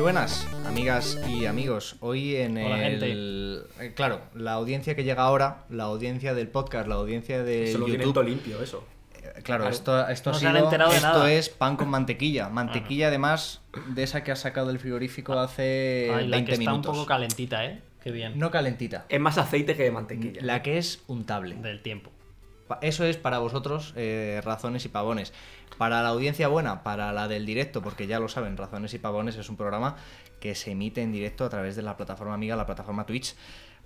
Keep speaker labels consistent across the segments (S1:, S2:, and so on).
S1: buenas, amigas y amigos. Hoy en
S2: Hola,
S1: el... eh, Claro, la audiencia que llega ahora, la audiencia del podcast, la audiencia de
S3: Eso lo tienen
S1: YouTube...
S3: todo limpio, eso.
S1: eh, Claro, esto, esto
S2: No
S1: ha
S2: se han
S1: sido-
S2: enterado de
S1: esto
S2: nada. Ah.
S1: es pan con mantequilla. Mantequilla, además, de esa que has sacado del frigorífico hace
S2: Ay,
S1: 20
S2: la que está
S1: Eh, minutos.
S2: un poco Eh, calentita, ¿eh? Qué bien.
S1: no calentita.
S3: Es más aceite que de mantequilla.
S1: La que es untable.
S2: Del tiempo.
S1: Pa- Eso es para vosotros, eh, razones y pavones. Para la audiencia buena, para la del directo, porque ya lo saben, Razones y Pavones es un programa que se emite en directo a través de la plataforma amiga, la plataforma Twitch.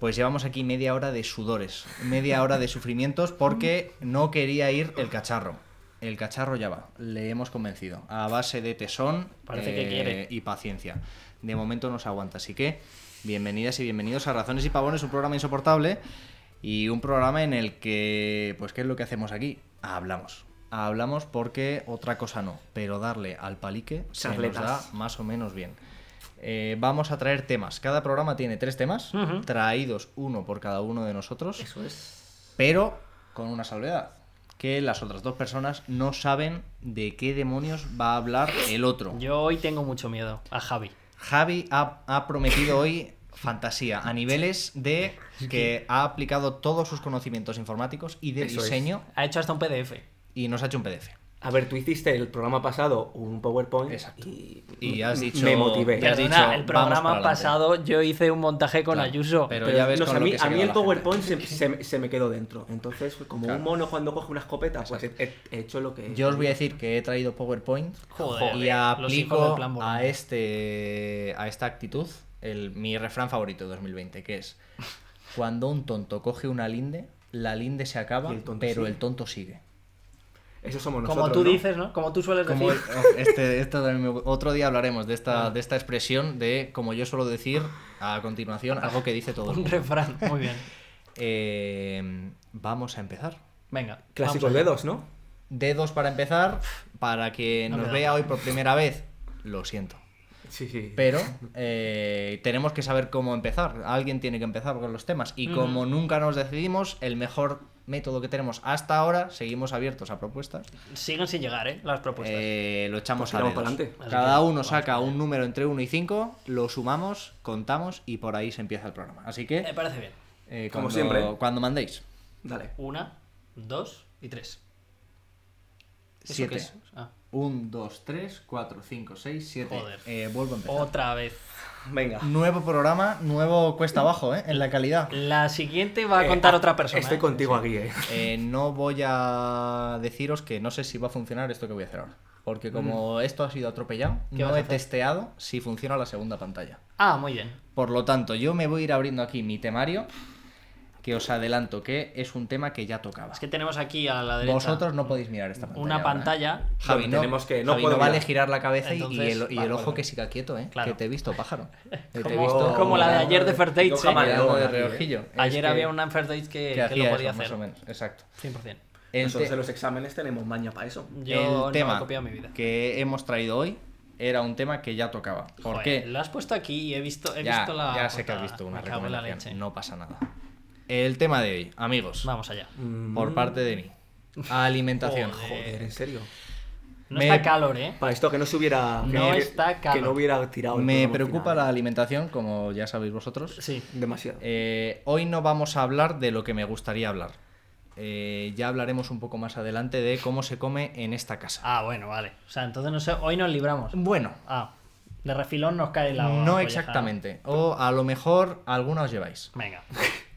S1: Pues llevamos aquí media hora de sudores, media hora de sufrimientos, porque no quería ir el cacharro. El cacharro ya va, le hemos convencido. A base de tesón eh,
S2: Parece que quiere.
S1: y paciencia. De momento nos aguanta, así que bienvenidas y bienvenidos a Razones y Pavones, un programa insoportable y un programa en el que, pues, ¿qué es lo que hacemos aquí? Hablamos. Hablamos porque otra cosa no, pero darle al palique se nos da
S3: Charletas.
S1: más o menos bien. Eh, vamos a traer temas. Cada programa tiene tres temas,
S2: Ujú.
S1: traídos uno por cada uno de nosotros
S3: Eso es.
S1: pero con una salvedad, que las otras dos personas no saben de qué demonios va a hablar el otro.
S2: Yo hoy tengo mucho miedo a Javi.
S1: Javi ha, ha prometido hoy fantasía a niveles de que ha aplicado todos sus conocimientos informáticos y de
S3: Eso es.
S1: diseño
S2: Ha hecho hasta un PDF.
S1: y nos ha hecho un PDF.
S3: A ver, tú hiciste el programa pasado un PowerPoint
S1: Exacto.
S3: y,
S1: Y has dicho-
S3: me motivé.
S1: Ya has
S2: Perdona,
S1: dicho,
S2: el
S1: vamos para
S2: programa
S1: adelante.
S2: pasado yo hice un montaje con
S1: Claro,
S2: Ayuso.
S1: pero-
S3: Pero
S1: ya ves
S3: no,
S1: con
S3: sé, a
S1: lo
S3: mí,
S1: que se
S3: a mí
S1: queda
S3: el
S1: la gente.
S3: PowerPoint se, se- se me quedó dentro. Entonces, como
S1: Claro.
S3: un mono cuando coge una escopeta, pues he, he- he hecho lo que.
S1: Yo os voy a decir que he traído PowerPoint
S2: Joder,
S1: y
S2: los hijos del
S1: aplico
S2: plan Bolonia.
S1: a este a esta actitud el, mi refrán favorito de 2020, que es cuando un tonto coge una linde, la linde se acaba,
S3: Y el tonto
S1: pero
S3: sigue.
S1: el tonto sigue.
S3: Eso somos
S2: Como
S3: nosotros.
S2: tú
S3: ¿no?
S2: dices, ¿no? Como tú sueles
S1: Como-
S2: decir.
S1: oh, este- esto también me- otro día hablaremos de
S2: Ah.
S1: esta, de esta expresión de, como yo suelo decir, a continuación, algo que dice todo el
S2: Un
S1: mundo.
S2: refrán. Muy bien.
S1: Eh, vamos a empezar.
S2: Venga.
S3: Clásicos
S2: vamos allá.
S3: dedos, ¿no?
S1: Dedos para empezar, para que
S2: No me
S1: nos
S2: da.
S1: vea hoy por primera vez, lo siento.
S3: Sí, sí.
S1: Pero eh, tenemos que saber cómo empezar. Alguien tiene que empezar con los temas. Y como nunca nos decidimos, el mejor método que tenemos hasta ahora, seguimos abiertos a propuestas.
S2: Siguen sin llegar, ¿eh? Las propuestas.
S1: eh, lo echamos
S3: Pues
S1: a
S3: tiramos
S1: dedos.
S3: pa'lante.
S2: Así
S1: Cada
S2: que,
S1: uno saca un número entre 1 y 5, lo sumamos, contamos y por ahí se empieza el programa. Así que,
S2: Me parece bien.
S1: eh,
S3: como
S1: cuando-
S3: siempre.
S1: cuando mandéis.
S3: Dale.
S2: Una, dos y tres. ¿Eso qué
S1: 7.
S2: es? Ah,
S1: 1, 2, 3, 4, 5, 6, 7.
S2: Joder.
S1: Eh, Vuelvo a empezar.
S2: otra vez.
S3: Venga.
S1: Nuevo programa, nuevo cuesta abajo, ¿eh? En la calidad.
S2: La siguiente va a
S1: ah,
S2: contar
S3: Eh,
S2: otra persona.
S3: Estoy
S2: ¿eh?
S3: contigo aquí, eh.
S1: Eh, no voy a deciros que no sé si va a funcionar esto que voy a hacer ahora. Porque como esto ha sido atropellado,
S2: Mm. ¿Qué vas
S1: no
S2: a
S1: he
S2: hacer?
S1: testeado si funciona la segunda pantalla.
S2: Ah, muy bien.
S1: Por lo tanto, yo me voy a ir abriendo aquí mi temario, que os adelanto que es un tema que ya tocaba.
S2: Es que tenemos aquí a la derecha
S1: Vosotros no podéis mirar esta pantalla.
S2: una
S1: ahora, ¿eh?
S2: pantalla.
S1: Javi, no,
S3: Tenemos que- no
S1: Javi,
S3: puedo
S1: vale
S3: mirar.
S1: girar la cabeza y- y,
S2: Entonces,
S1: el, y el
S2: vale,
S1: ojo
S2: vale.
S1: que siga quieto, ¿eh?
S2: Claro.
S1: Que te he visto, pájaro. Que te he
S2: Como-
S1: visto
S2: como la de
S1: mirando-
S2: ayer de Fair Trade,
S3: Yo
S2: ¿eh?
S3: jamás le
S1: mirando
S3: hago
S1: de
S3: a nadie,
S1: reojillo. Es
S2: Ayer
S1: que-
S2: había una Enferdoid que,
S1: que
S2: que
S1: hacía
S2: lo
S1: eso,
S2: podía
S1: más o
S2: hacer.
S1: menos, exacto.
S2: 100%.
S1: El
S3: Nosotros
S1: te-
S3: en los exámenes tenemos maña para eso.
S2: Yo
S1: el
S2: no he
S1: tema
S2: copiado mi vida.
S1: que hemos traído hoy era un tema que ya tocaba. ¿Por
S2: Joder,
S1: qué?
S2: Lo has puesto aquí y he visto, he
S1: ya
S2: visto la.
S1: ya sé que has
S2: portada.
S1: visto una
S2: Me cago en la leche.
S1: recomendación. No pasa nada. El tema de hoy, amigos,
S2: Vamos allá.
S1: por parte de mí. Alimentación.
S2: Joder.
S3: Joder, Mm. en serio.
S2: No
S1: Me-
S2: está calor, ¿eh?
S3: Para esto que no se hubiera.
S2: No
S3: que,
S2: está
S3: Que
S2: calor.
S3: no hubiera tirado. el
S1: Me
S3: programa
S1: preocupa
S3: final.
S1: la alimentación, como ya sabéis vosotros.
S2: Sí.
S3: Demasiado.
S1: Eh, hoy no vamos a hablar de lo que me gustaría hablar. Eh, ya hablaremos un poco más adelante de cómo se come en esta casa.
S2: Ah, bueno, vale. O sea, entonces no sé, hoy nos libramos.
S1: Bueno,
S2: Ah, de refilón nos cae la.
S1: no
S2: colleja.
S1: exactamente. O a lo mejor alguna os lleváis.
S2: Venga.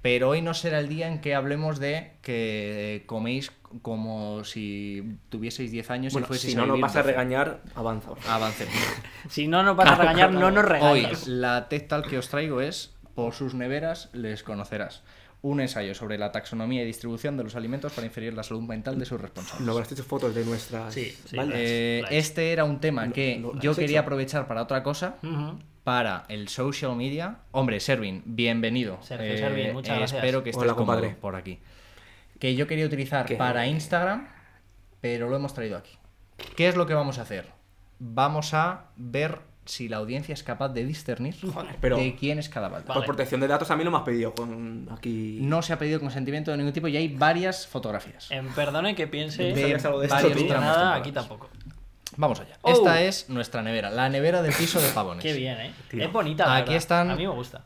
S1: Pero hoy no será el día en que hablemos de que coméis como si tuvieseis 10 años
S3: Bueno,
S1: y fueseis
S3: si
S1: a
S3: no nos
S1: vivir
S3: vas a
S1: 12.
S3: regañar, avanza.
S1: Avancemos.
S2: Si no nos vas a regañar, no nos
S1: Hoy
S2: regañes.
S1: la tech tal que os traigo es Por sus neveras les conocerás. Un ensayo sobre la taxonomía y distribución de los alimentos para inferir la salud mental de sus responsables.
S3: No habrás hecho fotos de nuestras.
S2: Sí, sí,
S1: Eh,
S2: Las- las-
S1: este era un tema
S3: No,
S1: que
S3: no,
S1: yo
S3: las he
S1: quería
S3: hecho.
S1: aprovechar para otra cosa,
S2: Ujú.
S1: para el social media. Hombre, Servin, bienvenido. Eh,
S2: Sergio Servin, muchas gracias.
S1: Espero que estés
S3: Hola,
S1: cómodo
S3: compadre.
S1: por aquí. Que yo quería utilizar
S3: Que-
S1: para Instagram, pero lo hemos traído aquí. ¿Qué es lo que vamos a hacer? Vamos a ver si la audiencia es capaz de discernir
S3: pero-
S1: de quién es cada balda.
S3: Por
S2: Vale.
S3: protección de datos a mí no me has pedido con aquí.
S1: No se ha pedido consentimiento de ningún tipo y hay varias fotografías.
S2: Em, perdone que piense.
S1: De
S3: sabías algo de esto,
S1: varios
S3: tú?
S2: de
S1: tramos
S2: nada,
S1: temporales.
S2: aquí tampoco.
S1: Vamos allá.
S2: ¡Oh!
S1: Esta es nuestra nevera, la nevera del piso de pavones.
S2: Qué bien, ¿eh?
S3: Tío.
S2: Es bonita, la
S1: Pues Aquí
S2: verdad.
S1: están-
S2: A mí me gusta.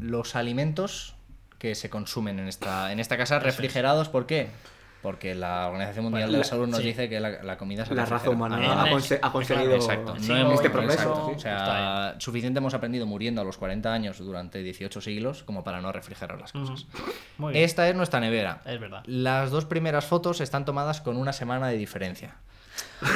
S1: Los alimentos que se consumen en esta, en esta casa, refrigerados, ¿por qué? Porque la Organización Mundial
S3: Bueno,
S1: de la
S3: la-
S1: Salud nos
S2: sí.
S1: dice que la, la comida se
S3: La raza
S1: razón
S3: humana
S2: Ah,
S3: ha,
S2: no.
S3: conse- ha
S2: Claro,
S3: conseguido
S1: Exacto.
S2: Sí,
S1: No hemos-
S2: este
S3: progreso,
S1: exacto. O
S3: sí,
S2: está
S1: sea, suficiente hemos aprendido muriendo a los 40 años durante 18 siglos como para no refrigerar las cosas.
S2: Muy bien.
S1: Esta es nuestra nevera.
S2: Es verdad.
S1: Las dos primeras fotos están tomadas con una semana de diferencia.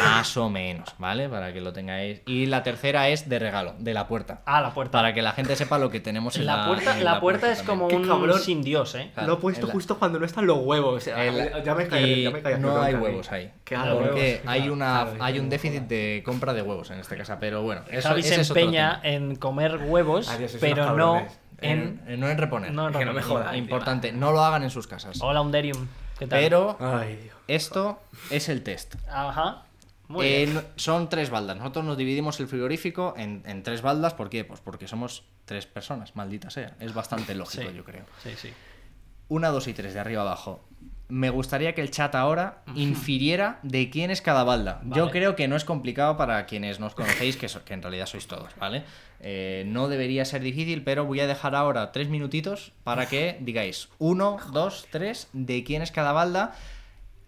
S1: Más o menos, ¿vale? Para que lo tengáis. Y la tercera es de regalo, de la puerta.
S2: Ah, la puerta.
S1: Para que la gente sepa lo que tenemos en la,
S2: La puerta,
S1: en
S2: la puerta es
S1: también.
S2: como
S3: Qué
S2: un
S3: cabrón.
S2: sin dios, ¿eh?
S1: Claro,
S3: Lo he puesto
S1: en la-
S3: justo cuando no están los huevos. o sea,
S1: El-
S3: ya me caí,
S1: y
S3: ya me caí.
S1: no hay
S3: Perdón,
S1: huevos ahí.
S3: Claro,
S1: porque
S3: huevos,
S1: hay,
S3: claro,
S1: una,
S3: claro,
S1: hay un
S3: huevos,
S1: déficit de compra de huevos en esta casa. Pero bueno, eso,
S2: Javi se
S1: ese es otro
S2: empeña
S1: tema.
S2: en comer huevos,
S3: Adiós, sois
S2: pero
S3: unos
S2: no
S3: cabrones. Eh,
S2: en...
S1: En- no en reponer.
S2: no en
S1: Es que
S2: reponer.
S1: Importante, no lo hagan en sus casas.
S2: Hola, Underium. ¿Qué tal?
S1: Pero
S3: Ay, Dios.
S1: esto es el test.
S2: Ajá. Muy
S1: Eh,
S2: bien.
S1: no- son tres baldas. Nosotros nos dividimos el frigorífico en, en tres baldas. ¿Por qué? Pues porque somos tres personas, maldita sea. Es bastante lógico,
S2: Sí.
S1: yo creo.
S2: Sí, sí.
S1: Una, dos y tres, de arriba abajo. Me gustaría que el chat ahora infiriera de quién es cada balda. Yo
S2: Vale.
S1: creo que no es complicado para quienes nos conocéis, que, so- que en realidad sois todos, ¿vale? Eh, no debería ser difícil, pero voy a dejar ahora tres minutitos para que digáis uno, dos, tres, de quién es cada balda.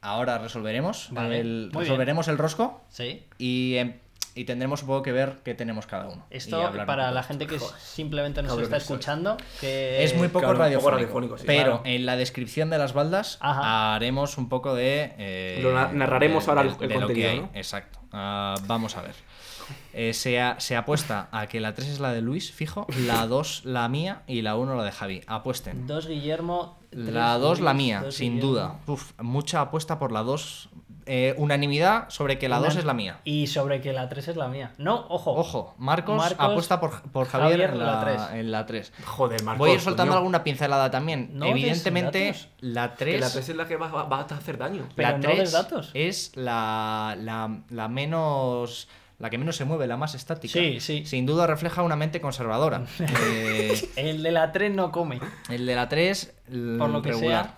S1: Ahora resolveremos,
S2: Vale,
S1: el,
S2: muy bien.
S1: resolveremos el rosco
S2: Sí.
S1: y, em, y tendremos supongo que ver qué tenemos cada uno. y
S2: Esto,
S1: hablar un
S2: para
S1: poco.
S2: la gente que simplemente nos
S3: cabrón
S2: está
S3: que soy.
S2: escuchando, que...
S1: Es muy poco
S3: claro, un poco
S1: radiofónico,
S3: radiofónico, sí.
S1: pero
S2: Claro.
S1: en la descripción de las baldas
S2: Ajá.
S1: haremos un poco de... eh,
S3: Lo na- narraremos ahora el- el
S1: de lo que
S3: contenido,
S1: hay.
S3: ¿no?
S1: Exacto. Ah, vamos a ver. Eh, se, a- se apuesta a que la 3 es la de Luis, fijo, la 2 la mía y la 1 la de Javi. Apuesten.
S2: Dos Guillermo... tres
S1: La 2 la
S2: Luis,
S1: mía,
S2: dos
S1: sin
S2: Guillermo.
S1: duda. Uf, mucha apuesta por la 2. Eh, unanimidad sobre que la
S2: Una-
S1: 2 es la mía.
S2: Y sobre que la 3 es la mía. No, ojo.
S1: Ojo, Marcos,
S2: Marcos,
S1: apuesta por, por Javier,
S2: Javier,
S1: en,
S2: la
S1: la,
S2: tres.
S1: en la 3.
S3: Joder, Marcos.
S1: Voy a ir soltando
S3: coño.
S1: alguna pincelada también.
S2: No des
S1: Evidentemente,
S2: datos.
S1: la
S3: Que
S1: 3,
S3: la 3 es la que va, va- va a hacer daño.
S2: Pero no des
S1: tres
S2: datos.
S1: es la, la- la menos... La que menos se mueve, la más estática.
S2: Sí, sí.
S1: Sin duda refleja una mente conservadora. Eh,
S2: El de la 3 no come.
S1: el de la 3,
S2: Por lo que
S1: regular.
S2: sea.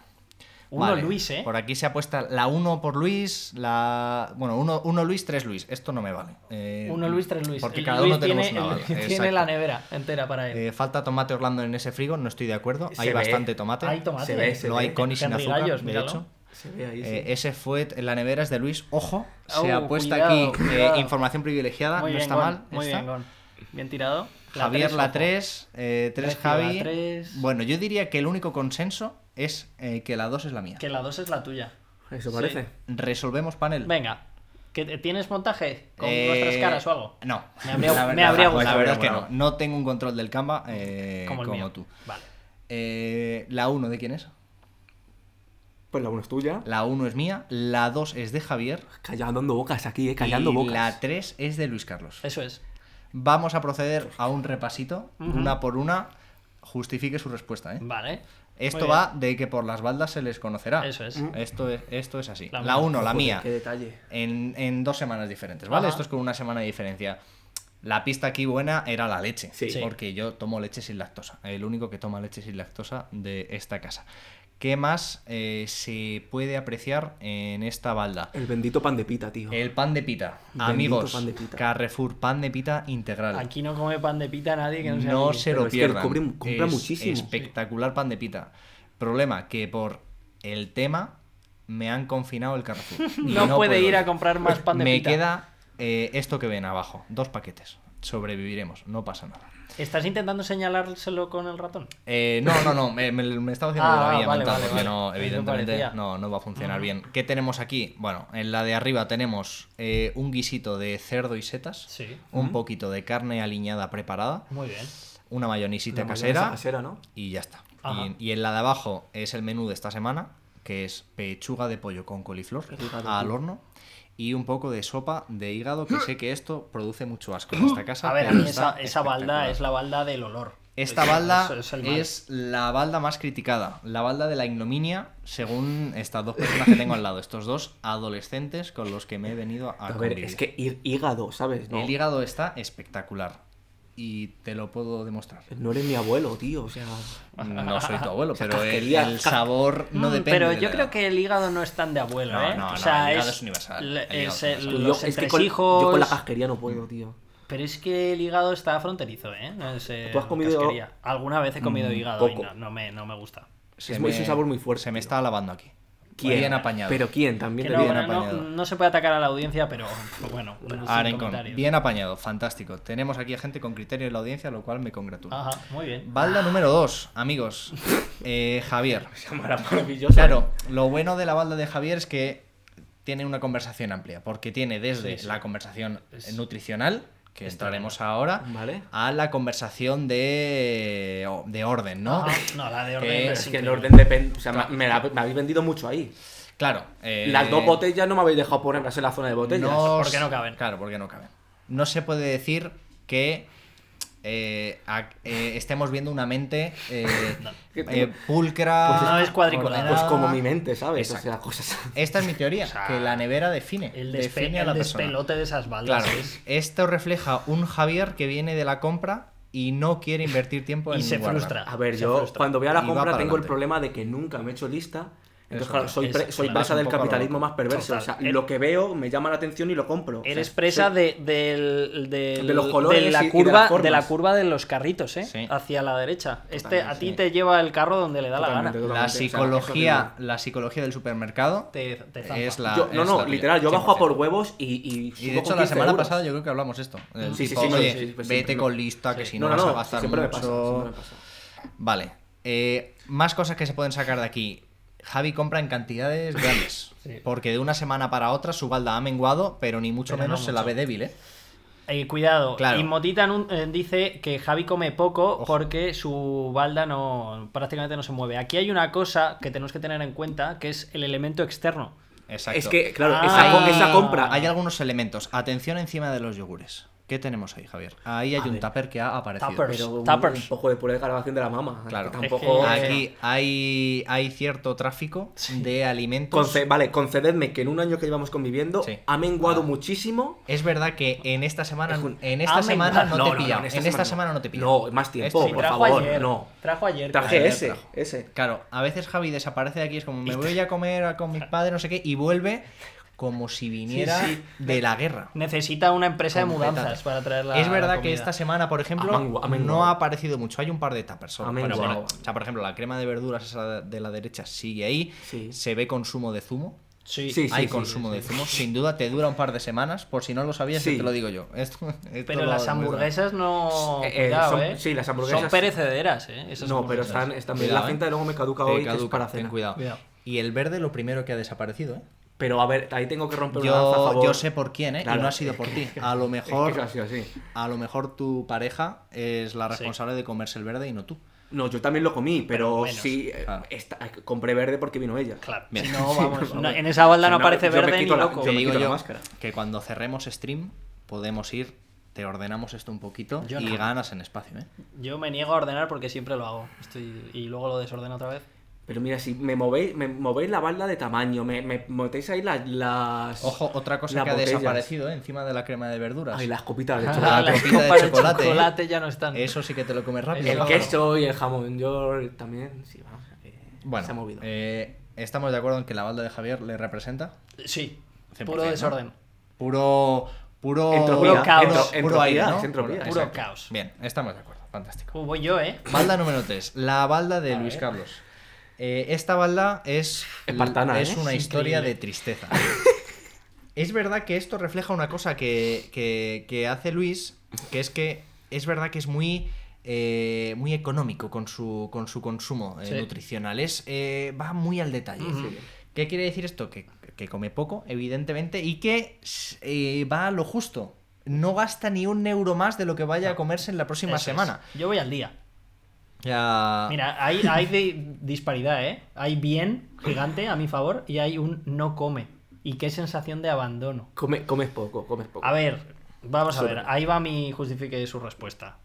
S2: Uno
S1: Vale,
S2: Luis, ¿eh?
S1: Por aquí se apuesta la 1 por Luis, la. Bueno, 1 uno, uno Luis, 3 Luis. Esto no me vale. Eh,
S2: Uno Luis, tres Luis.
S1: Porque
S2: El
S1: cada
S2: Luis
S1: uno tenemos
S2: tiene,
S1: una bala.
S2: el Luis tiene
S1: Exacto.
S2: la nevera entera para él.
S1: Eh, falta tomate Orlando en ese frigo, no estoy de acuerdo.
S3: Se
S1: Hay
S3: ve.
S1: bastante tomate.
S2: Hay tomate.
S3: se ve, se
S1: no
S3: ve.
S1: hay coni sin
S2: Henry
S1: azúcar,
S2: Gallos,
S1: de
S2: míralo.
S1: hecho.
S3: Se ve ahí. sí.
S1: Eh, ese fue en la nevera es de Luis. Ojo, se
S2: Oh,
S1: apuesta
S2: cuidado,
S1: aquí eh,
S2: cuidado.
S1: información privilegiada,
S2: Muy
S1: no
S2: bien,
S1: está
S2: Gon,
S1: mal.
S2: Muy
S1: está.
S2: bien, Gon. Bien tirado.
S1: Javier la
S2: ojo.
S1: 3, eh, 3
S2: Tres,
S1: Javi.
S2: la tres.
S1: Bueno, yo diría que el único consenso es eh, que la 2 es la mía.
S2: Que la 2 es la tuya.
S3: Eso
S2: Sí.
S3: parece.
S1: Resolvemos panel.
S2: Venga. ¿Que te- ¿Tienes montaje con
S1: Eh,
S2: nuestras caras o algo?
S1: No.
S2: Me habría-
S1: La verdad-
S2: me habría
S1: La
S2: gustado.
S1: verdad es que
S3: Bueno.
S1: no. No tengo un control del Canva eh,
S2: Como
S1: como,
S2: el mío.
S1: tú.
S2: Vale.
S1: Eh, la 1 de quién es?
S3: Pues la 1 es tuya.
S1: La 1 es mía. La 2 es de Javier.
S3: Callando bocas aquí, eh, callando
S1: y
S3: bocas.
S1: La 3 es de Luis Carlos.
S2: Eso es.
S1: Vamos a proceder a un repasito, una por una. Justifique su respuesta, ¿eh?
S2: Vale.
S1: Esto
S2: Muy
S1: va de que por las baldas se les conocerá.
S2: Eso es.
S1: Esto es, esto es así.
S2: La
S1: La
S2: mía.
S1: 1, la mía.
S3: Qué detalle.
S1: En, en dos semanas diferentes, ¿vale?
S2: Ajá.
S1: Esto es con una semana de diferencia. La pista aquí buena era la leche.
S3: Sí. Sí.
S1: Porque yo tomo leche sin lactosa. El único que toma leche sin lactosa de esta casa. ¿Qué más eh, se puede apreciar en esta balda?
S3: El bendito pan de pita, tío.
S1: El pan de pita.
S3: Bendito
S1: Amigos,
S3: pan de pita.
S1: Carrefour, pan de pita integral.
S2: bien. Aquí no come pan de pita nadie que no sea
S1: no
S2: Luis.
S1: se
S3: Pero
S1: lo
S3: es que
S1: pierdan.
S3: cubre- compra
S1: Es
S3: muchísimo.
S1: Espectacular pan de pita. Problema, que por el tema me han confinado el Carrefour. Y
S2: No, puede
S1: puedo
S2: ir a comprar más pan de
S1: me
S2: pita.
S1: queda eh, esto que ven abajo, dos paquetes. Sobreviviremos, no pasa nada.
S2: ¿Estás intentando señalárselo con el ratón?
S1: Eh, no, no, no, me, me- me estaba haciendo
S2: Ah,
S1: de la vía
S2: vale,
S1: mental,
S2: vale,
S1: porque
S2: vale.
S1: no,
S2: Es lo
S1: evidentemente
S2: parecía.
S1: no, no va a funcionar bien. ¿Qué tenemos aquí? Bueno, en la de arriba tenemos eh, un guisito de cerdo y setas,
S2: Sí.
S1: un poquito de carne aliñada preparada,
S2: Muy bien.
S1: una mayonisita
S3: La
S1: casera,
S3: mayonesa casera, ¿no?
S1: y ya está.
S2: Ajá.
S1: Y, y en la de abajo es el menú de esta semana, que es pechuga de pollo con coliflor
S3: Pechuga de
S1: al
S3: pollo.
S1: horno y un poco de sopa de hígado, que sé que esto produce mucho asco en esta casa.
S2: A ver, a
S1: pero
S2: mí
S1: está
S2: esa, esa balda
S1: espectacular.
S2: es la balda del olor.
S1: Esta
S2: Eso-
S1: balda
S2: eso el mal.
S1: es la balda más criticada, la balda de la ignominia, según estas dos personas que tengo al lado, estos dos adolescentes Ah, con los que me he venido a,
S3: A ver,
S1: convivir.
S3: es que hí- hígado, ¿sabes? No.
S1: El hígado está espectacular. y te lo puedo demostrar.
S3: No eres mi abuelo, tío. O sea.
S1: No soy tu abuelo,
S3: sea,
S1: pero el,
S3: casquería,
S1: el
S3: casca-
S1: sabor no
S2: Mm,
S1: depende.
S2: Pero
S1: de la
S2: yo creo
S1: edad.
S2: que el hígado no es tan de abuelo,
S1: No,
S2: ¿eh?
S1: no,
S2: o
S1: no,
S2: sea,
S1: el hígado
S2: es
S1: es universal,
S2: le-
S1: el hígado es
S2: es el-
S3: tú, yo-
S2: los
S3: es que con,
S2: entresijos.
S3: yo con la casquería no puedo, tío.
S2: Pero es que el hígado está fronterizo, ¿eh? No es, eh,
S3: ¿Tú has comido- Mm,
S2: casquería. Alguna vez he comido hígado y
S3: poco.
S2: no, no me, no me gusta.
S1: Se
S3: Es muy- es un sabor muy fuerte,
S1: Se me
S3: tío.
S1: está lavando aquí. Bien apañado.
S3: Pero quién también
S2: Que
S3: te
S2: no,
S1: bien
S2: bueno, no,
S1: apañado.
S2: no se puede atacar a la audiencia, pero bueno. sin
S1: Arencon,
S2: comentarios.
S1: bien apañado, fantástico. Tenemos aquí a gente con criterio en la audiencia, lo cual me congratula.
S2: Ajá, muy bien.
S1: Balda número 2, amigos. Eh, Javier.
S3: maravilloso.
S1: Claro, lo bueno de la balda de Javier es que tiene una conversación amplia, porque tiene desde
S2: Sí, sí.
S1: la conversación
S2: Es-
S1: nutricional, que
S2: es
S1: entraremos ahora,
S3: Vale.
S1: a la conversación de, de orden, ¿no?
S2: Ajá, Ah, no, la de orden.
S1: Eh, es
S2: es
S3: Es que el
S2: increíble.
S3: orden depende. O sea, me, me la- me habéis vendido mucho ahí.
S1: Claro. eh,
S3: Las dos botellas no me habéis dejado ponerlas en la zona de botellas.
S1: No
S2: ¿Por qué
S1: s-
S2: no caben?
S1: Claro, porque no caben. No se puede decir que eh, a- eh, estemos viendo una mente eh,
S3: Que
S1: eh,
S3: tengo-
S1: pulcra.
S2: Pues es- No es cuadriculada.
S1: ordenada.
S3: Pues como mi mente, ¿sabes?
S1: Exacto.
S3: O sea, cosas.
S1: Esta es mi teoría,
S2: sea,
S1: que la nevera define.
S2: El, despe-
S1: define a
S2: el
S1: la persona.
S2: despelote de esas baldas.
S1: Claro,
S2: es-
S1: esto refleja un Javier que viene de la compra y no quiere invertir tiempo en
S2: Y se
S1: guardar.
S2: frustra.
S3: A ver,
S2: Se
S3: yo
S2: frustra.
S3: cuando voy a la
S1: Y va
S3: compra
S1: para
S3: tengo el
S1: adelante.
S3: problema de que nunca me he hecho lista. Entonces,
S1: Eso,
S3: claro, soy,
S2: es-
S3: pre-
S2: claro,
S3: soy
S1: es un
S3: presa del
S1: poco
S3: capitalismo
S1: loco.
S3: más perverso.
S2: Total.
S3: O sea, lo que veo me llama la atención y lo compro. O sea,
S2: Eres presa
S3: soy-
S2: de, del- del-
S3: De los colores
S2: de la
S3: y- y de
S2: curva
S3: las
S2: de,
S3: formas.
S2: la curva de los carritos, ¿eh?
S1: Sí.
S2: Hacia la derecha. Este a ti
S1: sí.
S2: te lleva el carro donde le da la
S3: Totalmente,
S2: gana.
S1: La
S3: Totalmente, o sea,
S1: psicología,
S3: es
S1: la psicología del supermercado
S2: Te, te zampa.
S1: es la.
S3: Yo- no,
S1: es
S3: no,
S1: la tuya,
S3: literal, yo bajo a
S1: 100%.
S3: por huevos y. Y,
S1: Y
S3: subo
S1: de hecho,
S3: con
S1: la
S3: 15
S1: semana
S3: euros.
S1: pasada yo creo que hablamos esto. El
S3: Sí, sí,
S1: tipo,
S3: sí, sí,
S1: oye,
S3: sí, sí, siempre
S1: vete
S3: me-
S1: con lista, que si no,
S3: No, no,
S1: vas a
S3: no,
S1: gastar
S3: siempre me
S1: mucho.
S3: pasa, siempre me pasa.
S1: Vale. eh, más cosas que se pueden sacar de aquí. Javi compra en cantidades grandes.
S2: Sí.
S1: Porque de una semana para otra su balda ha menguado, pero ni mucho
S2: Pero no
S1: menos se la
S2: mucho.
S1: ve débil, ¿eh?
S2: Eh, cuidado.
S1: Claro.
S2: Y Motita en un- eh, dice que Javi come poco porque su balda no prácticamente no se mueve. Aquí hay una cosa que tenemos que tener en cuenta, que es el elemento externo.
S1: Exacto.
S3: Es que, claro,
S2: Ah,
S3: esa, co-
S2: ahí-
S3: esa compra.
S1: Hay algunos elementos. Atención encima de los yogures. ¿Qué tenemos ahí, Javier? Ahí hay un tupper que ha aparecido.
S2: Tupper.
S3: Pero un,
S2: Tuppers.
S3: un poco de puré de carbajón de la mama.
S1: Claro.
S3: que tampoco.
S2: Es que-
S1: Aquí hay, hay cierto tráfico de alimentos.
S3: Conce- vale, concededme que en un año que llevamos conviviendo
S1: Sí.
S3: ha menguado muchísimo.
S1: Es verdad que en esta semana,
S3: Es un-
S1: en esta
S2: Ah,
S1: semana no,
S2: venga.
S1: te pilla. en esta semana no te pilla.
S3: No, más tiempo,
S1: Esto
S2: Sí,
S1: sí
S3: por
S2: trajo
S3: favor.
S2: ayer.
S3: No.
S2: Trajo ayer.
S3: Traje
S1: Ayer
S3: ese,
S1: trajo.
S3: ese.
S1: Claro, a veces Javi desaparece de aquí, es como me voy a comer a- con mis padres, no sé qué, y vuelve como si viniera
S2: Sí,
S1: de la guerra.
S2: Necesita una empresa de
S1: Completa.
S2: mudanzas para traer la.
S1: es verdad
S2: la
S1: que
S2: comida.
S1: esta semana, por ejemplo,
S3: Ha mengua- ha
S1: no
S3: menguado.
S1: ha aparecido mucho. Hay un par de tapas.
S3: Ha
S1: Bueno,
S3: menguado.
S1: bueno, o sea, por ejemplo, la crema de verduras esa de la derecha sigue ahí.
S3: Sí.
S1: Se ve consumo de zumo.
S2: Sí,
S3: Sí, sí,
S1: Hay consumo de zumo. Sin duda te dura un par de semanas. Por si no lo sabías,
S3: Sí.
S1: te lo digo yo. Esto- esto
S2: Pero
S1: lo-
S2: las hamburguesas no.
S3: Eh, eh,
S2: cuidado,
S3: son-
S2: eh.
S3: sí, las hamburguesas-
S2: Son perecederas, eh. esas
S3: No, pero
S2: hamburguesas.
S3: están, están bien.
S1: Cuidado,
S3: La
S1: eh.
S3: cinta luego me caduca
S1: Te
S3: hoy, que es
S1: caduca,
S3: para
S1: ten
S3: cena.
S1: cuidado.
S2: Cuidado.
S1: Y el verde, lo primero que ha desaparecido, ¿eh?
S3: Pero a ver, ahí tengo que romper una lanza a
S1: Yo,
S3: favor.
S1: yo sé por quién, ¿eh?
S3: Claro,
S1: y no ha sido
S3: es
S1: por
S3: que-
S1: ti. A lo
S3: Es que
S1: mejor,
S3: es así, así.
S1: a lo mejor tu pareja es la responsable de comerse el verde y no tú.
S3: No, yo también lo comí,
S2: Pero
S3: pero,
S2: menos.
S3: sí, eh,
S1: Claro.
S3: esta- compré verde porque vino ella.
S2: Claro.
S1: Bien.
S2: Si no, vamos.
S3: Sí, por
S2: no,
S3: favor.
S2: en esa balda
S3: Si
S2: no
S3: no,
S2: aparece
S3: yo me
S2: verde ni
S3: quito la-
S2: loco.
S3: yo
S1: Te
S3: me
S1: digo
S3: quito la
S1: yo
S3: máscara.
S1: que cuando cerremos stream podemos ir, te ordenamos esto un poquito
S2: Yo
S1: y
S2: no.
S1: ganas en espacio, ¿eh?
S2: Yo me niego a ordenar porque siempre lo hago. Estoy... Y luego lo desordeno otra vez.
S3: Pero mira, si me movéis, me movéis la balda de tamaño, me, me metéis ahí las. las
S1: Ojo, otra cosa
S3: las
S1: que ha
S3: botellas.
S1: desaparecido ¿eh? encima de la crema de verduras.
S3: Ay, las copitas de
S1: Ah,
S3: chocolate.
S1: la
S2: Las
S1: copita de
S2: copas
S1: chocolate, ¿eh?
S2: ya no están.
S1: Eso sí que te lo comes rápido.
S3: el
S2: Eso-
S3: queso y el jamón. Yo también. Sí, vamos. eh,
S1: Bueno,
S3: se ha movido.
S1: eh, estamos de acuerdo en que la balda de Javier le representa.
S2: Sí.
S1: 100%,
S2: Puro
S1: ¿no?
S2: desorden.
S1: Puro. Puro.
S3: Entropía,
S1: puro caos.
S3: entro-
S1: puro aire,
S3: entropía,
S1: ¿no?
S3: es entropía.
S1: Puro-
S2: Puro
S1: exacto.
S2: caos.
S1: Bien, estamos de acuerdo. Fantástico.
S2: Uh, voy yo, eh.
S1: Balda número 3. La balda de Luis
S2: ver.
S1: Carlos. Eh, esta balda es.
S3: Espartana,
S1: Es
S3: ¿eh?
S1: una
S3: Es
S1: historia de
S2: increíble.
S1: tristeza. es verdad que esto refleja una cosa que, que- que hace Luis, que es que es verdad que es muy. eh, muy económico con su, con su consumo eh,
S2: Sí.
S1: nutricional. Es, eh, va muy al detalle.
S2: Ujú.
S1: ¿Qué quiere decir esto? Que, que come poco, evidentemente, y que eh, va a lo justo. No gasta ni un euro más de lo que vaya a comerse en la próxima
S2: Eso es.
S1: semana. Ah.
S2: Yo voy al día.
S1: Ya-
S2: Mira, hay, hay de- disparidad, ¿eh? Hay bien gigante a mi favor y hay un no come. Y qué sensación de abandono.
S3: Come- comes poco, comes poco.
S2: A ver, vamos a
S3: Súper.
S2: ver. Ahí va mi justifique su respuesta.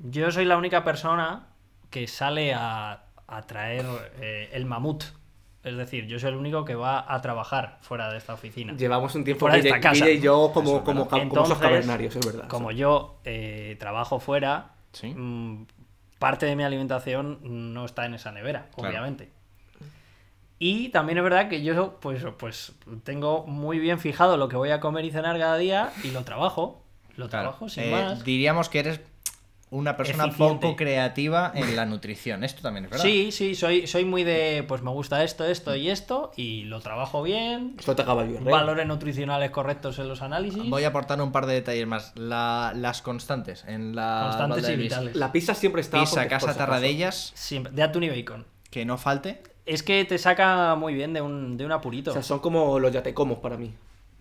S2: Yo soy la única persona que sale a, a traer eh, el mamut Es decir, yo soy el único que va a trabajar fuera de esta oficina.
S3: Llevamos un tiempo
S2: Fuera de
S3: Guille-
S2: esta casa.
S3: Guille y yo como,
S1: Eso es
S3: como,
S1: verdad.
S3: ca- como
S2: Entonces,
S3: esos cavernarios, es verdad.
S2: Como yo eh, trabajo fuera,
S1: Sí.
S2: mm, parte de mi alimentación no está en esa nevera,
S1: Claro.
S2: obviamente. Y también es verdad que yo pues, pues tengo muy bien fijado lo que voy a comer y cenar cada día y lo trabajo. Lo
S1: Claro.
S2: trabajo sin
S1: Eh,
S2: más.
S1: Diríamos que eres una persona
S2: Eficiente.
S1: poco creativa en la nutrición. Esto también es verdad.
S2: Sí, sí, soy, soy muy de, pues me gusta esto, esto y esto, y lo trabajo bien,
S3: Esto te acaba yo,
S2: valores nutricionales correctos en los análisis,
S1: Voy a aportar un par de detalles más. La- las constantes en la
S2: constantes
S1: balda
S2: y
S1: de Luis.
S2: vitales.
S3: La pizza siempre está...
S1: Pizza,
S3: porque- por
S1: casa,
S3: si acaso.
S1: tarradellas,
S2: Siempre, de atún y bacon.
S1: que no falte.
S2: Es que te saca muy bien de un, de un apurito.
S3: O sea, son como los yatecomos para mí.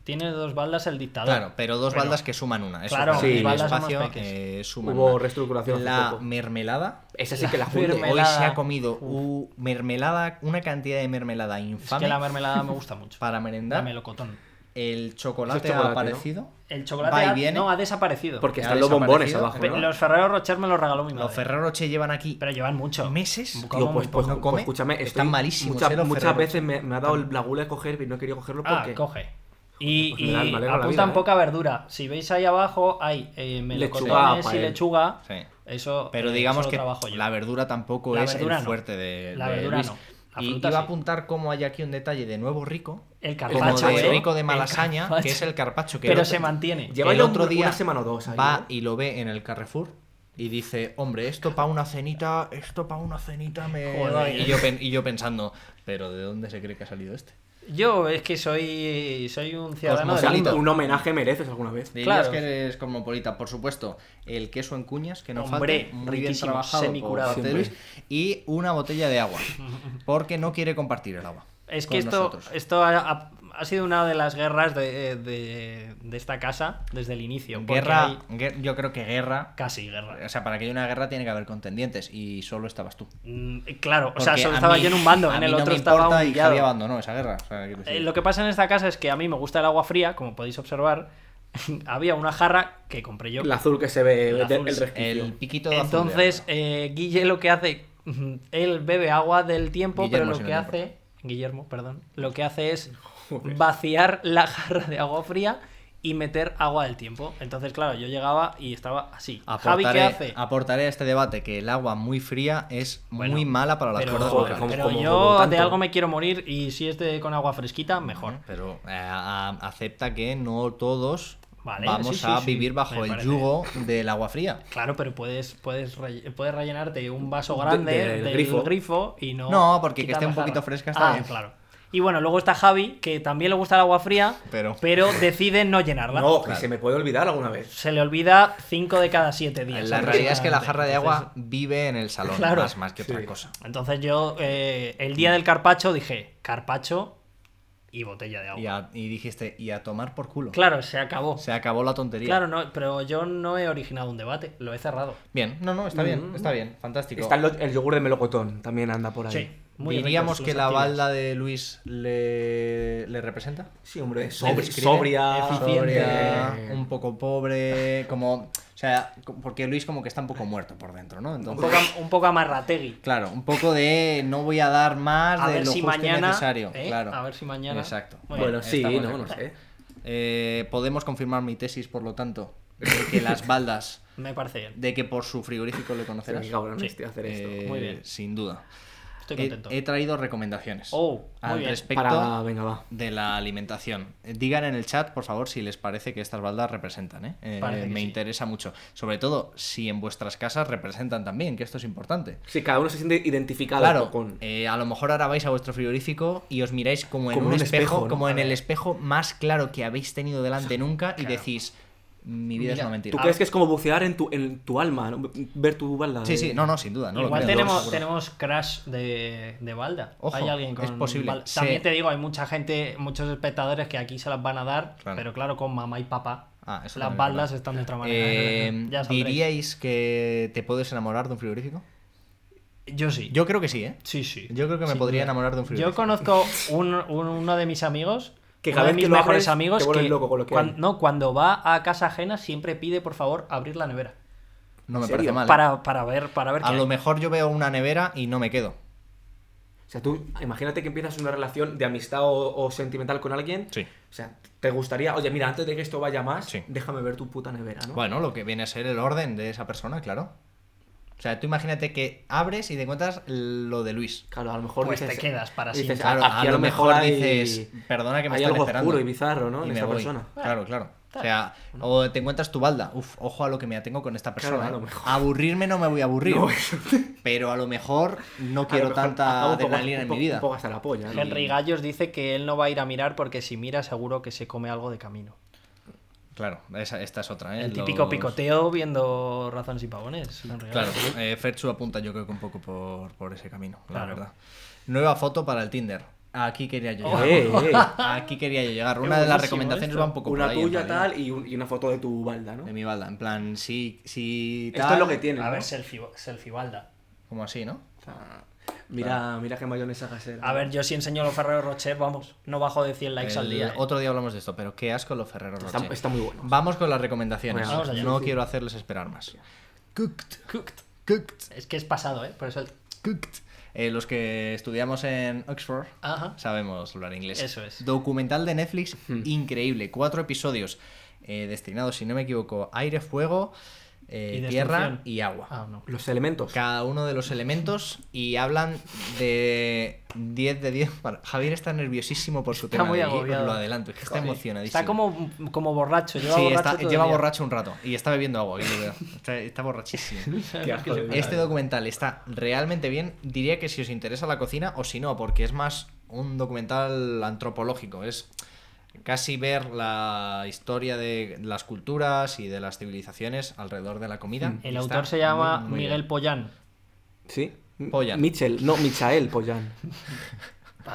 S2: Tiene dos baldas el dictador.
S1: Claro, pero dos baldas que suman una. Eso
S2: Claro,
S1: es
S3: sí,
S1: el
S2: baldas son
S1: espacio
S2: más peques.
S1: que suman
S3: Hubo
S1: una.
S3: reestructuración hace
S1: La
S3: poco.
S1: mermelada.
S3: Esa sí que la funde.
S2: firme.
S1: Hoy se
S2: Mermelada.
S1: ha comido u- mermelada, una cantidad de mermelada
S2: Es
S1: infame
S2: que la mermelada me gusta mucho.
S1: para
S2: La
S1: merendar.
S2: melocotón.
S1: El chocolate,
S3: Eso es chocolate,
S1: ha aparecido.
S2: El chocolate
S1: Va y
S2: ha-
S1: viene.
S2: no ha desaparecido.
S3: Porque
S1: Ha
S3: están los bombones
S1: desaparecido,
S3: abajo,
S2: Pe-
S3: ¿no?
S2: Los Ferrero Rocher me los regaló mi madre.
S1: Los Ferrero Rocher llevan aquí
S2: Pero llevan mucho.
S1: meses.
S2: Como
S3: Tío, pues,
S2: muy
S3: pues,
S1: poco.
S3: pues,
S1: Come.
S3: escúchame,
S1: Están
S3: estoy-
S1: malísimos,
S3: muchas-
S1: eh, los Ah.
S3: muchas
S1: Ferrero
S3: veces me, me ha dado el- la gula de coger y no he querido cogerlo
S2: Ah,
S3: porque...
S2: coge. Y,
S3: Pues me da-
S2: y
S3: me alegra la
S2: apuntan
S3: vida, ¿eh?
S2: poca verdura. Si veis ahí abajo, hay eh, melocotones
S3: Lechuga,
S2: y
S3: paella.
S2: lechuga.
S1: Sí.
S2: Eso,
S1: Pero
S2: eh,
S1: digamos
S2: eso lo
S1: que
S2: trabajo yo.
S1: la verdura tampoco
S2: La
S1: es
S2: verdura
S1: el
S2: no.
S1: fuerte de,
S2: La
S1: de
S2: verdura
S1: Luis.
S2: no. La
S1: Y
S2: fruta
S1: iba a
S2: sí.
S1: apuntar cómo hay aquí un detalle de nuevo rico,
S2: El
S1: como
S2: carpacho,
S1: de
S2: ¿eh?
S1: rico de
S2: El
S1: Malasaña,
S2: carpacho.
S1: que es el carpacho que
S2: Pero
S1: el
S2: se mantiene. ¿eh?
S1: que
S3: Lleva
S1: el
S3: ya
S1: otro
S3: un-
S1: día
S3: una semana o dos ahí, ¿eh?
S1: va
S3: ¿no?
S1: y lo ve en el Carrefour y dice, hombre, esto para una cenita, esto para una cenita me...
S2: Joder.
S1: doy". Y yo, pen- y yo pensando, pero ¿de dónde se cree que ha salido este?
S2: Yo es que soy, soy un ciudadano
S3: O
S2: de
S3: sea,
S2: la
S1: Cosmopolita.
S3: un homenaje mereces alguna vez.
S1: Dirías
S2: Claro.
S1: que eres cosmopolita, por supuesto. El queso en cuñas, que no
S2: Hombre,
S1: falte, muy bien
S2: riquísimo,
S1: trabajado por
S2: semicurado.
S1: parte de Luis.
S3: Siempre.
S1: Y una botella de agua, porque no quiere compartir el agua.
S2: Es que
S1: con
S2: esto,
S1: nosotros.
S2: esto ha, ha- ha sido una de las guerras de, de- de esta casa desde el inicio. porque
S1: Guerra,
S2: hay-
S1: guer- yo creo que guerra...
S2: Casi guerra.
S1: O sea, para que haya una guerra tiene que haber contendientes, y solo estabas tú.
S2: Mm, Claro, o sea,
S1: Porque
S2: solo
S1: a
S2: estaba
S1: mí-
S2: yo en un bando,
S1: a
S2: en
S1: mí
S2: el
S1: no
S2: otro
S1: me
S2: estaba
S1: importa y
S2: humillado.
S1: Javi abandonó esa guerra. o sea, quiero decir.
S2: Eh, Lo que pasa en esta casa es que a mí me gusta el agua fría, como podéis observar. Había una jarra que compré yo.
S3: El azul que se ve,
S2: El
S3: de-
S2: azul,
S3: el resquicio.
S1: El piquito de azul de
S2: Entonces,
S1: arriba.
S2: eh, Guille lo que hace, él bebe agua del tiempo,
S1: Guillermo,
S2: pero lo
S1: si no te
S2: que hace, Guillermo, perdón, lo que hace es vaciar la jarra de agua fría y meter agua del tiempo. Entonces, claro, yo llegaba y estaba así.
S1: aportaré,
S2: Javi, ¿qué hace?
S1: aportaré a este debate que el agua muy fría es
S2: Bueno,
S1: muy mala para las
S2: pero
S1: cuerdas
S3: joder,
S1: vocales.
S3: ¿cómo-
S2: pero
S3: cómo-
S2: yo
S3: cómo tanto?
S2: de algo me quiero morir y si es de con agua fresquita, mejor.
S1: Pero eh, a- acepta que no todos
S2: Vale,
S1: vamos
S2: sí, sí,
S1: a
S2: sí,
S1: vivir
S2: me
S1: bajo el
S2: parece.
S1: yugo del agua fría.
S2: Claro, pero puedes, puedes, rell- puedes rellenarte un vaso
S3: De-
S2: grande
S3: del
S2: del grifo.
S3: grifo.
S2: y no.
S1: No, porque que
S2: quitar
S1: esté
S2: la
S1: un poquito
S2: jarra.
S1: fresca está
S2: Ah,
S1: bien.
S2: claro. Y bueno, luego está Javi, que también le gusta el agua fría,
S1: Pero-
S2: decide no llenarla.
S3: No,
S1: Claro.
S3: que se me puede olvidar alguna vez.
S2: Se le olvida 5 de cada 7 días.
S1: La realidad es que la
S2: aproximadamente.
S1: jarra de
S2: Entonces-
S1: agua vive en el salón,
S2: Claro.
S1: más, más que otra
S3: Sí.
S1: cosa.
S2: Entonces yo, eh, el día del carpacho, dije carpacho y botella de agua.
S1: Y, a- y dijiste, y a tomar por culo.
S2: Claro, se acabó.
S1: Se acabó la tontería.
S2: Claro, no, pero yo no he originado un debate, lo he cerrado.
S1: Bien, no, no, está bien,
S2: Mm.
S1: está bien, fantástico.
S3: Está el, el yogur de melocotón, también anda por ahí.
S2: Sí, muy rico,
S1: Diríamos
S2: los
S1: que la
S2: activos.
S1: balda de Luis le, le representa.
S3: Sí, hombre, sobri-
S1: describe,
S3: sobria,
S2: eficiente.
S1: Sobria,
S3: sobria.
S1: un poco pobre, como. O sea, co- porque Luis como que está un poco muerto por dentro, ¿no?
S2: Un
S1: Entonces.
S2: poco, un poco amarrategui.
S1: Claro, un poco de no voy a dar más
S2: A
S1: de
S2: ver
S1: lo
S2: si
S1: justo y
S2: mañana-
S1: necesario.
S2: ¿eh?
S1: Claro.
S2: A ver si mañana-
S1: Exacto.
S2: Muy
S3: Bueno, sí,
S1: estamos de
S3: no, no
S1: acuerdo.
S3: sé.
S1: Eh, podemos confirmar mi tesis, por lo tanto, de que las baldas,
S2: Me parece bien.
S1: de que por su frigorífico le conocerás.
S3: Qué cabrón
S2: Sí.
S3: este hacer
S1: Eh,
S3: esto.
S2: Muy bien.
S1: Sin duda.
S2: Estoy
S1: He-
S2: contento.
S1: He, traído recomendaciones
S2: Oh, muy
S1: al
S2: bien.
S1: respecto
S3: Para, venga, va.
S1: de la alimentación. Eh, Digan en el chat, por favor, si les parece que estas baldas representan. ¿eh? Eh,
S2: Parece que
S1: me
S2: sí.
S1: interesa mucho. Sobre todo si en vuestras casas representan también, que esto es importante.
S3: Sí, cada uno se siente identificado
S1: Claro,
S3: con...
S1: eh, a lo mejor ahora vais a vuestro frigorífico y os miráis como en
S3: Como
S1: un,
S3: un
S1: espejo,
S3: espejo, ¿no?
S1: como en
S3: A
S1: el
S3: ver.
S1: espejo más claro que habéis tenido delante nunca y
S2: claro.
S1: decís, mi vida es
S2: Mira,
S1: una
S3: ¿Tú
S1: mentira.
S3: crees que es como bucear en tu, en tu alma, ¿no? ver tu balda?
S1: Ah, Sí, sí, no, no, sin duda. No lo
S2: Igual
S1: creo,
S2: tenemos,
S1: seguro.
S2: tenemos crash de, de balda.
S1: Ojo,
S2: hay alguien con
S1: es posible.
S2: bal-
S1: Se-
S2: También te digo, hay mucha gente, muchos espectadores que aquí se las van a dar,
S1: Claro.
S2: pero claro, con mamá y papá.
S1: Ah, eso también
S2: las
S1: es
S2: baldas
S1: verdad.
S2: están de otra manera.
S1: Eh,
S2: Ya saldréis.
S1: ¿Diríais que te puedes enamorar de un frigorífico?
S2: Yo sí.
S1: Yo creo que sí, ¿eh?
S2: sí, sí.
S1: Yo creo que me
S2: Sin
S1: podría
S2: duda.
S1: enamorar de un frigorífico.
S2: Yo conozco un- un- uno de mis amigos.
S3: Que
S2: uno
S3: cada
S2: de
S3: vez
S2: mis
S3: que lo
S2: mejores
S3: abres,
S2: amigos
S3: te vuelves
S2: que
S3: loco con lo que
S2: cuan-
S3: hay.
S2: no, cuando va a casa ajena siempre pide, por favor, abrir la nevera.
S1: No me
S3: ¿En serio?
S1: parece mal. ¿eh?
S2: Para, para ver, para ver
S1: a
S2: qué
S1: lo
S2: hay.
S1: mejor yo veo una nevera y no me quedo.
S3: O sea, tú imagínate que empiezas una relación de amistad o, o sentimental con alguien.
S1: Sí.
S3: O sea, te gustaría, oye, mira, antes de que esto vaya más,
S1: Sí.
S3: déjame ver tu puta nevera, ¿no?
S1: Bueno, lo que viene a ser el orden de esa persona, claro. O sea, tú imagínate que abres y te encuentras lo de Luis.
S3: Claro, a lo mejor
S2: Pues te
S3: dices-
S2: quedas para
S3: dices,
S2: siempre.
S3: "Ah,
S1: Claro,
S3: aquí
S1: a lo mejor
S3: hay-
S1: dices, perdona que me
S3: hay
S1: están
S3: algo
S1: esperando.
S3: oscuro y bizarro,
S1: Y
S3: ¿no? En
S1: me
S3: esta
S1: voy.
S3: persona.
S1: Claro, claro. O sea, o te encuentras tu balda. Uf, ojo a lo que me atengo con esta persona.
S3: Claro, a
S1: ¿eh?
S3: lo mejor.
S1: Aburrirme no me voy a aburrir.
S3: No,
S1: pero a lo mejor no
S3: A
S1: quiero
S3: lo mejor acabo
S1: tanta
S3: un poco-
S1: adrenalina en
S3: un po-
S1: mi vida.
S3: Un poco hasta la polla, ¿no?
S2: Henry Gallos dice que él no va a ir a mirar porque si mira seguro que se come algo de camino.
S1: Claro, esa- esta es otra. ¿eh?
S2: El típico
S1: Los-
S2: picoteo viendo razones y pavones. Henry
S1: Claro,
S2: Gallos.
S1: eh, Ferchu apunta yo creo que un poco por, por ese camino, la
S2: Claro.
S1: verdad. Nueva foto para el Tinder. Aquí quería yo llegar.
S3: Eh, eh.
S1: Aquí quería yo llegar. Una
S2: Qué
S1: de las
S2: buenísimo
S1: recomendaciones
S2: esto.
S1: va un poco por
S3: Una
S1: ahí, en
S3: tuya
S1: realidad,
S3: tal y, un- y una foto de tu balda, ¿no?
S1: De mi balda, en plan, sí, sí,
S3: Esto
S1: tal,
S3: es lo que tiene.
S2: A ver, selfie, selfie balda.
S1: Como así, ¿no?
S3: mira, mira qué mayonesa casera.
S2: A ver, yo sí enseño los Ferrero Rocher, vamos, no bajo de 100 likes al
S1: El-
S2: día. ¿eh?
S1: Otro día hablamos de esto, pero qué asco los Ferrero
S3: Está,
S1: Rocher.
S3: está muy bueno.
S1: Vamos con las recomendaciones.
S2: Venga, vamos allá.
S1: no quiero hacerles esperar más. Cooked,
S2: Cooked.
S1: cooked,
S2: Es que es pasado, ¿eh? Por eso el...
S1: cooked. Eh, los que estudiamos en Oxford
S2: Ajá.
S1: sabemos hablar inglés.
S2: Eso es.
S1: Documental de Netflix
S3: Hmm.
S1: increíble. Cuatro episodios eh, destinados, si no me equivoco, aire, fuego, eh,
S2: Y
S1: tierra
S2: destrucción.
S1: y agua.
S2: Ah, no.
S3: Los elementos.
S1: Cada uno de los elementos y hablan de 10 de 10. Bueno, Javier está nerviosísimo por su
S2: Está
S1: tema.
S2: muy
S1: de hoy, os
S2: agobiado.
S1: Lo adelanto, es que está emocionadísimo.
S2: Está como, como borracho, lleva
S1: Sí,
S2: borracho.
S1: está-
S2: todo el
S1: lleva
S2: día.
S1: borracho un rato y está bebiendo agua. yo lo veo. Está, está borrachísimo.
S3: Qué asco de verdad.
S1: Este documental está realmente bien. Diría que si os interesa la cocina o si no, porque es más un documental antropológico. Es casi ver la historia de las culturas y de las civilizaciones alrededor de la comida.
S2: Mm. El
S1: Está
S2: autor se llama
S1: muy, muy
S2: Miguel
S1: bien.
S2: Pollán.
S3: Sí. M-
S1: Pollan.
S3: Mitchell, no, Michael Pollan.
S1: Eh,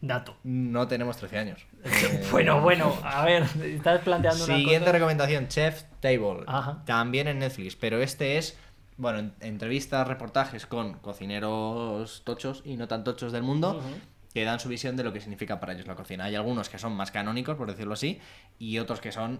S2: Dato.
S1: No tenemos 13 años. Eh,
S2: Bueno, bueno, a ver, estás planteando una
S1: Siguiente
S2: cosa.
S1: recomendación, Chef Table.
S2: Ajá.
S1: También en Netflix, pero este es, bueno, en- entrevistas, reportajes con cocineros tochos y no tan tochos del mundo. Que dan su visión de lo que significa para ellos la cocina. Hay algunos que son más canónicos, por decirlo así, y otros que son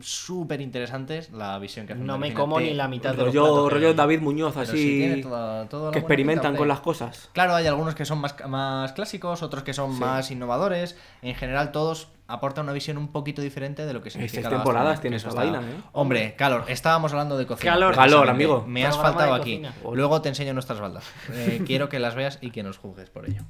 S1: súper interesantes la visión que hacen.
S2: No
S1: de
S2: me
S1: cocina.
S2: como
S1: Te-
S2: ni la mitad de los
S3: Rollo,
S2: platos que
S3: rollo
S2: hay.
S3: David Muñoz,
S1: pero si tiene
S3: así.
S1: toda- toda la buena
S3: que experimentan
S1: pinta,
S3: con
S1: hombre.
S3: las cosas.
S1: Claro, hay algunos que son más, más clásicos, otros que son más innovadores. En general, todos aportan una visión un poquito diferente de lo que significa
S3: Seis
S1: la
S3: temporadas
S1: gastronomía,
S3: tiene
S1: que eso
S3: esa
S1: está-
S3: vaina, ¿eh?
S1: Hombre, calor, estábamos hablando de cocina.
S2: Calor.
S1: precisamente.
S3: Calor, amigo.
S1: Me has
S2: Programa
S1: faltado
S2: de
S1: aquí.
S2: cocina.
S1: Luego te enseño nuestras baldas. Eh, quiero que las veas y que nos juzgues por ello.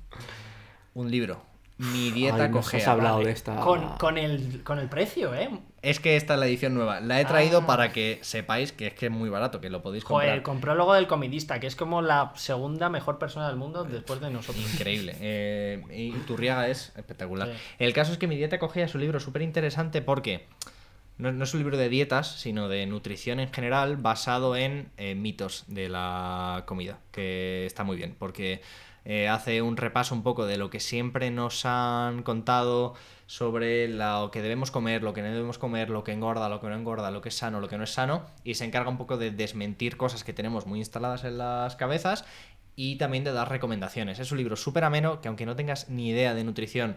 S1: Un libro. Mi dieta
S3: Ay, nos
S1: cojea.
S3: has hablado
S1: Vale.
S3: de esta.
S2: Eh, Con, con el, con el precio, ¿eh?
S1: Es que esta es la edición nueva. La he traído
S2: Ah.
S1: para que sepáis que es que es muy barato, que lo podéis comprar.
S2: Joder, compró logo del comidista, que es como la segunda mejor persona del mundo después de nosotros.
S1: Increíble. Eh, y Turriaga es espectacular.
S2: Sí.
S1: El caso es que mi dieta cogía su libro súper interesante porque no, no es un libro de dietas, sino de nutrición en general, basado en eh, mitos de la comida, que está muy bien, porque eh, hace un repaso un poco de lo que siempre nos han contado sobre la- lo que debemos comer, lo que no debemos comer, lo que engorda, lo que no engorda, lo que es sano, lo que no es sano, y se encarga un poco de desmentir cosas que tenemos muy instaladas en las cabezas y también de dar recomendaciones. Es un libro súper ameno que aunque no tengas ni idea de nutrición,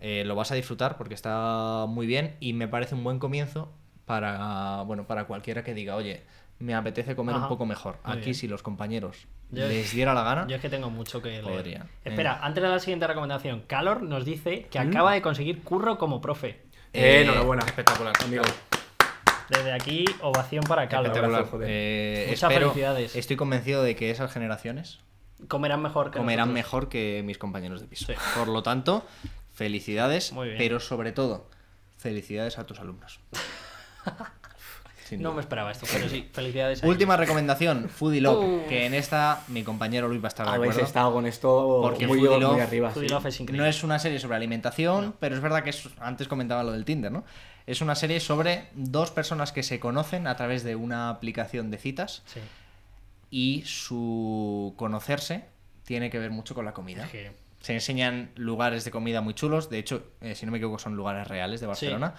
S1: eh, lo vas a disfrutar porque está muy bien y me parece un buen comienzo para, bueno, para cualquiera que diga, oye, me apetece comer
S2: Ajá.
S1: un poco mejor.
S2: Muy
S1: Aquí
S2: bien.
S1: si los compañeros
S2: Yo-
S1: les diera la gana.
S2: Yo es que tengo mucho que leer.
S1: Podría.
S2: Espera, antes de la siguiente recomendación, Calor nos dice
S1: Mm.
S2: que acaba de conseguir curro como profe.
S3: Eh, enhorabuena.
S1: Espectacular,
S3: Amigo.
S2: Desde aquí, ovación para Calor.
S1: Espectacular.
S3: abrazo, joder.
S1: Eh,
S2: Muchas
S1: espero-
S2: felicidades.
S1: Estoy convencido de que esas generaciones
S2: Comerán mejor que
S1: comerán
S2: nosotros.
S1: mejor que mis compañeros de piso.
S2: Sí.
S1: Por lo tanto, felicidades,
S2: Muy bien.
S1: pero sobre todo, felicidades a tus alumnos. Sin
S2: No
S1: duda.
S2: me esperaba esto, pero sí, felicidades. a
S1: Última recomendación, Foodie Love,
S2: Uf.
S1: que en esta mi compañero Luis va a estar de
S3: Habéis
S1: acuerdo.
S3: estado con esto
S1: Porque
S3: muy,
S1: Foodie
S3: muy
S1: Love-
S2: ellos.
S3: arriba.
S2: Foodie
S3: sí.
S2: Love es increíble.
S1: No es una serie sobre alimentación, pero es verdad que es- antes comentaba lo del Tinder, ¿no? Es una serie sobre dos personas que se conocen a través de una aplicación de citas
S2: Sí.
S1: y su conocerse tiene que ver mucho con la comida.
S2: Es que-
S1: Se enseñan lugares de comida muy chulos. De hecho, eh, si no me equivoco, son lugares reales de Barcelona.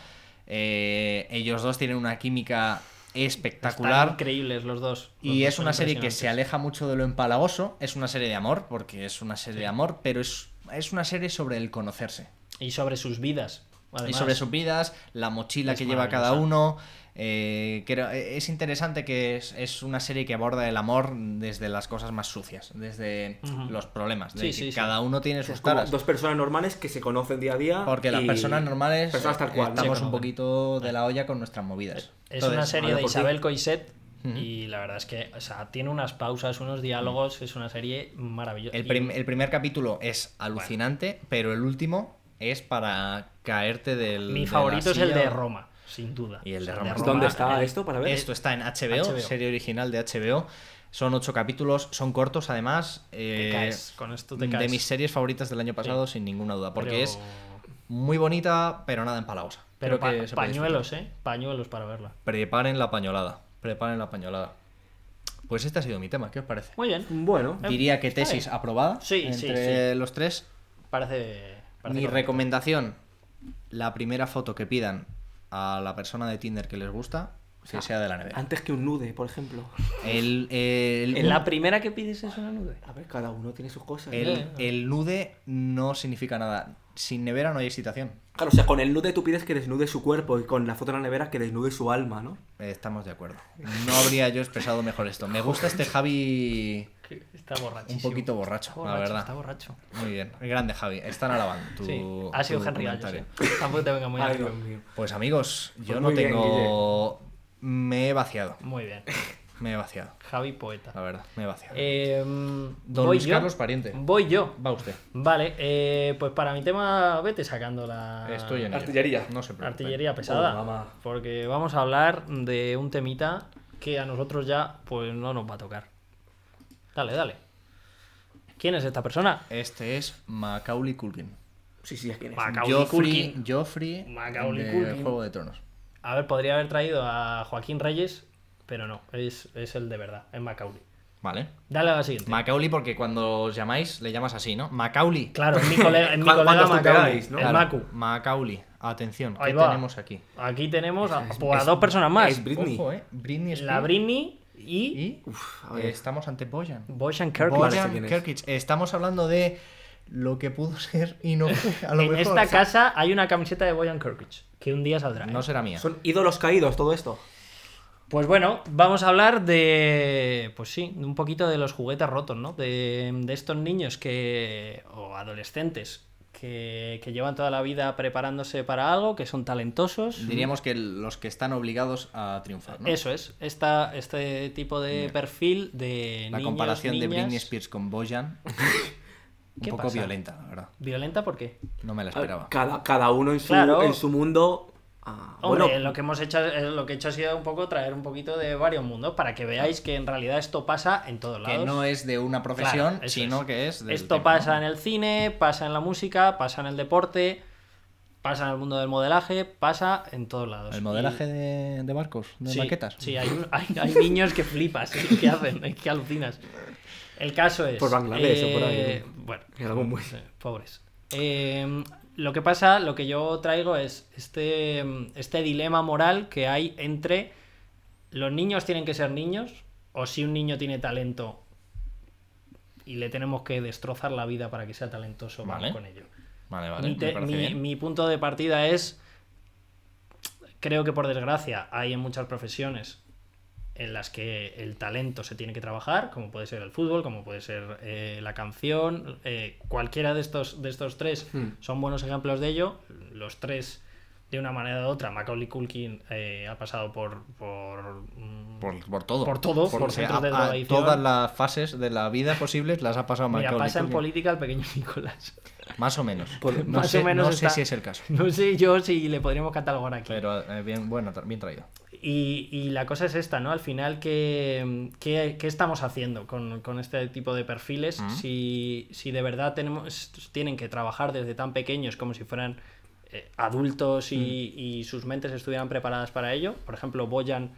S1: Eh, ellos dos tienen una química espectacular.
S2: Están increíbles los dos. Los
S1: Y
S2: dos
S1: es
S2: son
S1: una serie que se
S2: impresionantes.
S1: aleja mucho de lo empalagoso. Es una serie de amor, porque es una serie de amor, pero es, es una serie sobre el conocerse.
S2: Y sobre sus vidas.
S1: Y
S2: además.
S1: sobre sus vidas, la mochila
S2: Es
S1: que lleva cada
S2: maravillosa.
S1: uno. eh, creo- es interesante que es, es una serie que aborda el amor desde las cosas más sucias, desde
S2: Ujú.
S1: los problemas. de
S2: Sí,
S1: que
S2: sí, sí.
S1: cada uno tiene sus
S3: Es como
S1: caras.
S3: dos personas normales que se conocen día a día.
S1: Porque las
S3: y-
S1: personas normales
S3: Personas tal
S1: eh,
S3: cual.
S1: estamos
S2: Sí,
S1: un poquito de la olla con nuestras movidas.
S2: Es
S1: Entonces,
S2: una serie
S3: hablo
S2: de
S3: por ti.
S2: Isabel Coiset y la verdad es que o sea, tiene unas pausas, unos diálogos, es una serie maravillosa.
S1: El,
S2: Y-
S1: prim- el primer capítulo es alucinante, pero el último es para caerte del.
S2: Mi
S1: de la
S2: favorito es el
S1: silla.
S2: de Roma, sin duda.
S1: Y el de
S2: O sea,
S1: Roma.
S3: ¿Dónde
S1: Roma,
S3: está
S2: eh,
S3: esto para ver?
S1: Esto está en HBO,
S2: HBO.
S1: serie original de HBO. Son ocho capítulos, son cortos además. eh,
S2: caes, con esto te caes.
S1: De mis series favoritas del año pasado, sin ninguna duda. Porque
S2: pero-
S1: es muy bonita, pero nada empalagosa. Creo
S2: Pero pa-
S1: que se puede
S2: pañuelos, ¿eh? Pañuelos para verla.
S1: disfrutar. Preparen la pañolada. Preparen la pañolada. Pues este ha sido mi tema, ¿qué os parece?
S2: Muy bien,
S3: Bueno,
S2: Eh,
S1: Diría que
S2: está
S1: tesis
S2: bien.
S1: aprobada
S2: Sí, sí,
S1: entre los tres.
S2: parece. parece
S1: Mi
S2: correcto.
S1: recomendación, la primera foto que pidan a la persona de Tinder que les gusta,
S2: Ah.
S1: que sea de la nevera.
S3: antes que un nude, por ejemplo.
S1: El, el-
S2: La primera que pides es una nude.
S3: A ver, cada uno tiene sus cosas. ¿no?
S1: el- el nude no significa nada. Sin nevera no hay excitación.
S3: Claro, o sea, con el nude tú pides que desnude su cuerpo y con la foto en la nevera que desnude su alma, ¿no?
S1: Eh, Estamos de acuerdo. No habría yo expresado mejor esto. Me gusta este Javi
S2: Que Está borracho.
S1: un poquito borracho, la
S2: Está
S1: verdad.
S2: borracho.
S1: Muy bien. Grande Javi. Están alabando tu,
S2: Sí, ha sido
S1: tu
S2: Henry
S1: comentario.
S2: Gallo. sí. Tampoco te venga muy
S3: Ay,
S2: arriba.
S3: Dios mío.
S1: Pues amigos, yo no
S3: muy bien,
S1: tengo... me he vaciado.
S2: Muy bien.
S1: Me he vaciado.
S2: Javi Poeta.
S1: La verdad, me he vaciado.
S2: Eh,
S1: Don
S2: voy
S1: Luis
S2: yo.
S1: Carlos Pariente.
S2: Voy yo.
S1: Va usted.
S2: Vale, eh, pues para mi tema, vete sacando la
S1: Estoy en ello.
S3: Artillería.
S1: No se preocupe.
S2: artillería pesada.
S3: Oh, mamá.
S2: porque vamos a hablar de un temita que a nosotros ya pues no nos va a tocar. Dale, dale. ¿Quién es esta persona?
S1: Este es Macaulay Culkin.
S3: Sí, sí, es quien es.
S2: Mac- Macaulay
S1: Joffrey,
S2: Culkin.
S1: Joffrey
S2: Macaulay
S1: de
S2: Culkin.
S1: Juego de Tronos.
S2: A ver, podría haber traído a Joaquín Reyes, pero no, es, es el de verdad, es Macaulay.
S1: Vale.
S2: Dale a la siguiente.
S1: Macaulay porque cuando os llamáis le llamas así, ¿no? Macaulay.
S2: claro, es mi colega, es mi
S3: Cuando-
S2: colega
S3: cuando os
S2: Macaulay,
S3: tuteáis, ¿no?
S2: el
S1: Claro,
S2: Macu.
S1: Macaulay. Atención,
S2: Ahí
S1: ¿qué
S2: va.
S1: tenemos aquí?
S2: Aquí tenemos a, pues, a dos personas más.
S3: es Britney.
S1: Ojo, ¿eh? Britney Spears.
S2: La Britney y,
S1: Y
S3: Uf, a
S1: eh,
S3: ver.
S1: estamos ante Boyan.
S2: Bojan Kirkman.
S3: Vale, sé
S1: Boyan
S3: quién es.
S1: Kirkich. Estamos hablando de lo que pudo ser y no fue, a lo
S2: En
S1: mejor.
S2: esta casa hay una camiseta de Bojan Kirkich que un día saldrá. ¿eh?
S1: No será mía.
S3: este. Son ídolos caídos todo esto.
S2: Pues bueno, vamos a hablar de, pues sí, de un poquito de los juguetes rotos, ¿no? De, de estos niños que o adolescentes que, que llevan toda la vida preparándose para algo, que son talentosos.
S1: Diríamos que los que están obligados a triunfar, ¿no?
S2: Eso es, esta, este tipo de perfil de
S1: La
S2: niños,
S1: comparación de
S2: niñas.
S1: Britney Spears con Boyan. un
S2: ¿Qué
S1: poco
S2: pasa?
S1: violenta, la verdad.
S2: ¿Violenta por qué?
S1: No me la esperaba.
S3: Cada, cada uno en su,
S2: Claro.
S3: en su mundo. Ah,
S2: Hombre,
S3: bueno,
S2: lo que hemos hecho, eh, lo que he hecho ha sido un poco traer un poquito de varios mundos para que veáis que en realidad esto pasa en todos lados.
S1: Que no es de una profesión,
S2: Claro, eso
S1: sino
S2: es.
S1: que es. del
S2: Esto
S1: tema,
S2: pasa
S1: ¿no?
S2: en el cine, pasa en la música, pasa en el deporte, pasa en el mundo del modelaje, pasa en todos lados.
S1: El modelaje
S2: Y-
S1: de, de barcos, de
S2: sí,
S1: maquetas.
S2: Sí, hay, un- hay- hay niños que flipas, ¿eh? que hacen, que alucinas. El caso es.
S3: Por Bangladesh o por ahí,
S2: eh,
S3: ¿no?
S2: Bueno,
S3: en algún momento.
S2: Sí, pobres. Eh, lo que pasa, lo que yo traigo es este, este dilema moral que hay entre los niños tienen que ser niños o si un niño tiene talento y le tenemos que destrozar la vida para que sea talentoso, vamos
S1: Vale.
S2: con ello.
S1: Vale, vale.
S2: mi,
S1: me
S2: te-
S1: parece
S2: mi-
S1: bien.
S2: mi punto de partida es, creo que por desgracia hay en muchas profesiones en las que el talento se tiene que trabajar, como puede ser el fútbol, como puede ser eh, la canción, eh, cualquiera de estos, de estos tres
S3: Hmm.
S2: son buenos ejemplos de ello. Los tres, de una manera u otra, Macaulay Culkin eh, ha pasado por... por mm,
S1: Por, por todo.
S2: Por todo, por
S1: o sea,
S2: centros de
S1: a- a
S2: drogadicción.
S1: Todas las fases de la vida posibles las ha pasado
S2: Mira,
S1: Macaulay
S2: pasa en
S1: Culkin.
S2: política el pequeño Nicolás.
S1: Más o menos. no
S2: Más
S1: sé,
S2: o menos
S1: no sé
S2: está-
S1: si es el caso.
S2: No sé yo si le podríamos catalogar aquí.
S1: Pero eh, bien, bueno, tra- bien traído.
S2: Y, y la cosa es esta, ¿no? Al final, ¿qué, qué- qué estamos haciendo con, con este tipo de perfiles? Si, si de verdad tenemos, tienen que trabajar desde tan pequeños como si fueran eh, adultos y, y sus mentes estuvieran preparadas para ello. Por ejemplo, Boyan,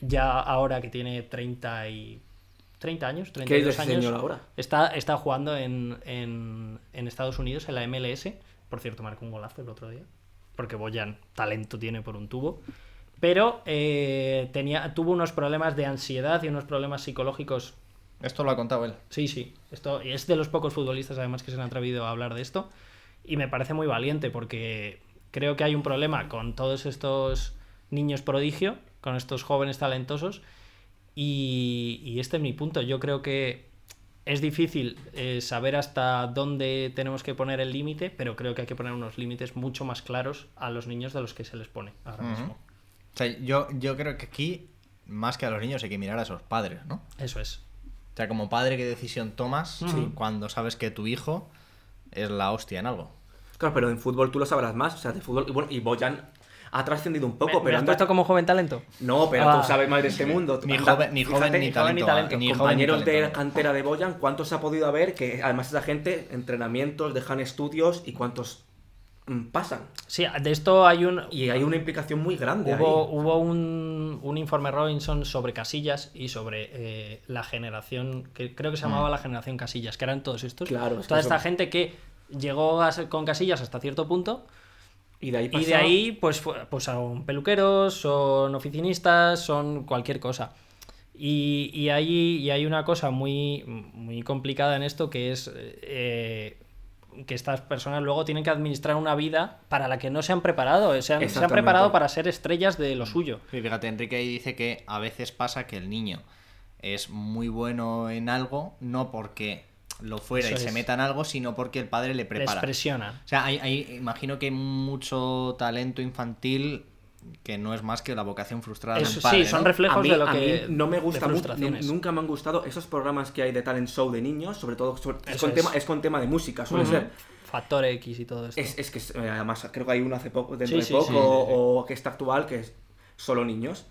S2: ya ahora que tiene 30 y... 30 años,
S3: ¿Qué es de
S2: 32
S3: ese
S2: años.
S3: señor ahora?
S2: Está, está jugando en, en, en Estados Unidos, en la MLS. Por cierto, marcó un golazo el otro día. Porque Boyan talento tiene por un tubo. Pero eh, tenía, tuvo unos problemas de ansiedad y unos problemas psicológicos.
S1: Esto lo ha contado él.
S2: Sí, sí. Esto, y es de los pocos futbolistas, además, que se han atrevido a hablar de esto. Y me parece muy valiente porque creo que hay un problema con todos estos niños prodigio, con estos jóvenes talentosos. Y, y este es mi punto. Yo creo que es difícil eh, saber hasta dónde tenemos que poner el límite, pero creo que hay que poner unos límites mucho más claros a los niños de los que se les pone ahora
S1: Ujú.
S2: mismo.
S1: O sea, yo, yo creo que aquí, más que a los niños, hay que mirar a esos padres, ¿no?
S2: Eso es.
S1: O sea, como padre, ¿qué decisión tomas
S2: Sí.
S1: cuando sabes que tu hijo es la hostia en algo?
S3: Claro, pero en fútbol tú lo sabrás más. O sea, de fútbol. Y bueno, y Boyan ha trascendido un poco,
S2: ¿Me- me
S3: pero
S2: has
S3: anda-
S2: puesto como joven talento?
S3: No, pero
S2: Ah.
S3: tú sabes más de este mundo.
S1: Ni
S3: Anda,
S1: joven, ni joven,
S3: fíjate,
S1: ni,
S2: joven, ni
S1: talento,
S2: talento.
S1: ni joven, ni
S3: compañeros de la
S1: talento.
S3: cantera de Boyan, ¿cuántos ha podido haber? Que además esa gente, entrenamientos, dejan estudios y cuántos mm, pasan.
S2: Sí, de esto hay un,
S3: Y hay una implicación muy grande.
S2: Hubo,
S3: ahí.
S2: hubo un, un informe Robinson sobre Casillas y sobre eh, la generación, que creo que se llamaba la generación Casillas, que eran todos estos.
S3: Mm. Claro, es que
S2: Toda esta
S3: eso-
S2: gente que llegó a ser con Casillas hasta cierto punto
S3: Y de ahí
S2: y de
S3: pasa-
S2: ahí pues, fu- pues son peluqueros, son oficinistas, son cualquier cosa. Y, y hay, y hay una cosa muy, muy complicada en esto que es eh, que estas personas luego tienen que administrar una vida para la que no se han preparado. Se han, se han
S3: Exactamente.
S2: preparado para ser estrellas de lo suyo.
S1: Sí, fíjate, Enrique ahí dice que a veces pasa que el niño es muy bueno en algo, no porque lo fuera
S2: Eso
S1: y se
S2: es.
S1: meta en algo, sino porque el padre le
S2: Les
S1: prepara.
S2: presiona.
S1: O sea, hay, hay- imagino que hay mucho talento infantil que no es más que la vocación frustrada de
S2: Eso
S1: un padre,
S2: sí, son
S1: ¿no?
S2: reflejos
S3: a mí-
S2: de lo
S3: a
S2: que.
S3: mí no me
S2: de
S3: gusta mu-
S2: frustraciones.
S3: nu- nunca me han gustado esos programas que hay de talent show de niños, sobre todo sobre- es,
S2: Eso
S3: con
S2: es.
S3: Tema, es con tema de música, suele
S2: Ujú.
S3: ser.
S2: Factor X y todo esto.
S3: Es, es que es- eh, además creo que hay uno hace poco, dentro
S2: Sí,
S3: de
S2: sí,
S3: poco,
S2: sí, sí, sí.
S3: o que está actual, que es solo niños.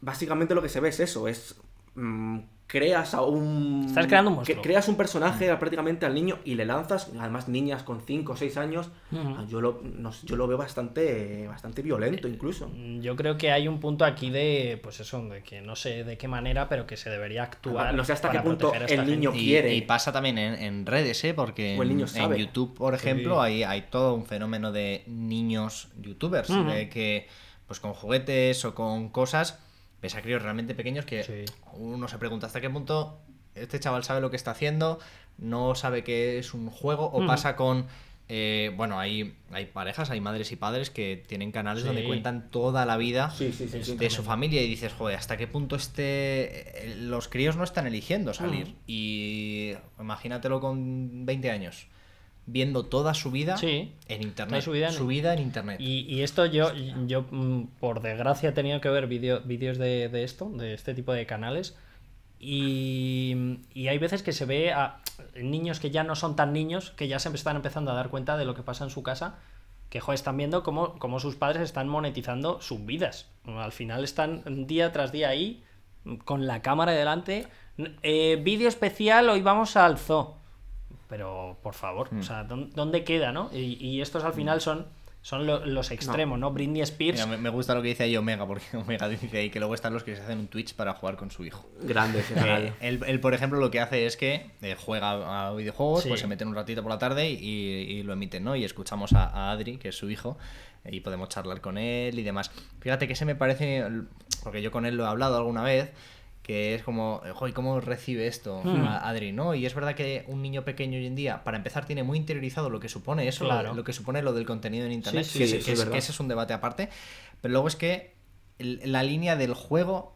S3: Básicamente lo que se ve es eso, es mm, creas a un
S2: Estás creando un monstruo. Mm.
S3: cre- creas un personaje prácticamente al niño y le lanzas, además niñas con 5 o 6 años,
S2: Ujú.
S3: yo lo no sé, yo lo veo bastante bastante violento incluso.
S2: Mm, Yo creo que hay un punto aquí de, pues eso, de que no sé de qué manera, pero que se debería actuar.
S3: No sé hasta
S2: para
S3: qué punto
S2: proteger a esta
S3: el niño-
S2: gente.
S1: Y,
S3: quiere.
S1: y pasa también en, en redes, ¿eh? Porque
S3: O el niño
S1: en- en
S3: sabe.
S1: YouTube, por ejemplo,
S2: Sí.
S1: hay, hay todo un fenómeno de niños youtubers,
S2: Ujú.
S1: de que pues con juguetes o con cosas, ves a críos realmente pequeños que
S2: Sí.
S1: uno se pregunta hasta qué punto este chaval sabe lo que está haciendo, no sabe que es un juego, o
S2: Ujú.
S1: pasa con... eh, bueno, hay, hay parejas, hay madres y padres que tienen canales
S2: Sí.
S1: donde cuentan toda la vida
S3: Sí, sí, sí, sí.
S2: Este
S1: de su familia y dices, joder, ¿hasta qué punto este eh, los críos no están eligiendo salir?
S2: Ujú.
S1: Y imagínatelo con 20 años, viendo toda su vida
S2: Sí.
S1: en internet.
S2: Toda su vida en-
S1: en internet.
S2: Y, y esto yo, yo mm, por desgracia, he tenido que ver vídeo- vídeos de, de esto, de este tipo de canales. Y, y hay veces que se ve a niños que ya no son tan niños, que ya se están empezando a dar cuenta de lo que pasa en su casa, que joder, están viendo cómo, cómo sus padres están monetizando sus vidas. Al final están día tras día ahí, con la cámara delante. N- eh, vídeo especial, hoy vamos al zoo. Pero, por favor, o sea, ¿dó- ¿dónde queda, no? Y, y estos al final son, son lo- los extremos, ¿no? Britney Spears.
S1: Mira, me, me gusta lo que dice ahí Omega, porque Omega dice ahí que luego están los que se hacen un Twitch para jugar con su hijo.
S3: grande ese
S1: Eh,
S3: canal.
S1: él, él, por ejemplo, lo que hace es que eh, juega a videojuegos,
S2: Sí.
S1: pues se meten un ratito por la tarde y, y lo emiten, ¿no? Y escuchamos a, a Adri, que es su hijo, y podemos charlar con él y demás. Fíjate que se me parece, el- porque yo con él lo he hablado alguna vez, que es como, eh, joy, ¿cómo recibe esto
S2: Mm.
S1: a- Adri, no? Y es verdad que un niño pequeño hoy en día, para empezar, tiene muy interiorizado lo que supone eso,
S2: Claro.
S1: lo, lo que supone lo del contenido en internet,
S2: sí,
S1: que,
S3: sí,
S1: es-
S3: sí,
S1: que es-
S3: verdad.
S1: que ese es un debate aparte, pero luego es que el- la línea del juego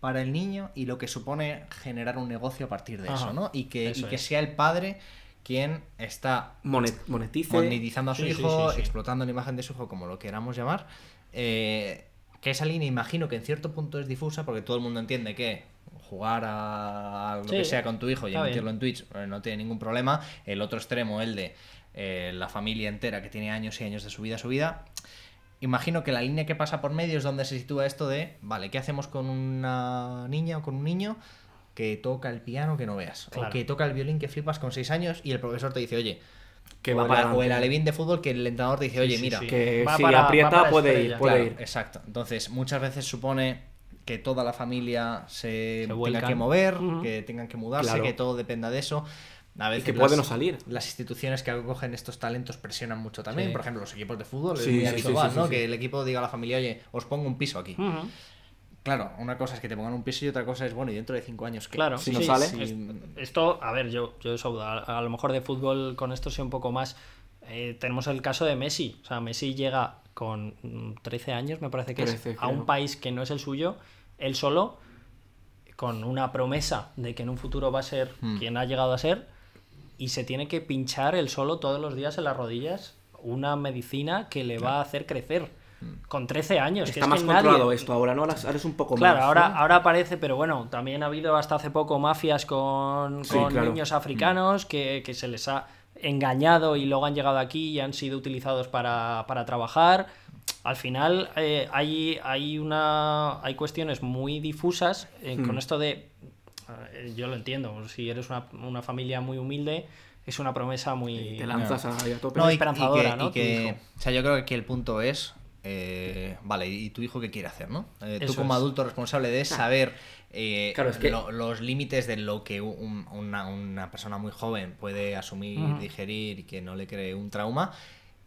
S1: para el niño y lo que supone generar un negocio a partir de
S2: Ajá,
S1: eso, ¿no? Y que, y
S2: eso
S1: que
S2: es.
S1: sea el padre quien está
S3: Monet- monetice.
S1: monetizando a su
S2: Sí, sí,
S1: hijo,
S2: sí, sí.
S1: explotando la imagen de su hijo, como lo queramos llamar. eh, que esa línea imagino que en cierto punto es difusa porque todo el mundo entiende que jugar a lo
S2: Sí,
S1: que sea con tu hijo y
S2: está
S1: emitirlo en Twitch eh, no tiene ningún problema. El otro extremo, el de eh, la familia entera que tiene años y años de su vida, su vida. Imagino que la línea que pasa por medio es donde se sitúa esto de, vale, ¿qué hacemos con una niña o con un niño que toca el piano que no veas? O
S2: Claro.
S1: que toca el violín que flipas con seis años y el profesor te dice, oye,
S3: Que
S1: o,
S3: va
S1: el-
S3: para
S1: o el
S3: adelante.
S1: alevín de fútbol que el entrenador te dice, oye,
S2: sí,
S1: mira.
S2: sí.
S3: Que
S2: Va
S3: si
S2: para- va
S3: aprieta
S2: para
S3: puede ir,
S2: estrella.
S3: puede
S1: Claro,
S3: ir.
S1: Exacto. Entonces, muchas veces supone que toda la familia se, tenga
S2: vuelcan.
S1: que mover,
S2: Ujú.
S1: que tengan que mudarse,
S3: Claro.
S1: que todo dependa de eso. A veces
S3: que
S1: las-
S3: puede no salir.
S1: Las instituciones que acogen estos talentos presionan mucho también.
S2: Sí.
S1: Por ejemplo, los equipos de fútbol
S3: Sí,
S1: es muy
S3: sí, sí,
S1: habitual,
S3: sí, Mm. sí,
S1: ¿no?
S3: sí.
S1: Que el equipo diga a la familia, oye, os pongo un piso aquí.
S2: Ujú.
S1: Claro, una cosa es que te pongan un piso y otra cosa es, bueno, y dentro de cinco años, ¿qué?
S2: Claro,
S3: Si no sale.
S2: es- esto, a ver, yo, yo soy a, a lo mejor de fútbol con esto sé un poco más. eh, tenemos el caso de Messi. O sea, Messi llega con mm, 13 años, me parece que
S3: 13,
S2: es, a un
S3: creo.
S2: país que no es el suyo, él solo, con una promesa de que en un futuro va a ser
S3: Hmm.
S1: Mm.
S2: quien ha llegado a ser, y se tiene que pinchar él solo todos los días en las rodillas una medicina que le va a hacer crecer.
S3: Hmm.
S2: Con 13 años. que
S3: Está
S2: es
S3: más
S2: que nadie-
S3: controlado esto ahora, ¿no? Ahora, ahora es un poco
S2: Claro,
S3: más.
S2: ahora,
S3: ¿no?
S2: ahora parece, pero bueno, también ha habido hasta hace poco mafias con,
S3: Sí,
S2: con
S3: claro. Mm.
S2: niños africanos que, que se les ha engañado y luego han llegado aquí y han sido utilizados para, para trabajar. Al final eh, hay, hay, una, hay cuestiones muy difusas eh,
S3: Mm.
S2: con esto de... eh, Yo lo entiendo, si eres una, una familia muy humilde, es una promesa muy...
S3: Te lanzas ahí a tope.
S2: No,
S1: y- y
S2: esperanzadora,
S1: que-
S2: ¿no?
S1: y
S2: Tu
S1: que-
S2: hijo.
S1: o sea, yo creo que aquí el punto es, eh, vale, ¿y tu hijo qué quiere hacer, no? Eh, tú
S2: Eso
S1: como
S2: es.
S1: adulto responsable de saber eh,
S3: Claro, es que-
S1: lo- los límites de lo que un- una, una persona muy joven puede asumir, digerir y que no le cree un trauma.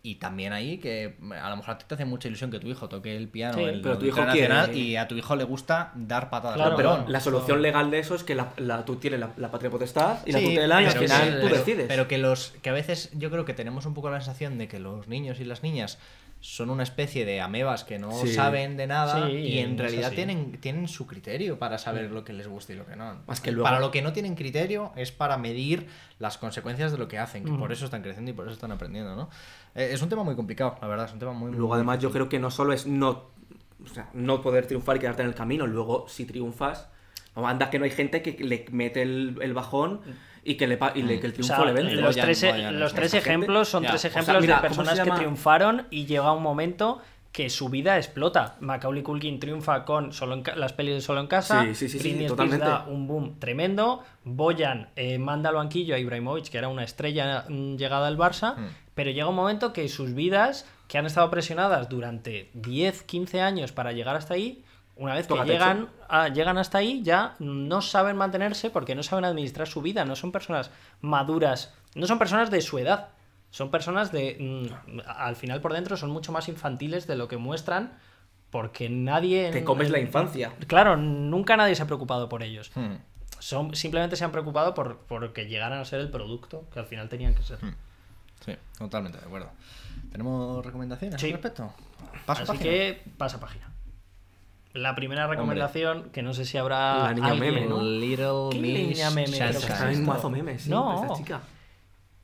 S1: Y también ahí que a lo mejor a ti te hace mucha ilusión que tu hijo toque el piano,
S2: Sí.
S1: el
S3: Pero tu hijo
S1: internacional,
S3: quiere-
S1: y a tu hijo le gusta dar patadas.
S2: Claro,
S1: al
S3: pero
S1: balón.
S2: bueno,
S3: la solución legal de eso es que la, la- tú tienes la, la patria potestad y la
S1: Sí,
S3: tutela y al
S1: pero que-
S3: final tú
S1: pero-
S3: decides.
S1: Pero que los que a veces yo creo que tenemos un poco la sensación de que los niños y las niñas son una especie de amebas que no
S3: Sí.
S1: saben de nada
S2: Sí,
S1: y en
S2: es
S1: realidad
S2: así.
S1: tienen, tienen su criterio para saber lo que les gusta y lo que no.
S3: Más que luego-
S1: Para lo que no tienen criterio es para medir las consecuencias de lo que hacen, que por eso están creciendo y por eso están aprendiendo, ¿no? Eh, Es un tema muy complicado, la verdad, es un tema muy...
S3: Luego,
S1: muy
S3: además, yo creo que no solo es no, o sea, no poder triunfar y quedarte en el camino, luego, si triunfas, no, anda que no hay gente que le mete el, el bajón y que, le, pa- y le- que
S2: Mm.
S3: el
S2: O
S3: triunfo
S2: sea, eh,
S3: le vence.
S2: los
S1: Goyan,
S2: tres, e-
S1: Goyan,
S2: los
S1: esa
S2: tres
S3: gente.
S2: ejemplos son
S1: Ya. O
S2: tres
S1: sea,
S2: ejemplos de
S3: mira, ¿cómo se
S2: personas que
S3: llama?
S2: triunfaron y llega un momento que su vida explota. Macaulay Culkin triunfa con solo en ca- las pelis de Solo en Casa.
S3: Sí, sí, sí, sí,
S2: Britney Spears
S3: totalmente.
S2: da un boom tremendo. Boyan eh, manda al banquillo a Ibrahimovic, que era una estrella mm, llegada al Barça.
S3: Hmm.
S2: Pero llega un momento que sus vidas, que han estado presionadas durante 10, 15 años para llegar hasta ahí, una vez que
S3: Toca techo.
S2: llegan, a- Ah, llegan hasta ahí, ya no saben mantenerse porque no saben administrar su vida, no son personas maduras, no son personas de su edad, son personas de... mm, al final por dentro son mucho más infantiles de lo que muestran porque nadie... en-
S3: Te comes la infancia.
S2: Claro, nunca nadie se ha preocupado por ellos.
S1: Hmm.
S2: Son, simplemente se han preocupado por, por que llegaran a ser el producto que al final tenían que ser.
S1: Sí, totalmente de acuerdo. ¿Tenemos recomendaciones
S2: Sí.
S1: al respecto? Paso
S2: Así
S1: página.
S2: que pasa página. La primera recomendación, que no sé si habrá
S3: La niña
S2: alguien,
S3: meme, ¿no?
S1: Little
S2: ¿Qué
S1: Miss
S2: leña meme? Pero
S1: Sunshine.
S2: que
S3: Está en mazo memes, sí,
S2: No.
S3: esta chica.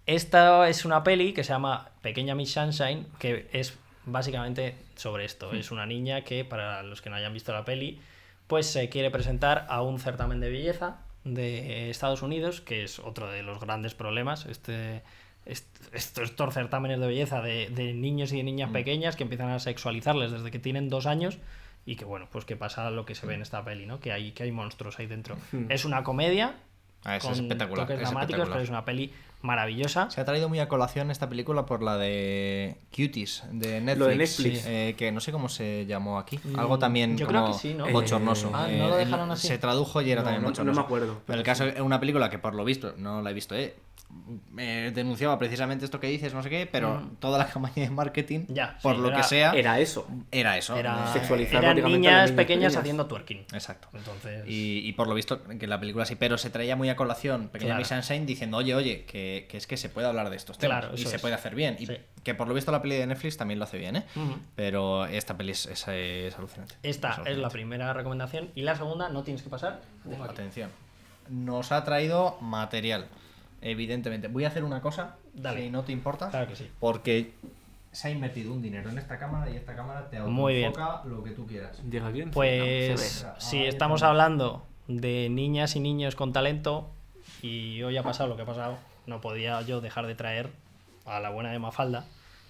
S2: Esta es una peli que se llama Pequeña Miss Sunshine, que es básicamente sobre esto. Es una niña que, para los que no hayan visto la peli, pues se quiere presentar a un certamen de belleza de eh, Estados Unidos, que es otro de los grandes problemas. Este, est- estos, estos certámenes de belleza de, de niños y de niñas pequeñas que empiezan a sexualizarles desde que tienen dos años y que, bueno, pues que pasa lo que se ve en esta peli, ¿no? Que hay, que hay monstruos ahí dentro. Es una comedia.
S1: Ah, eso es
S2: con
S1: espectacular,
S2: toques
S1: es
S2: dramáticos,
S1: espectacular.
S2: pero es una peli maravillosa.
S1: Se ha traído muy a colación esta película por la de Cuties de Netflix.
S3: Lo de Netflix.
S1: eh, que no sé cómo se llamó aquí. Algo también
S2: yo
S1: como
S2: creo que sí, ¿no?
S1: bochornoso.
S3: Eh,
S2: ah, ¿no lo dejaron así?
S1: Se tradujo y era
S3: No,
S1: también
S3: no- no
S1: bochornoso.
S3: me acuerdo,
S1: Pero
S3: pero
S1: el caso es una película que por lo visto, no la he visto, eh, eh, denunciaba precisamente esto que dices, no sé qué, pero toda la campaña de marketing,
S2: Mm. Ya, sí,
S1: por lo
S2: era-
S1: que sea, era,
S3: Era eso.
S1: eso.
S2: Era,
S1: Eh,
S3: Sexualizar
S2: eran
S3: prácticamente a las
S2: niñas
S3: niñas
S2: pequeñas
S3: pequeñas.
S2: haciendo twerking.
S1: Exacto.
S2: Entonces,
S1: Eh, Y, y por lo visto que la película sí, pero se traía muy a colación Pequeña
S2: Claro.
S1: Miss Sunshine diciendo, oye, oye, que, que es que se puede hablar de estos temas
S2: Claro,
S1: y
S2: eso
S1: se
S2: es.
S1: puede hacer bien. Y
S2: Sí.
S1: que por lo visto la peli de Netflix también lo hace bien, ¿eh?
S2: Ujú.
S1: Pero esta peli es, es, eh, es alucinante.
S2: esta es la
S1: alucinante.
S2: primera recomendación. Y la segunda, no tienes que pasar. Dejo aquí.
S1: Atención. Nos ha traído material, evidentemente. Voy a hacer una cosa,
S2: Dale.
S1: si no te importa,
S2: Claro que sí.
S1: porque se ha invertido un dinero en esta cámara y esta cámara te
S2: Muy bien.
S1: autoenfoca lo que tú quieras.
S3: Llega bien.
S2: Pues
S1: ve.
S2: si
S1: Ahí
S2: estamos
S1: está.
S2: hablando de niñas y niños con talento, y hoy ha pasado lo que ha pasado, no podía yo dejar de traer a la buena de Mafalda.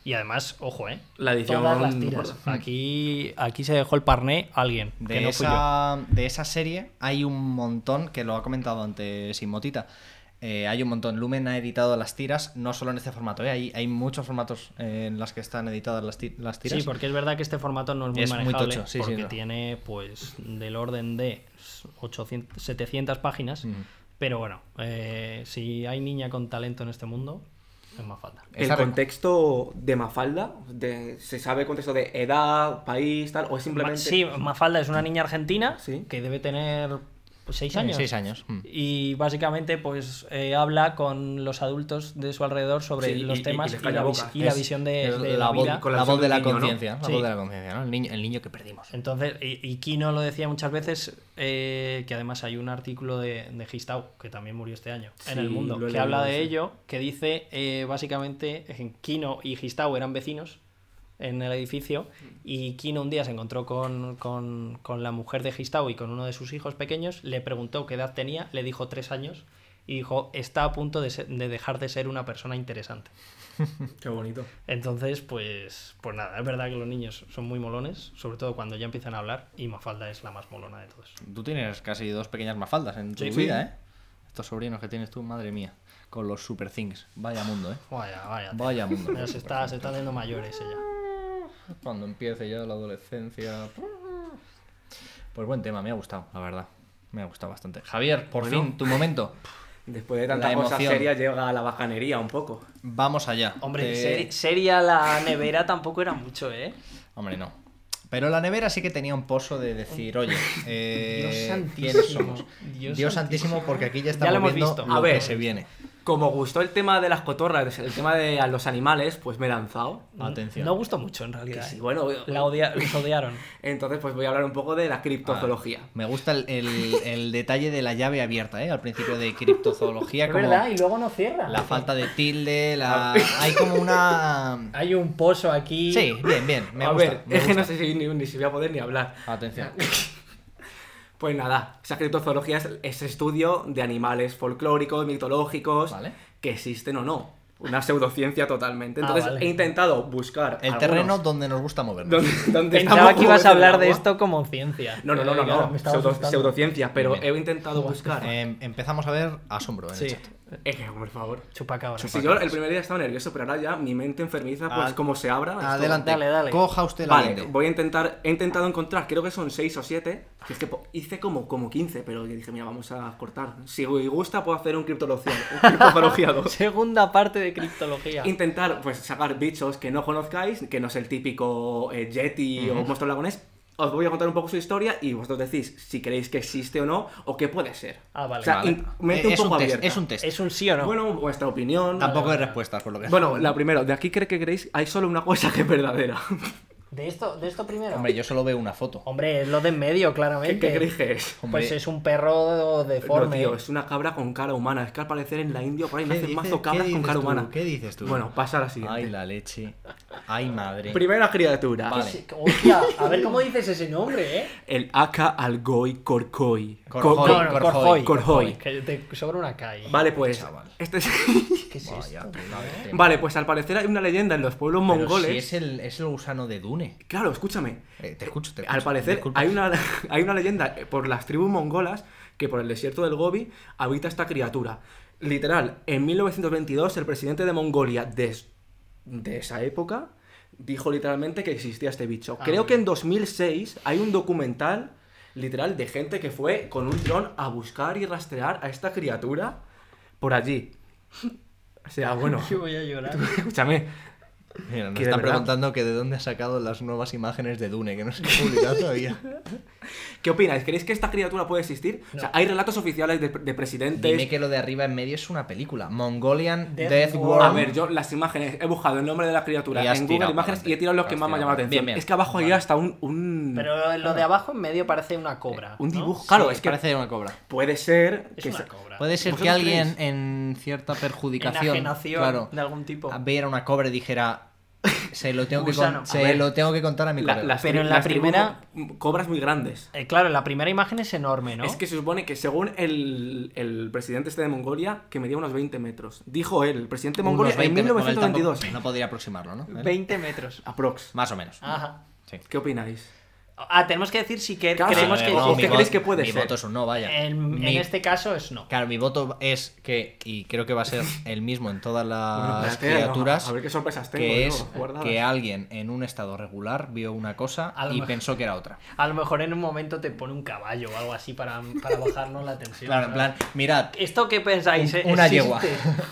S2: Y además, ojo, ¿eh?
S3: La edición
S2: Todas las tiras.
S3: gorda.
S2: Aquí, aquí se dejó el parné alguien,
S1: De,
S2: que no fui yo.
S1: esa, de esa serie hay un montón, que lo ha comentado antes Simotita, eh, hay un montón. Lumen ha editado las tiras, no solo en este formato, ¿eh? hay, hay muchos formatos eh, en las que están editadas las, ti- las tiras.
S2: Sí, porque es verdad que este formato no es muy
S1: Es muy
S2: manejable
S1: tocho, sí, sí,
S2: porque
S1: no.
S2: tiene pues del orden de 800, 700 páginas, pero bueno, eh, si hay niña con talento en este mundo, es más falta.
S1: Esa
S3: El
S1: rec-
S3: contexto de Mafalda, de, ¿se sabe el contexto de edad, país, tal? ¿O es simplemente.?
S2: Sí, Mafalda es una niña argentina
S3: Sí.
S2: que debe tener ¿Seis
S1: Sí,
S2: años?
S1: seis años, mm.
S2: Y básicamente, pues eh, habla con los adultos de su alrededor sobre
S3: Sí, y-
S2: los
S3: y- y
S2: temas y,
S3: les calla
S2: la,
S3: la
S2: vis-
S3: boca.
S2: y la
S3: Es-
S2: visión de,
S1: Es
S2: de
S1: la,
S2: la
S1: voz,
S2: vida.
S3: con
S1: la
S3: la
S1: voz de la
S3: visión del niño, ¿no?
S1: conciencia, la
S2: Sí.
S1: voz de la conciencia, ¿no? El niño, el niño que perdimos.
S2: Entonces, y, y Kino lo decía muchas veces, eh, que además hay un artículo de, de Gistau, que también murió este año, en
S3: Sí,
S2: el mundo,
S3: lo he
S2: que habla
S3: leído,
S2: de
S3: sí.
S2: ello, que dice eh, básicamente, eh, Kino y Gistau eran vecinos en el edificio y Kino un día se encontró con, con- con la mujer de Gistau y con uno de sus hijos pequeños, le preguntó qué edad tenía, le dijo tres años y dijo, está a punto de, ser- de dejar de ser una persona interesante.
S3: Qué bonito.
S2: Entonces, pues, pues nada, es verdad que los niños son muy molones, sobre todo cuando ya empiezan a hablar, y Mafalda es la más molona de todos.
S1: Tú tienes casi dos pequeñas mafaldas en tu
S2: Sí.
S1: vida, ¿eh? Estos sobrinos que tienes tú, madre mía, con los super things. Vaya mundo, ¿eh?
S2: Vaya, vaya. tío.
S1: Vaya mundo.
S2: Ya se está, se está haciendo mayor ese ya.
S1: Cuando empiece ya la adolescencia. Pues buen tema, me ha gustado, la verdad. Me ha gustado bastante. Javier, por fin, tu momento.
S3: Después de
S1: La
S3: tanta cosa
S1: emoción.
S3: seria llega a la bajanería un poco.
S1: Vamos allá.
S4: Hombre,
S1: Eh,
S4: seri- seria la nevera tampoco era mucho, ¿eh?
S1: Hombre, no. Pero la nevera sí que tenía un poso de decir, oye, eh,
S2: Dios
S1: ¿quiénes
S2: santísimo,
S1: somos? Dios,
S2: Dios
S1: santísimo, porque aquí ya
S2: Ya
S1: estamos
S2: lo hemos
S1: viendo
S2: visto.
S1: lo
S3: A ver.
S1: que se viene.
S3: Como gustó el tema de las cotorras, el tema de a los animales, pues me he lanzado.
S1: Atención.
S2: No gustó mucho en realidad.
S3: Que sí,
S2: ¿eh?
S3: bueno,
S2: La odia- los odiaron.
S3: entonces pues voy a hablar un poco de la criptozoología.
S1: Ah, Me gusta el, el- el detalle de la llave abierta, ¿eh? Al principio de criptozoología,
S2: Es
S1: como
S2: verdad, y Ah. luego no cierra.
S1: la falta de tilde, la... hay como una...
S2: Hay un pozo aquí.
S1: Sí, bien, bien, me
S3: a
S1: gusta,
S3: ver,
S1: me
S3: es que no
S1: gusta.
S3: sé si ni, ni si voy a poder ni hablar.
S1: Atención.
S3: Pues nada, esa criptozoología es, es estudio de animales folclóricos, mitológicos,
S1: Vale.
S3: que existen o no. Una pseudociencia totalmente.
S2: Ah,
S3: Entonces
S2: vale.
S3: he intentado buscar
S1: El
S3: algunos-
S1: terreno donde nos gusta movernos.
S3: donde, donde
S2: Pensaba
S3: estamos
S2: que ibas a
S3: juguetes
S2: hablar de
S3: agua.
S2: esto como ciencia.
S3: No, no, no,
S2: Eh,
S3: no,
S2: claro,
S3: no.
S2: me estaba
S3: pseudo-
S2: asustando. Eh,
S3: pseudociencia, pero
S1: Bien, bien.
S3: he intentado buscar.
S1: Em, empezamos a ver asombro en el
S2: Sí,
S1: chat.
S3: Eh, por favor.
S2: chupacabra.
S3: Si yo el primer día estaba nervioso, pero ahora ya mi mente enfermiza, pues
S2: Ah,
S1: Ad-
S3: como se abra. esto-
S1: Adelante,
S2: Dale, dale.
S1: coja usted la
S3: Vale,
S1: lente.
S3: voy a intentar, he intentado encontrar, creo que son 6 o 7, que es que po- hice como, como 15, pero yo dije, mira, vamos a cortar. Si me gusta, puedo hacer un criptología, un criptozoología 2.
S2: Segunda parte de criptología.
S3: Intentar, pues, sacar bichos que no conozcáis, que no es el típico eh, Yeti o monstruo lagonés. Os voy a contar un poco su historia y vosotros decís si creéis que existe o no, o qué puede ser.
S2: Ah, vale.
S3: O sea,
S1: Vale.
S3: in- mente
S1: Eh, es,
S3: un
S1: un
S3: poco
S1: test,
S3: abierta.
S1: es un test.
S2: ¿Es un sí o no?
S3: Bueno, vuestra opinión.
S1: Tampoco hay respuestas, por lo que
S3: Bueno, la primera, de aquí creo que creéis, hay solo una cosa que es verdadera.
S2: ¿De, esto, ¿De esto primero?
S1: Hombre, yo solo veo una foto.
S3: Oh,
S2: Hombre, es lo de en medio,
S3: ¿Qué,
S2: claramente.
S3: qué creéis que es?
S1: Hombre,
S2: Pues es un perro
S3: No,
S2: deforme.
S3: tío, es una cabra con cara humana. Es que al parecer en la India por ahí
S1: ¿Qué
S3: nacen
S1: dices-
S3: mazo
S1: qué
S3: cabras con
S1: dices
S3: cara
S1: tú?
S3: humana.
S1: ¿Qué dices tú?
S3: Bueno, pasa a la siguiente.
S1: Ay, la leche. Ay, madre.
S3: Primera criatura.
S1: Vale.
S2: Sí, Hostia, a ver cómo dices ese nombre, ¿eh?
S3: El Aka Algoi Korkoi.
S1: Corjoy.
S3: Co- co-
S1: Corjoy.
S2: Corjoy.
S3: Corjoy.
S2: Que te sobra una K ahí.
S3: Vale, pues.
S1: Chaval.
S3: Este es-
S2: ¿Qué es
S1: Vaya,
S2: esto?
S1: una vez te-
S3: vale, pues al parecer hay una leyenda en los pueblos
S1: Pero
S3: mongoles.
S1: si es el, es el gusano de Dune.
S3: Claro, escúchame.
S1: Eh, te escucho, te escucho.
S3: Al parecer
S1: Disculpa.
S3: hay una, hay una leyenda eh, por las tribus mongolas que por el desierto del Gobi habita esta criatura. Literal, en 1922 el presidente de Mongolia de, es- de esa época dijo literalmente que existía este bicho.
S2: Ah,
S3: Creo
S2: muy
S3: que en 2006 hay un documental literal de gente que fue con un dron a buscar y rastrear a esta criatura por allí. O sea, bueno,
S2: Yo voy a llorar.
S3: escúchame.
S1: Mira, nos
S3: que de
S1: están
S3: verdad-
S1: preguntando que de dónde ha sacado las nuevas imágenes de Dune, que no se han publicado todavía.
S3: ¿Qué opináis? ¿Creéis que esta criatura puede existir? O sea, hay relatos oficiales de, de presidentes.
S1: Dime que lo de arriba en medio es una película. Mongolian
S2: Death
S1: Death
S2: Worm.
S1: Worm.
S3: A ver, yo las imágenes, he buscado el nombre de la criatura
S1: Y has
S3: en Google
S1: tirado
S3: Imágenes
S1: para
S3: y he tirado los
S1: adelante.
S3: que
S1: Has
S3: más me
S1: tirado
S3: han llamado la
S1: para
S3: atención.
S1: adelante.
S3: Es que abajo hay
S1: Vale.
S3: hasta un. un-
S2: Pero lo de abajo en medio parece una cobra.
S3: un
S2: ¿no?
S3: dibujo.
S1: Sí,
S3: Claro, es que
S1: parece una cobra.
S3: puede ser.
S2: Es
S3: que
S2: una
S3: se-
S2: cobra.
S1: Puede ser que
S3: ¿Vosotros
S1: alguien en cierta perjudicación
S2: Enajenación
S1: claro,
S2: de algún tipo.
S1: viera una cobra y dijera se lo tengo, que,
S2: Gusano.
S1: con-
S2: A
S1: se
S3: ver.
S1: lo tengo que contar a mi
S3: la-
S1: colega.
S3: las-
S2: Pero en la
S3: las tribus
S2: primera-
S3: mo- Cobras muy grandes.
S2: Eh, claro, la primera imagen es enorme, ¿no?
S3: Es que se supone que según el, el presidente este de Mongolia, que medía unos 20 metros. Dijo él, el presidente de
S1: Unos
S3: Mongolia
S1: 20,
S3: en
S1: con el
S3: 1922.
S1: tampoco- no podría aproximarlo, ¿no? ¿Eh?
S2: 20 metros.
S3: Aprox.
S1: Más o menos.
S2: Ajá.
S1: Sí.
S3: ¿Qué opináis?
S4: Ah, tenemos que decir si que
S3: Claro,
S4: creemos
S3: Ah, sí,
S4: que
S3: no,
S1: mi
S3: ¿qué
S1: vo-
S3: creéis que puede
S1: mi
S3: ser?
S1: voto es un no, vaya.
S2: En, en
S1: Mi-
S2: este caso es no.
S1: Claro, mi voto es que, y creo que va a ser el mismo en todas
S3: Bueno,
S1: las
S3: espérate, a-
S1: criaturas,
S3: A ver qué sorpresas tengo.
S1: que
S3: ¿no?
S1: es
S3: Guardadas.
S1: que alguien en un estado regular vio una cosa
S2: A lo
S1: y
S2: mejor.
S1: pensó que era otra.
S2: A lo mejor en un momento te pone un caballo o algo así para, para bajarnos la tensión.
S1: Claro, en
S2: ¿sabes?
S1: plan, mirad,
S4: ¿Esto qué pensáis? eh?
S1: una
S4: ¿Existe?
S1: yegua,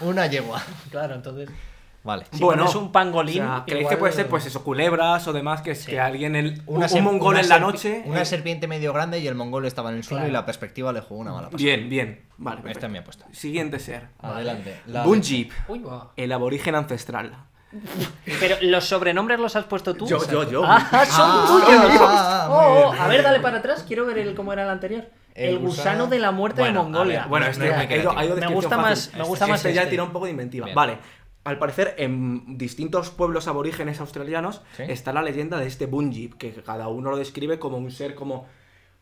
S1: una yegua.
S2: Claro, entonces.
S1: Vale.
S4: Si pones un pangolín,
S3: o sea, ¿creéis
S2: igual-
S3: que puede ser, pues eso, culebras o demás? Que, es que alguien, el, un- un
S1: ser-
S3: mongol
S1: una
S3: en la
S1: serpi-
S3: noche.
S1: Una
S3: eh,
S1: serpiente medio grande y el mongol estaba en el suelo
S2: Claro.
S1: y la perspectiva le jugó una mala pasada.
S3: Bien, bien. Vale.
S1: Esta es pues. mi apuesta.
S3: Siguiente ser.
S1: Adelante. La-
S3: Bunjeep,
S2: Uy, va.
S3: el aborigen ancestral.
S4: pero los sobrenombres los has puesto tú.
S3: Yo, yo, yo.
S2: Ah, son
S1: Ah,
S2: tuyos.
S1: ah, muy
S2: Oh, oh,
S1: bien,
S2: a
S1: muy
S2: ver,
S1: bien.
S2: dale para atrás. Quiero ver el, cómo era el anterior. El, gusano, de la muerte
S1: Bueno, a
S2: de Mongolia.
S1: ver,
S3: Bueno,
S1: No,
S3: este
S1: no era muy
S3: ha ido- ha ido
S1: creativo.
S4: Me
S3: descripción
S4: gusta
S3: fácil.
S4: más- me gusta más
S3: Este ya
S4: este.
S3: tira un poco de inventiva.
S1: Bien.
S3: Vale. Al parecer, en distintos pueblos aborígenes australianos
S1: Sí.
S3: está la leyenda de este Bunjip, que cada uno lo describe como un ser como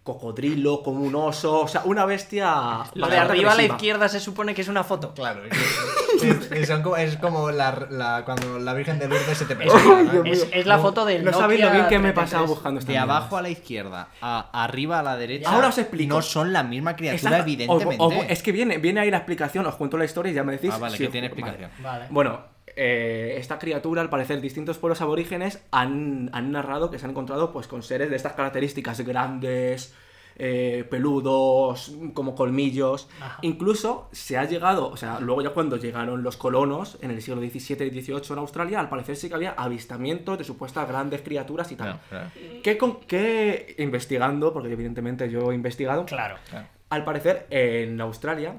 S3: cocodrilo, como un oso, o sea, una bestia.
S4: Lo de
S3: bastante
S4: arriba a la
S3: agresiva.
S4: izquierda se supone que es una foto.
S1: Claro, es, es- es- son como, es como la, la- cuando la Virgen de Lourdes se te
S2: Es,
S1: presenta. ¿no?
S2: es- es la foto del
S3: No sabéis lo
S2: Nokia
S3: bien que me
S2: 33.
S3: he pasado buscando esta
S1: De
S3: mierda.
S1: abajo a la izquierda, a, arriba a la derecha.
S3: Ahora os explico.
S1: No son la misma
S3: Esa-
S1: criatura,
S3: o-
S1: evidentemente.
S3: o- es que viene, viene ahí la explicación, os cuento la historia y ya me decís.
S1: Ah, vale,
S3: si-
S1: que tiene
S3: vale.
S1: explicación.
S2: Vale.
S3: Bueno, eh, esta criatura, al parecer, distintos pueblos aborígenes han, han narrado que se han encontrado pues, con seres de estas características grandes, eh, peludos, como colmillos. Incluso se ha llegado, o sea, luego ya cuando llegaron los colonos en el siglo XVII y XVIII en Australia, al parecer sí que había avistamientos de supuestas grandes criaturas y tal.
S1: Claro, claro.
S3: ¿Qué, con, qué investigando? Porque evidentemente yo he investigado.
S2: Claro.
S1: Claro.
S3: Al parecer, en Australia,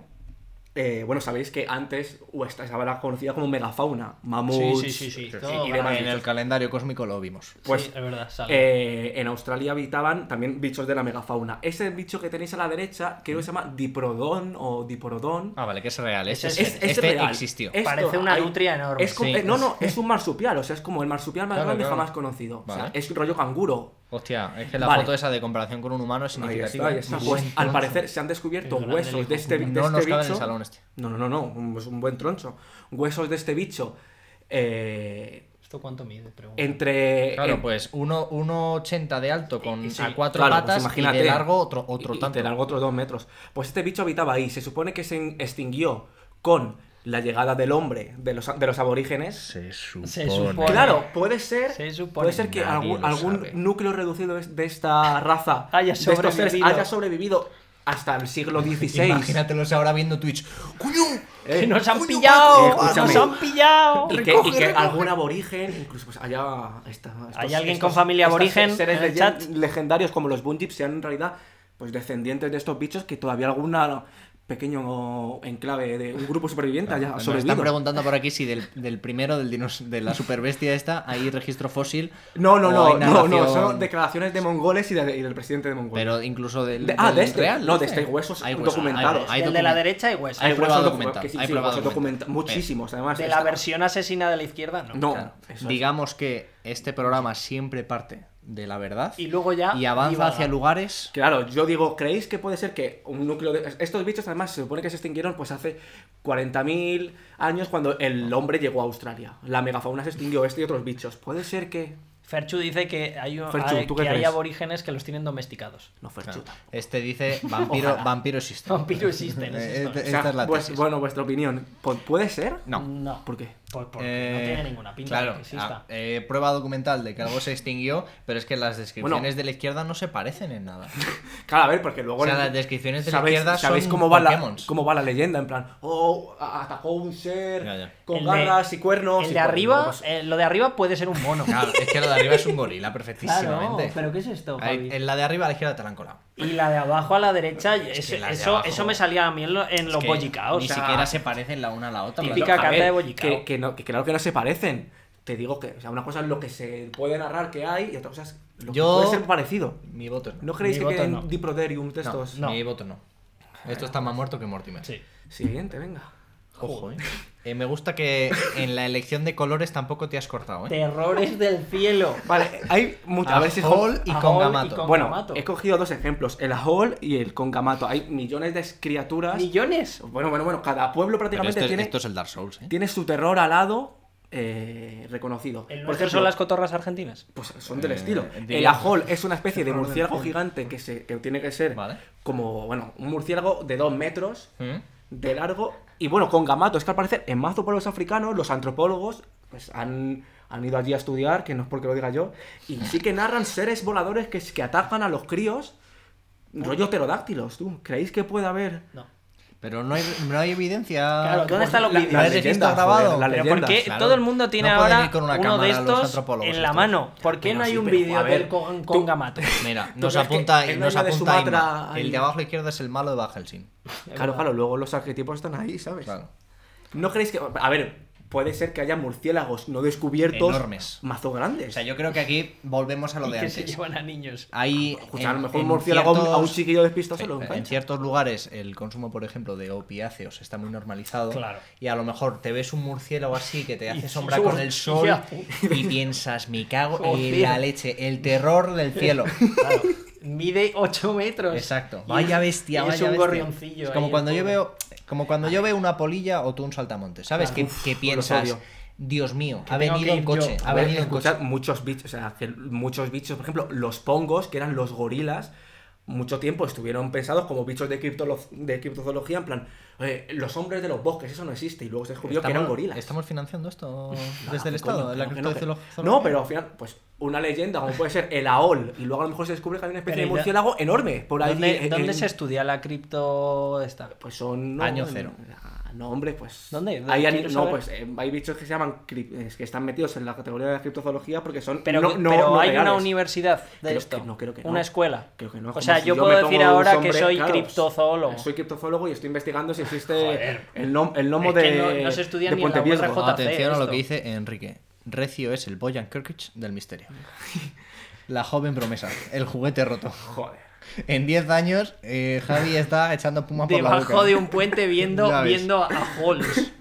S3: eh, bueno, sabéis que antes o esta- estaba la conocida como megafauna, mamuts.
S2: Sí, sí, sí,
S1: Sí,
S2: sí.
S1: Ah,
S2: Todo
S3: y
S2: vale.
S3: demás.
S1: En el calendario cósmico lo vimos.
S3: Pues
S2: Sí, es verdad, sale.
S3: eh, en Australia habitaban también bichos de la megafauna. Ese bicho que tenéis a la derecha, creo que se llama Diprodon o Diporodon.
S1: Ah, vale, que es real. Ese,
S2: Es-
S1: es-
S3: es- es
S1: este
S3: real.
S1: existió.
S3: Esto
S2: Parece una
S3: hay-
S2: nutria enorme.
S3: es como-
S1: Sí.
S3: eh, no, no, es un marsupial, o sea, es como el marsupial más
S1: Claro,
S3: grande
S1: claro.
S3: jamás conocido. O sea,
S1: Vale.
S3: es un rollo canguro.
S1: Hostia, es que la
S3: Vale.
S1: foto esa de comparación con un humano es
S3: Ahí está,
S1: significativa. ¿eh?
S3: ahí está.
S1: Muy
S3: Pues,
S1: buen
S3: al
S1: tronzo.
S3: parecer se han descubierto
S2: Qué grande el
S3: huesos
S2: hijo
S3: de este,
S2: puta.
S3: de
S1: No
S3: este
S1: nos
S3: bicho.
S1: cabe en el salón este.
S3: No, no, no, no, es un buen troncho. Huesos de este bicho. eh,
S2: ¿Esto cuánto mide? Pregunto.
S3: entre.
S1: Claro,
S3: en-
S1: pues uno- 1,80 de alto con
S2: Sí,
S1: a cuatro
S3: eh. claro,
S1: patas
S3: pues
S1: y
S3: imagínate.
S1: de largo otro, otro
S3: y- y
S1: tanto.
S3: de largo otros dos metros. Pues este bicho habitaba ahí. Se supone que se en- extinguió con la llegada del hombre de los, de los aborígenes.
S1: Se supone.
S2: Se supone.
S3: Claro, puede ser,
S2: Se supone.
S3: puede ser que
S1: Nadie
S3: algún,
S1: lo
S3: algún
S1: sabe.
S3: núcleo reducido de- de esta raza
S2: Haya
S3: de estos seres,
S2: sobrevivido.
S3: haya sobrevivido hasta el siglo XVI.
S1: Imagínatelos ahora viendo Twitch. ¡Coño!
S3: Eh,
S2: ¡Que nos han
S1: coño,
S2: pillado!
S3: eh, escúchame.
S2: ¡Nos han pillado!
S3: Y que, y que algún aborigen, incluso pues allá está.
S2: ¿Hay alguien con familia aborigen
S3: seres
S2: en el
S3: leyen-
S2: chat?
S3: legendarios como los Bungips sean en realidad pues descendientes de estos bichos que todavía alguna pequeño enclave de un grupo superviviente haya
S1: Nos están
S3: sobrevivido.
S1: preguntando por aquí si del, del primero, del dinos- de la superbestia esta, hay registro fósil.
S3: No, no,
S1: o
S3: no,
S1: hay
S3: no, no,
S1: narración-
S3: son declaraciones de mongoles y, de- y del presidente de Mongolia.
S1: Pero incluso del.
S3: De- ah,
S1: del
S3: de este,
S1: real.
S3: no, de este, huesos documentados.
S1: hay
S4: el de la
S1: document-
S4: derecha y hueso.
S1: hay prueba
S3: huesos docu-
S1: documental,
S3: que sí,
S1: hay
S3: sí,
S1: prueba
S3: huesos
S1: documental.
S3: documenta- Muchísimos, además.
S4: De la
S3: está-
S4: versión asesina de la izquierda, ¿no?
S3: No,
S1: Claro.
S3: eso es.
S1: Digamos que este programa siempre parte de la verdad
S4: Y luego ya
S1: y avanza
S4: divaga.
S1: hacia lugares.
S3: Claro, yo digo, ¿creéis que puede ser que un núcleo de... Estos bichos además se supone que se extinguieron pues hace 40.000 años cuando el hombre llegó a Australia. La megafauna se extinguió, este y otros bichos. Puede ser que...
S4: Ferchu dice que hay, un-
S3: Ferchu,
S4: hay-
S3: ¿tú qué
S4: que hay
S3: crees?
S4: aborígenes que los tienen domesticados.
S3: No, Ferchuta.
S1: Este dice vampiro, vampiro existe.
S4: Vampiro existen, es
S1: Eh,
S4: esto.
S1: este-
S3: O sea,
S1: esta es la
S3: pues,
S1: tesis.
S3: bueno, vuestra opinión. ¿Pu- ¿Puede ser?
S1: No.
S4: No.
S3: ¿Por qué?
S4: Por- mm, porque no
S1: Eh,
S4: tiene ninguna pinta de
S1: Claro,
S4: que exista.
S1: ah, eh, prueba documental de que algo se extinguió, pero es que las descripciones
S3: Bueno.
S1: de la izquierda no se parecen en nada.
S3: Claro, a ver, porque luego...
S1: O sea,
S3: en-
S1: las descripciones de la
S3: ¿Sabéis,
S1: izquierda
S3: sabéis
S1: son
S3: cómo va, la,
S1: Pokémons.
S3: cómo va la leyenda? En plan, oh, a- atacó un ser
S1: Ya, ya.
S3: con
S2: El de-
S3: garras y cuernos.
S4: el
S3: y
S4: de
S3: pues,
S4: arriba,
S3: luego, pues,
S4: eh, lo de arriba puede ser un mono.
S1: Oh, Claro, es que lo de arriba es un gorila, perfectísimamente.
S4: pero ¿qué es esto,
S1: Ahí,
S4: Javi?
S1: en la de arriba a la izquierda te la han colado.
S4: Y la de abajo a la derecha, es-
S1: que la de
S4: eso,
S1: abajo-
S4: eso me salía a mí en, lo- en los
S1: Que
S4: bollicaos.
S1: Ni
S4: o sea,
S1: siquiera se parecen la una a la otra. pero-
S4: Típica
S3: A
S4: carta
S3: ver,
S4: de bollicao.
S3: Que, que no- que claro que no se parecen. Te digo que, o sea, una cosa es lo que se puede narrar que hay y otra cosa es lo que
S1: Yo-
S3: puede ser parecido.
S1: Mi voto es no.
S3: ¿No creéis
S2: Mi
S3: que
S2: voto
S3: queden
S2: no.
S3: Diproderium de
S1: No,
S3: estos?
S1: Mi voto no. Esto está más muerto que Mortimer.
S2: Sí.
S3: Siguiente, venga.
S1: Ojo, eh. Eh, me gusta que en la elección de colores tampoco te has cortado, ¿eh?
S4: Terrores del cielo.
S3: Vale, eh, hay muchas.
S1: A ver si Hall y
S4: Ahol
S1: Kongamato.
S4: y Kong-
S3: Bueno,
S4: Congamato.
S3: he cogido dos ejemplos, el Ahol y el Congamato. Hay millones de criaturas.
S4: ¿Millones?
S3: Bueno, bueno, bueno, cada
S1: Pero
S3: pueblo prácticamente
S1: esto, es-
S3: tiene,
S1: esto es el Dark Souls, ¿eh?
S3: tiene su terror alado eh, reconocido.
S4: ¿El
S3: Por
S4: nuestro
S3: ejemplo,
S4: son las cotorras argentinas?
S3: Pues son del
S1: Eh,
S3: estilo. El
S1: diría-
S3: ajol es una especie de
S1: Terror del
S3: murciélago
S1: cielo.
S3: gigante que, se, que tiene que ser
S1: Vale.
S3: como, bueno, un murciélago de dos metros
S1: ¿Mm?
S3: de largo. Y bueno, con gamato, es que al parecer en más pueblos africanos los antropólogos pues han, han ido allí a estudiar, que no es porque lo diga yo, y sí que narran seres voladores
S1: Ah.
S3: que, que atacan a los críos, rollo pterodáctilos, ¿tú? ¿Creéis que puede haber?
S2: No.
S1: Pero no hay, no hay evidencia.
S2: Claro, ¿dónde está lo
S3: la-
S2: vídeos?
S3: la
S1: Parece que
S3: leyenda,
S1: está
S3: joder,
S1: grabado.
S3: la
S1: Pero
S2: Pero
S3: leyenda.
S2: ¿por qué
S1: Claro.
S2: todo el mundo tiene
S1: No pueden
S2: ahora
S1: ir con una
S2: uno
S1: cámara
S2: de
S1: los
S2: estos
S1: antropólogos este
S2: en la
S1: estos.
S2: mano? ¿Por qué
S3: Pero
S2: no hay
S3: sí,
S2: un
S3: pero, a
S2: vídeo
S3: ver,
S2: del con,
S3: tú-
S2: con Gamato?
S1: Mira,
S3: ¿Tú
S1: nos
S3: crees que
S1: apunta,
S3: él no
S1: nos
S3: iba de
S1: apunta
S3: Sumatra
S1: Inma.
S3: ahí?
S1: El de abajo a la izquierda es el malo de Van Helsing.
S3: Claro, claro, luego los arquetipos están ahí, ¿sabes?
S1: Claro.
S3: ¿No creéis que.? A ver, puede ser que haya murciélagos no descubiertos.
S1: Enormes.
S3: Mazo grandes.
S1: O sea, yo creo que aquí volvemos a lo
S2: Y
S1: de
S2: que se
S1: antes.
S2: llevan a niños.
S1: Hay,
S3: Escucha, Pues a lo
S1: en-
S3: mejor un
S1: en
S3: murciélago a un- a un
S1: ciertos-
S3: chiquillo despistado se lo
S1: Eh, En
S3: engancha.
S1: ciertos lugares el consumo, por ejemplo, de opiáceos está muy normalizado.
S5: Claro.
S1: Y a lo mejor te ves un murciélago así que te hace
S2: dices,
S1: sombra con el sol
S2: "Hostia".
S1: y piensas, me cago en
S2: Joder.
S1: la leche, el terror del cielo.
S2: Claro, mide 8 metros.
S1: Exacto.
S2: Y
S1: Vaya
S2: es-
S1: bestia,
S2: y
S1: vaya
S2: Es un
S1: bestia.
S2: gorrioncillo.
S1: Es
S2: ahí,
S1: como
S2: el
S1: cuando yo
S2: pobre.
S1: veo, como cuando yo veo una polilla o tú un saltamontes, ¿sabes? Que, que piensas,
S3: odio.
S1: Dios mío,
S5: tengo
S1: ha venido
S5: que
S1: en
S5: ir
S1: coche,
S5: yo.
S1: ha
S3: Joder,
S1: venido en coche.
S3: escuchad, muchos bichos, o sea, que muchos bichos, por ejemplo, los pongos, que eran los gorilas, mucho tiempo estuvieron pensados como bichos de, criptolo- de criptozoología, en plan, eh, los hombres de los bosques, eso no existe, y luego se descubrió que eran gorilas.
S1: estamos financiando esto
S3: Ah,
S1: desde el
S3: coño,
S1: Estado,
S3: que
S1: la
S3: no, que no, que-
S1: criptozoología.
S3: No, pero al final, pues una leyenda, como puede ser el aol, y luego a lo mejor se descubre que hay una especie
S5: Pero
S3: de
S5: ¿y da-
S3: murciélago enorme por ahí.
S2: ¿Dónde,
S3: en-
S2: dónde
S3: en-
S2: se estudia la cripto esta?
S3: Pues son. no,
S1: Año
S3: en-
S1: cero.
S3: ah, No, hombre, pues.
S2: ¿Dónde?
S3: Hay, ani-
S2: Quiero
S3: no,
S2: saber.
S3: pues eh, hay bichos que se llaman. cri- eh, que están metidos en la categoría de la criptozoología porque son.
S2: Pero,
S3: no, no-
S2: pero
S3: no
S2: hay una
S3: reales.
S2: universidad de
S3: Creo
S2: esto.
S3: que no, creo que no.
S2: Una escuela.
S3: Creo que no,
S2: O
S3: como
S2: sea,
S3: si
S2: yo,
S3: me
S2: puedo
S3: pongo
S2: decir
S3: un
S2: ahora que
S3: sombre-
S2: soy
S3: claro, pues,
S2: criptozoólogo.
S3: Soy criptozoólogo y estoy investigando si existe
S5: Joder.
S3: el, nom- el gnomo
S2: Es
S3: de.
S2: que no- no se estudia
S3: de
S2: ni en la
S3: Puente Viejo.
S2: URJ. JC
S1: Atención a lo
S2: esto.
S1: que dice Enrique. Recio es el Boyan Kirkich del misterio. La joven promesa, el juguete roto.
S3: Ah, Joder.
S1: En 10 años, eh, Javi está echando puma por la
S2: Debajo
S1: boca.
S2: de un puente viendo,
S1: Ya ves.
S2: viendo a Holmes.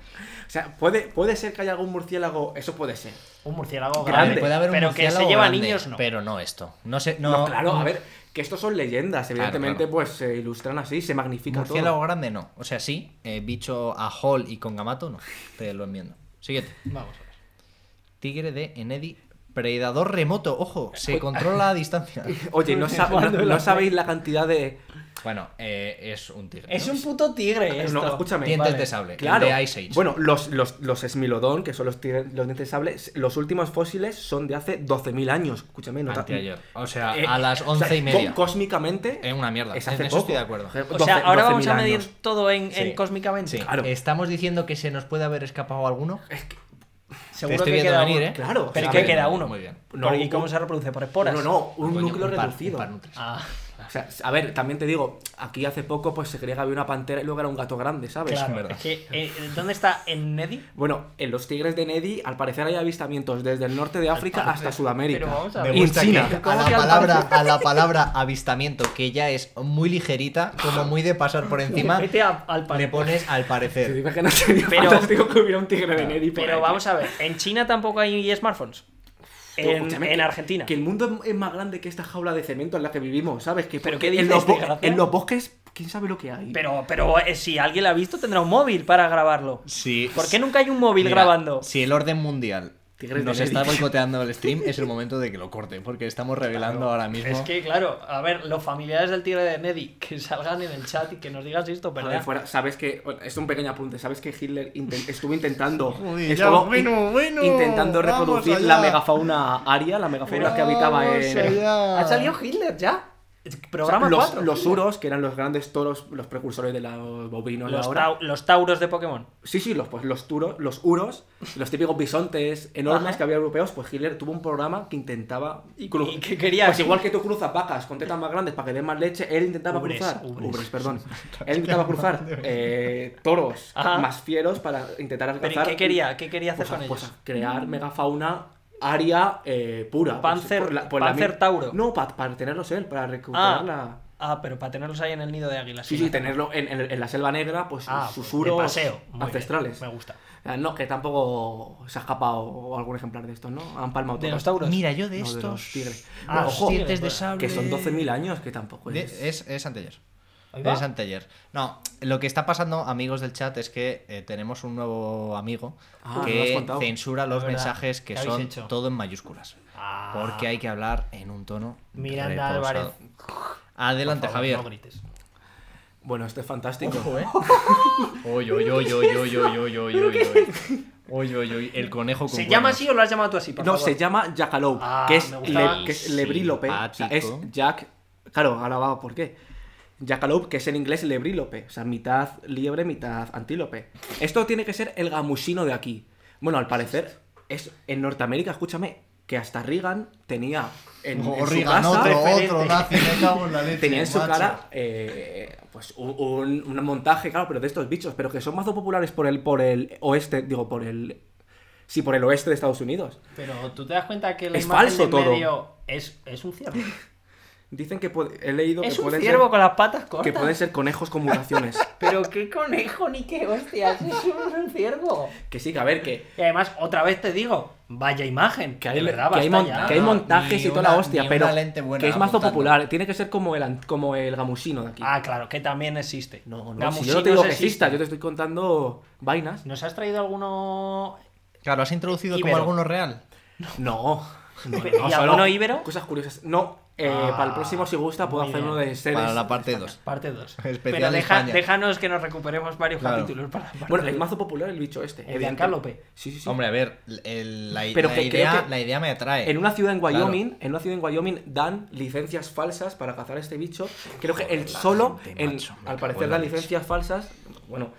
S3: O sea, puede, puede ser que haya algún murciélago. Eso puede ser.
S2: Un murciélago
S1: A ver,
S2: grande.
S1: puede haber un
S2: pero que se
S1: murciélago
S2: lleva
S1: grande,
S2: niños, no.
S1: Pero no esto. No sé, no.
S3: No, claro, a ver. Que estos son leyendas,
S1: Claro,
S3: evidentemente,
S1: claro.
S3: pues se ilustran así, se magnifica
S1: Murciélago
S3: todo.
S1: grande no. O sea, sí. eh, bicho a Hall y con Gamato no. Te lo enmiendo. Siguiente.
S5: Vamos a ver.
S1: Tigre de Enedi. Predador remoto. Ojo, se controla a distancia.
S3: Oye, no, sab- no- no sabéis la cantidad de.
S1: Bueno, eh, es un tigre.
S2: Es
S1: ¿no?
S2: un puto tigre esto.
S3: No, escúchame.
S1: Dientes
S2: Vale.
S1: de sable. el
S3: Claro.
S1: de Ice Age.
S3: Bueno, los, los, los Smilodon, que son los, tigre- los dientes de sable, s- los últimos fósiles son de hace 12.000 años. Escúchame, no ta-
S1: Anteayer. O sea,
S3: Eh,
S1: a las
S3: o sea,
S1: once y
S3: co-
S1: media.
S3: cósmicamente.
S1: Es una mierda.
S3: Es
S1: En
S3: hace
S1: eso
S3: poco.
S1: estoy de acuerdo.
S3: Joder,
S2: O
S3: 12
S2: sea, ahora vamos a
S3: 12.000
S2: medir
S3: años.
S2: todo en, en
S1: Sí.
S2: cósmicamente.
S1: Sí.
S3: claro.
S1: ¿Estamos diciendo que se nos puede haber escapado alguno?
S2: Seguro
S1: estoy
S2: que
S1: viendo
S2: queda
S1: venir,
S2: uno.
S1: ¿eh?
S3: Claro,
S2: Pero
S3: sí,
S2: que
S3: pero-
S2: queda uno.
S1: Muy bien.
S3: No,
S2: ¿Y
S3: un-
S2: cómo se reproduce? ¿Por esporas?
S3: No, no, un
S1: Coño,
S3: núcleo
S1: par-
S3: reducido.
S1: un par nutris.
S2: Ah,
S3: O sea, a ver, también te digo, aquí hace poco pues se creía que había una pantera y luego era un gato grande, ¿sabes?
S2: claro.
S1: verdad.
S2: Es que, eh, ¿Dónde está en Neddy?
S3: Bueno, en los tigres de Nedi, al parecer hay avistamientos desde el norte de África hasta Sudamérica.
S2: Pero vamos a
S1: Me
S2: ver.
S3: Y en
S1: gusta que
S3: China.
S1: a la, palabra, a la palabra avistamiento, que ya es muy ligerita, como muy de pasar por encima,
S2: Vete a- al
S1: le
S2: parque.
S1: pones al
S3: Te
S1: parecer.
S3: digo que no sería
S2: Pero-
S3: fantástico que hubiera un tigre de Nedi. por
S2: Pero
S3: ahí.
S2: vamos a ver, en China tampoco hay smartphones.
S3: Tú,
S2: En,
S3: escúchame,
S2: en
S3: que-
S2: Argentina.
S3: Que el mundo es más grande que esta jaula de cemento en la que vivimos, ¿sabes? Que
S2: ¿Pero
S3: porque
S2: qué
S3: en,
S2: dices,
S3: los bo-
S2: desgracia?
S3: en los bosques, ¿quién sabe lo que hay?
S2: Pero, pero eh, si alguien la ha visto, tendrá un móvil para grabarlo.
S1: Sí.
S2: ¿Por qué nunca hay un móvil
S1: Mira,
S2: grabando?
S1: Si el orden mundial
S3: Tigres de
S1: nos
S3: Neri.
S1: está boicoteando el stream, es el momento de que lo corten, porque estamos revelando ahora mismo.
S2: Es que, claro, a ver, los familiares del tigre de Neddy que salgan en el chat y que nos digas esto,
S3: A ver,
S2: ¿verdad?
S3: fuera, sabes que, bueno, es un pequeño apunte, sabes que Hitler inten- estuvo intentando
S1: Uy, ya,
S3: estuvo in-
S1: bueno, bueno,
S3: intentando
S1: vamos
S3: reproducir
S1: allá.
S3: la megafauna aria, la megafauna que habitaba en
S2: ¿Ha salido Hitler ya?
S3: O sea,
S2: Programa
S3: los,
S2: 4.
S3: los uros, que eran los grandes toros, los precursores de los bovinos de
S2: Los
S3: ahora.
S2: tau- los tauros de Pokémon.
S3: Sí, sí, los, pues, los, turo- los uros, los típicos bisontes enormes
S2: Ajá.
S3: que había europeos, pues Hitler tuvo un programa que intentaba...
S2: Y-
S3: cru-
S2: y que quería-
S3: Pues igual que tú cruzas vacas con tetas más grandes para que den más leche, él intentaba
S2: Ubres,
S3: cruzar...
S2: ubres.
S3: Ubres, perdón. él intentaba cruzar eh, toros
S2: Ajá.
S3: más fieros para intentar
S2: Pero, ¿y
S3: alcanzar...
S2: qué quería? ¿Qué quería hacer
S3: Pues, a-
S2: con
S3: pues, a
S2: ellos?
S3: crear megafauna aria eh, pura. Pues,
S2: Panzer-
S3: la
S2: Panzer
S3: mi-
S2: Tauro.
S3: No, pa- para tenerlos él, para
S2: Ah,
S3: recuperarla...
S2: ah, pero para tenerlos ahí en el nido de águilas.
S3: Sí, sí, tenerlo en, en- en la selva negra, pues
S2: Ah,
S3: sus
S2: pues, de
S3: uros
S2: paseo. Muy bien,
S3: ancestrales.
S2: me gusta.
S3: Ah, No, que tampoco se ha escapado algún ejemplar de estos, ¿no? Han palmado
S2: De
S3: todos.
S2: los tauros.
S1: Mira, yo de
S3: No,
S1: estos.
S3: de los tigres.
S2: Ah,
S3: No,
S2: los
S3: ojo,
S2: tigres,
S1: dientes de
S2: bueno,
S1: sable.
S3: que son 12.000 años, que tampoco
S1: De- eh.
S3: es...
S1: es, es anteayer.
S2: Ahí va.
S1: Es anteayer. No, lo que está pasando, amigos del chat, es que eh, tenemos un nuevo amigo
S3: Ah, me lo has
S1: que
S3: contado.
S1: censura los
S2: Es verdad.
S1: mensajes que
S2: ¿Qué habéis
S1: son
S2: hecho?
S1: todo en mayúsculas.
S2: Ah.
S1: Porque hay que hablar en un tono.
S2: Miranda
S1: reposado.
S2: Álvarez.
S1: Adelante,
S2: Por favor,
S1: Javier.
S2: No grites.
S3: Bueno, esto es fantástico.
S1: Ojo, ¿eh? Oy, oy, oy, oy, oy, oy, oy, oy, oy, oy. Oy, oy, oy, El conejo con
S2: ¿Se llama
S1: cuernos.
S2: así o lo has llamado tú así? Por
S3: No,
S2: favor?
S3: se llama Jackalope,
S2: Ah,
S3: que es,
S2: me gustaba.
S3: le- que es Lebrílope. O sea, es
S1: Simpático.
S3: Jack... Claro, ahora va, ¿por qué? Jackalope, que es en inglés lebrílope, o sea, mitad liebre, mitad antílope. Esto tiene que ser el gamusino de aquí. Bueno, al parecer, es en Norteamérica, escúchame, que hasta Reagan tenía en, en su
S1: Reagan,
S3: casa-
S1: otro, otro
S2: referente.
S1: nazi, me cago en la leche.
S3: tenía en su
S1: macho.
S3: cara eh, pues un, un- un montaje, claro, pero de estos bichos, pero que son más populares por el, por el oeste, digo, por el... Sí, por el oeste de Estados Unidos.
S2: Pero tú te das cuenta que la
S3: Es
S2: imagen
S3: falso
S2: de
S3: todo.
S2: medio es, es un ciervo.
S3: Dicen que puede- he leído
S2: es
S3: que,
S2: un
S3: pueden
S2: ciervo con las patas
S3: ser, que
S2: cortas.
S3: pueden ser conejos con mutaciones.
S2: Pero qué conejo ni qué hostias, es un ciervo.
S3: que sí, que a ver, que,
S2: Y además, otra vez te digo, vaya imagen.
S3: que hay,
S2: de verdad,
S3: que hay
S2: basta
S3: mon-
S2: ya.
S3: que hay
S1: no,
S3: montajes
S1: ni
S3: y toda la
S1: una-
S3: hostia,
S1: ni
S3: pero
S1: una lente buena
S3: que es mazo
S1: apuntando.
S3: popular. Tiene que ser como el, an- como el gamusino de aquí.
S2: Ah, claro, que también existe.
S3: no, no, si
S2: Gamusinos
S3: yo no te digo que
S2: existen.
S3: exista, yo te estoy contando vainas.
S2: ¿Nos has traído alguno
S1: Claro, has introducido como
S2: Ibero.
S1: alguno real.
S3: No. no,
S2: Pero,
S3: no,
S2: ¿y
S3: solo
S2: alguno íbero?
S3: Cosas curiosas. No, eh,
S2: Ah,
S3: para el próximo, si gusta, puedo
S2: muy
S3: hacer
S2: bien.
S3: uno de seres.
S1: Para la parte 2.
S2: parte 2?
S1: Especial
S2: Pero deja-
S1: España.
S2: déjanos que nos recuperemos varios
S1: Claro.
S2: capítulos para la parte
S3: Bueno, es
S2: dos.
S3: mazo popular el bicho este.
S2: El de
S3: evidente.
S2: Antílope.
S3: Sí, sí, sí.
S1: Hombre, a ver, el- la,
S3: Pero
S1: la
S3: que creo
S1: idea,
S3: que-
S1: la idea me atrae.
S3: En una ciudad en
S1: Claro.
S3: Wyoming, en una ciudad en Wyoming dan licencias falsas para cazar a este bicho. Creo que el solo,
S1: gente,
S3: el-
S1: macho, me
S3: al
S1: cago
S3: parecer
S1: en la
S3: dan
S1: leche.
S3: licencias falsas, bueno,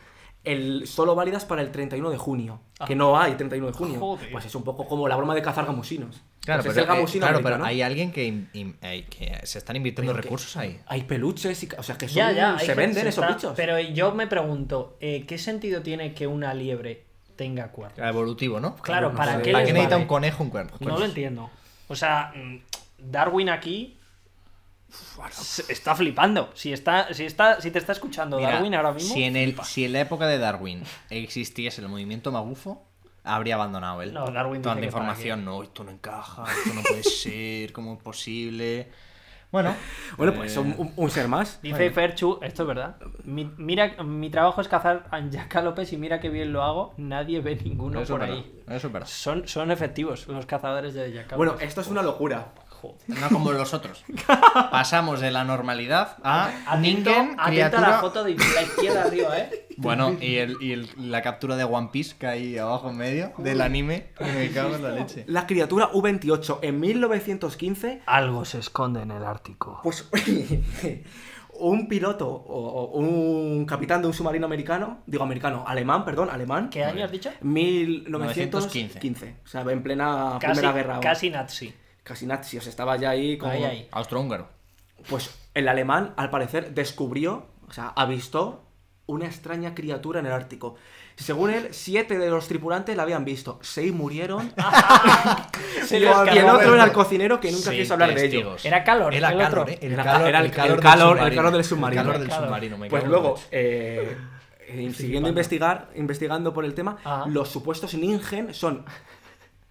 S3: el solo válidas para el 31 de junio, que no hay 31 de junio.
S2: Joder.
S3: Pues es un poco como la broma de cazar gamusinos.
S1: Claro,
S3: Pues es
S1: pero, eh,
S3: el gamusino
S1: claro, pero
S3: americano.
S1: hay alguien que, im- im- eh, que se están invirtiendo recursos ahí.
S3: Hay peluches y, ca- o sea, que son-
S2: Ya, ya, hay
S3: se
S2: gente-
S3: venden esos
S2: está-
S3: bichos.
S2: Pero yo me pregunto, eh, ¿qué sentido tiene que una liebre tenga cuernos?
S1: Evolutivo, ¿no?
S2: Claro,
S3: no
S2: ¿para
S3: sé.
S2: qué
S1: ¿Para
S2: les
S1: qué necesita
S2: vale?
S1: un conejo un cuerno?
S2: No lo entiendo. O sea, mm, Darwin aquí se- está flipando. Si está, si está, si te está escuchando
S1: Mira,
S2: Darwin ahora mismo.
S1: Si en, el, si en la época de Darwin existiese el movimiento magufo, habría abandonado él.
S2: No, Darwin
S1: Toda
S2: dice
S1: la
S2: que para
S1: información, no, esto no encaja, esto no puede ser, ¿cómo es posible? Bueno,
S3: Bueno,
S2: Eh,
S3: pues un, un- un ser más.
S2: Dice Ferchu, esto es verdad. Mi, mira, mi trabajo es cazar a López y mira qué bien lo hago. Nadie ve ninguno
S1: eso
S2: por
S1: es
S2: ahí.
S1: verdad, Eso es verdad.
S2: Son, son efectivos los cazadores de Jackalope.
S3: Bueno, eh, esto es una locura.
S1: No como los otros. Pasamos de la normalidad a Ningen,
S2: Atento, atento a la
S1: criatura...
S2: foto de la izquierda arriba, ¿eh?
S1: Bueno, y, el, y el- la captura de One Piece que hay abajo en medio del anime. Me cago en la leche.
S3: La criatura U28 en 1915
S2: Algo se esconde en el Ártico.
S3: Pues un piloto o, o un capitán de un submarino americano, digo americano, alemán, perdón, alemán.
S2: ¿Qué año has dicho?
S3: 1915.
S1: 915.
S3: O sea, en plena
S2: Casi,
S3: Primera Guerra.
S2: casi nazi.
S3: casi nazi, o sea, estaba ya ahí como...
S2: Ahí, ahí.
S1: Austrohúngaro.
S3: Pues el alemán, al parecer, descubrió, o sea, avistó una extraña criatura en el Ártico. Según él, siete de los tripulantes la habían visto. Seis murieron.
S2: Se
S3: y
S2: les
S3: el
S2: escapó.
S3: otro era el cocinero que nunca
S1: Sí,
S3: quiso hablar de ello.
S1: testigos.
S2: Era calor,
S1: Era
S2: el
S1: calor,
S2: otro.
S1: ¿eh? El
S3: Era-
S1: calor,
S3: era el-
S1: el calor,
S3: el calor- el
S1: del
S3: calor del
S1: submarino.
S3: submarino.
S1: El calor del
S2: Claro.
S1: submarino, me
S3: Pues
S1: cago en la
S3: luego,
S1: leche.
S3: eh, eh, siguiendo investigar, investigando por el tema,
S2: Ajá.
S3: los supuestos ningen son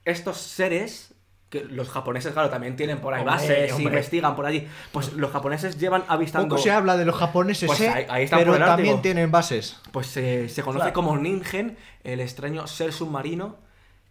S3: estos seres que los japoneses, claro, también tienen por ahí
S2: Hombre,
S3: bases,
S2: hombre.
S3: investigan por allí. Pues los japoneses llevan avistando,
S1: Poco se habla de los japoneses,
S3: Pues
S1: eh,
S3: ahí- ahí están
S1: pero
S3: por el
S1: también
S3: Ártico.
S1: tienen bases.
S3: pues eh, se conoce
S2: Claro.
S3: como ningen, el extraño ser submarino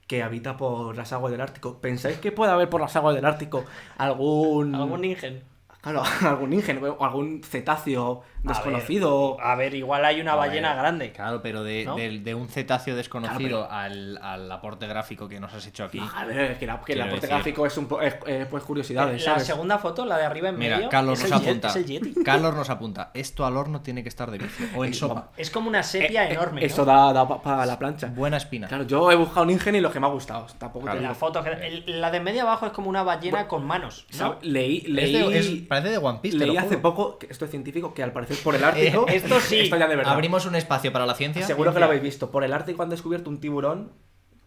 S3: que habita por las aguas del Ártico. ¿Pensáis que puede haber por las aguas del Ártico algún...
S2: Algún ingen.
S3: Claro, algún ningen o algún cetáceo
S2: A ver,
S3: desconocido.
S2: A ver, igual hay una ballena
S1: Joder.
S2: grande.
S1: Claro, pero de,
S2: ¿No?
S1: del- de un cetáceo desconocido al, al aporte gráfico que nos has hecho aquí.
S3: A ver, que, la, que el
S1: Quiero
S3: aporte
S1: decir- Eh,
S3: gráfico es un po- es- es, pues
S2: La
S3: curiosidades, ¿sabes?
S2: segunda foto, la de arriba en
S1: Mira,
S2: medio.
S1: Carlos
S2: es
S1: nos
S2: el jet-
S1: apunta.
S2: Es el Yeti.
S1: Carlos nos apunta. Esto al horno tiene que estar de vicio. O en sopa.
S2: Es como una sepia
S3: Eh, eh,
S2: enorme. ¿no?
S3: Eso da, da para la plancha.
S1: Buena espina.
S3: Claro, yo he buscado un ingen y lo que me ha gustado. Tampoco
S1: Claro.
S3: te
S2: La
S3: digo.
S2: foto, que- el- la de medio abajo es como una ballena con manos. ¿no?
S3: ¿Sabes? Leí,
S1: Es
S3: leí,
S1: de- es- parece de One Piece. te
S3: leí
S1: lo
S3: hace
S1: juro.
S3: poco, que esto es científico, que al parecer por el Ártico.
S1: Eh,
S2: esto sí.
S3: Esto ya de verdad.
S1: Abrimos un espacio para la ciencia.
S3: Seguro que lo habéis visto. Por el Ártico han descubierto un tiburón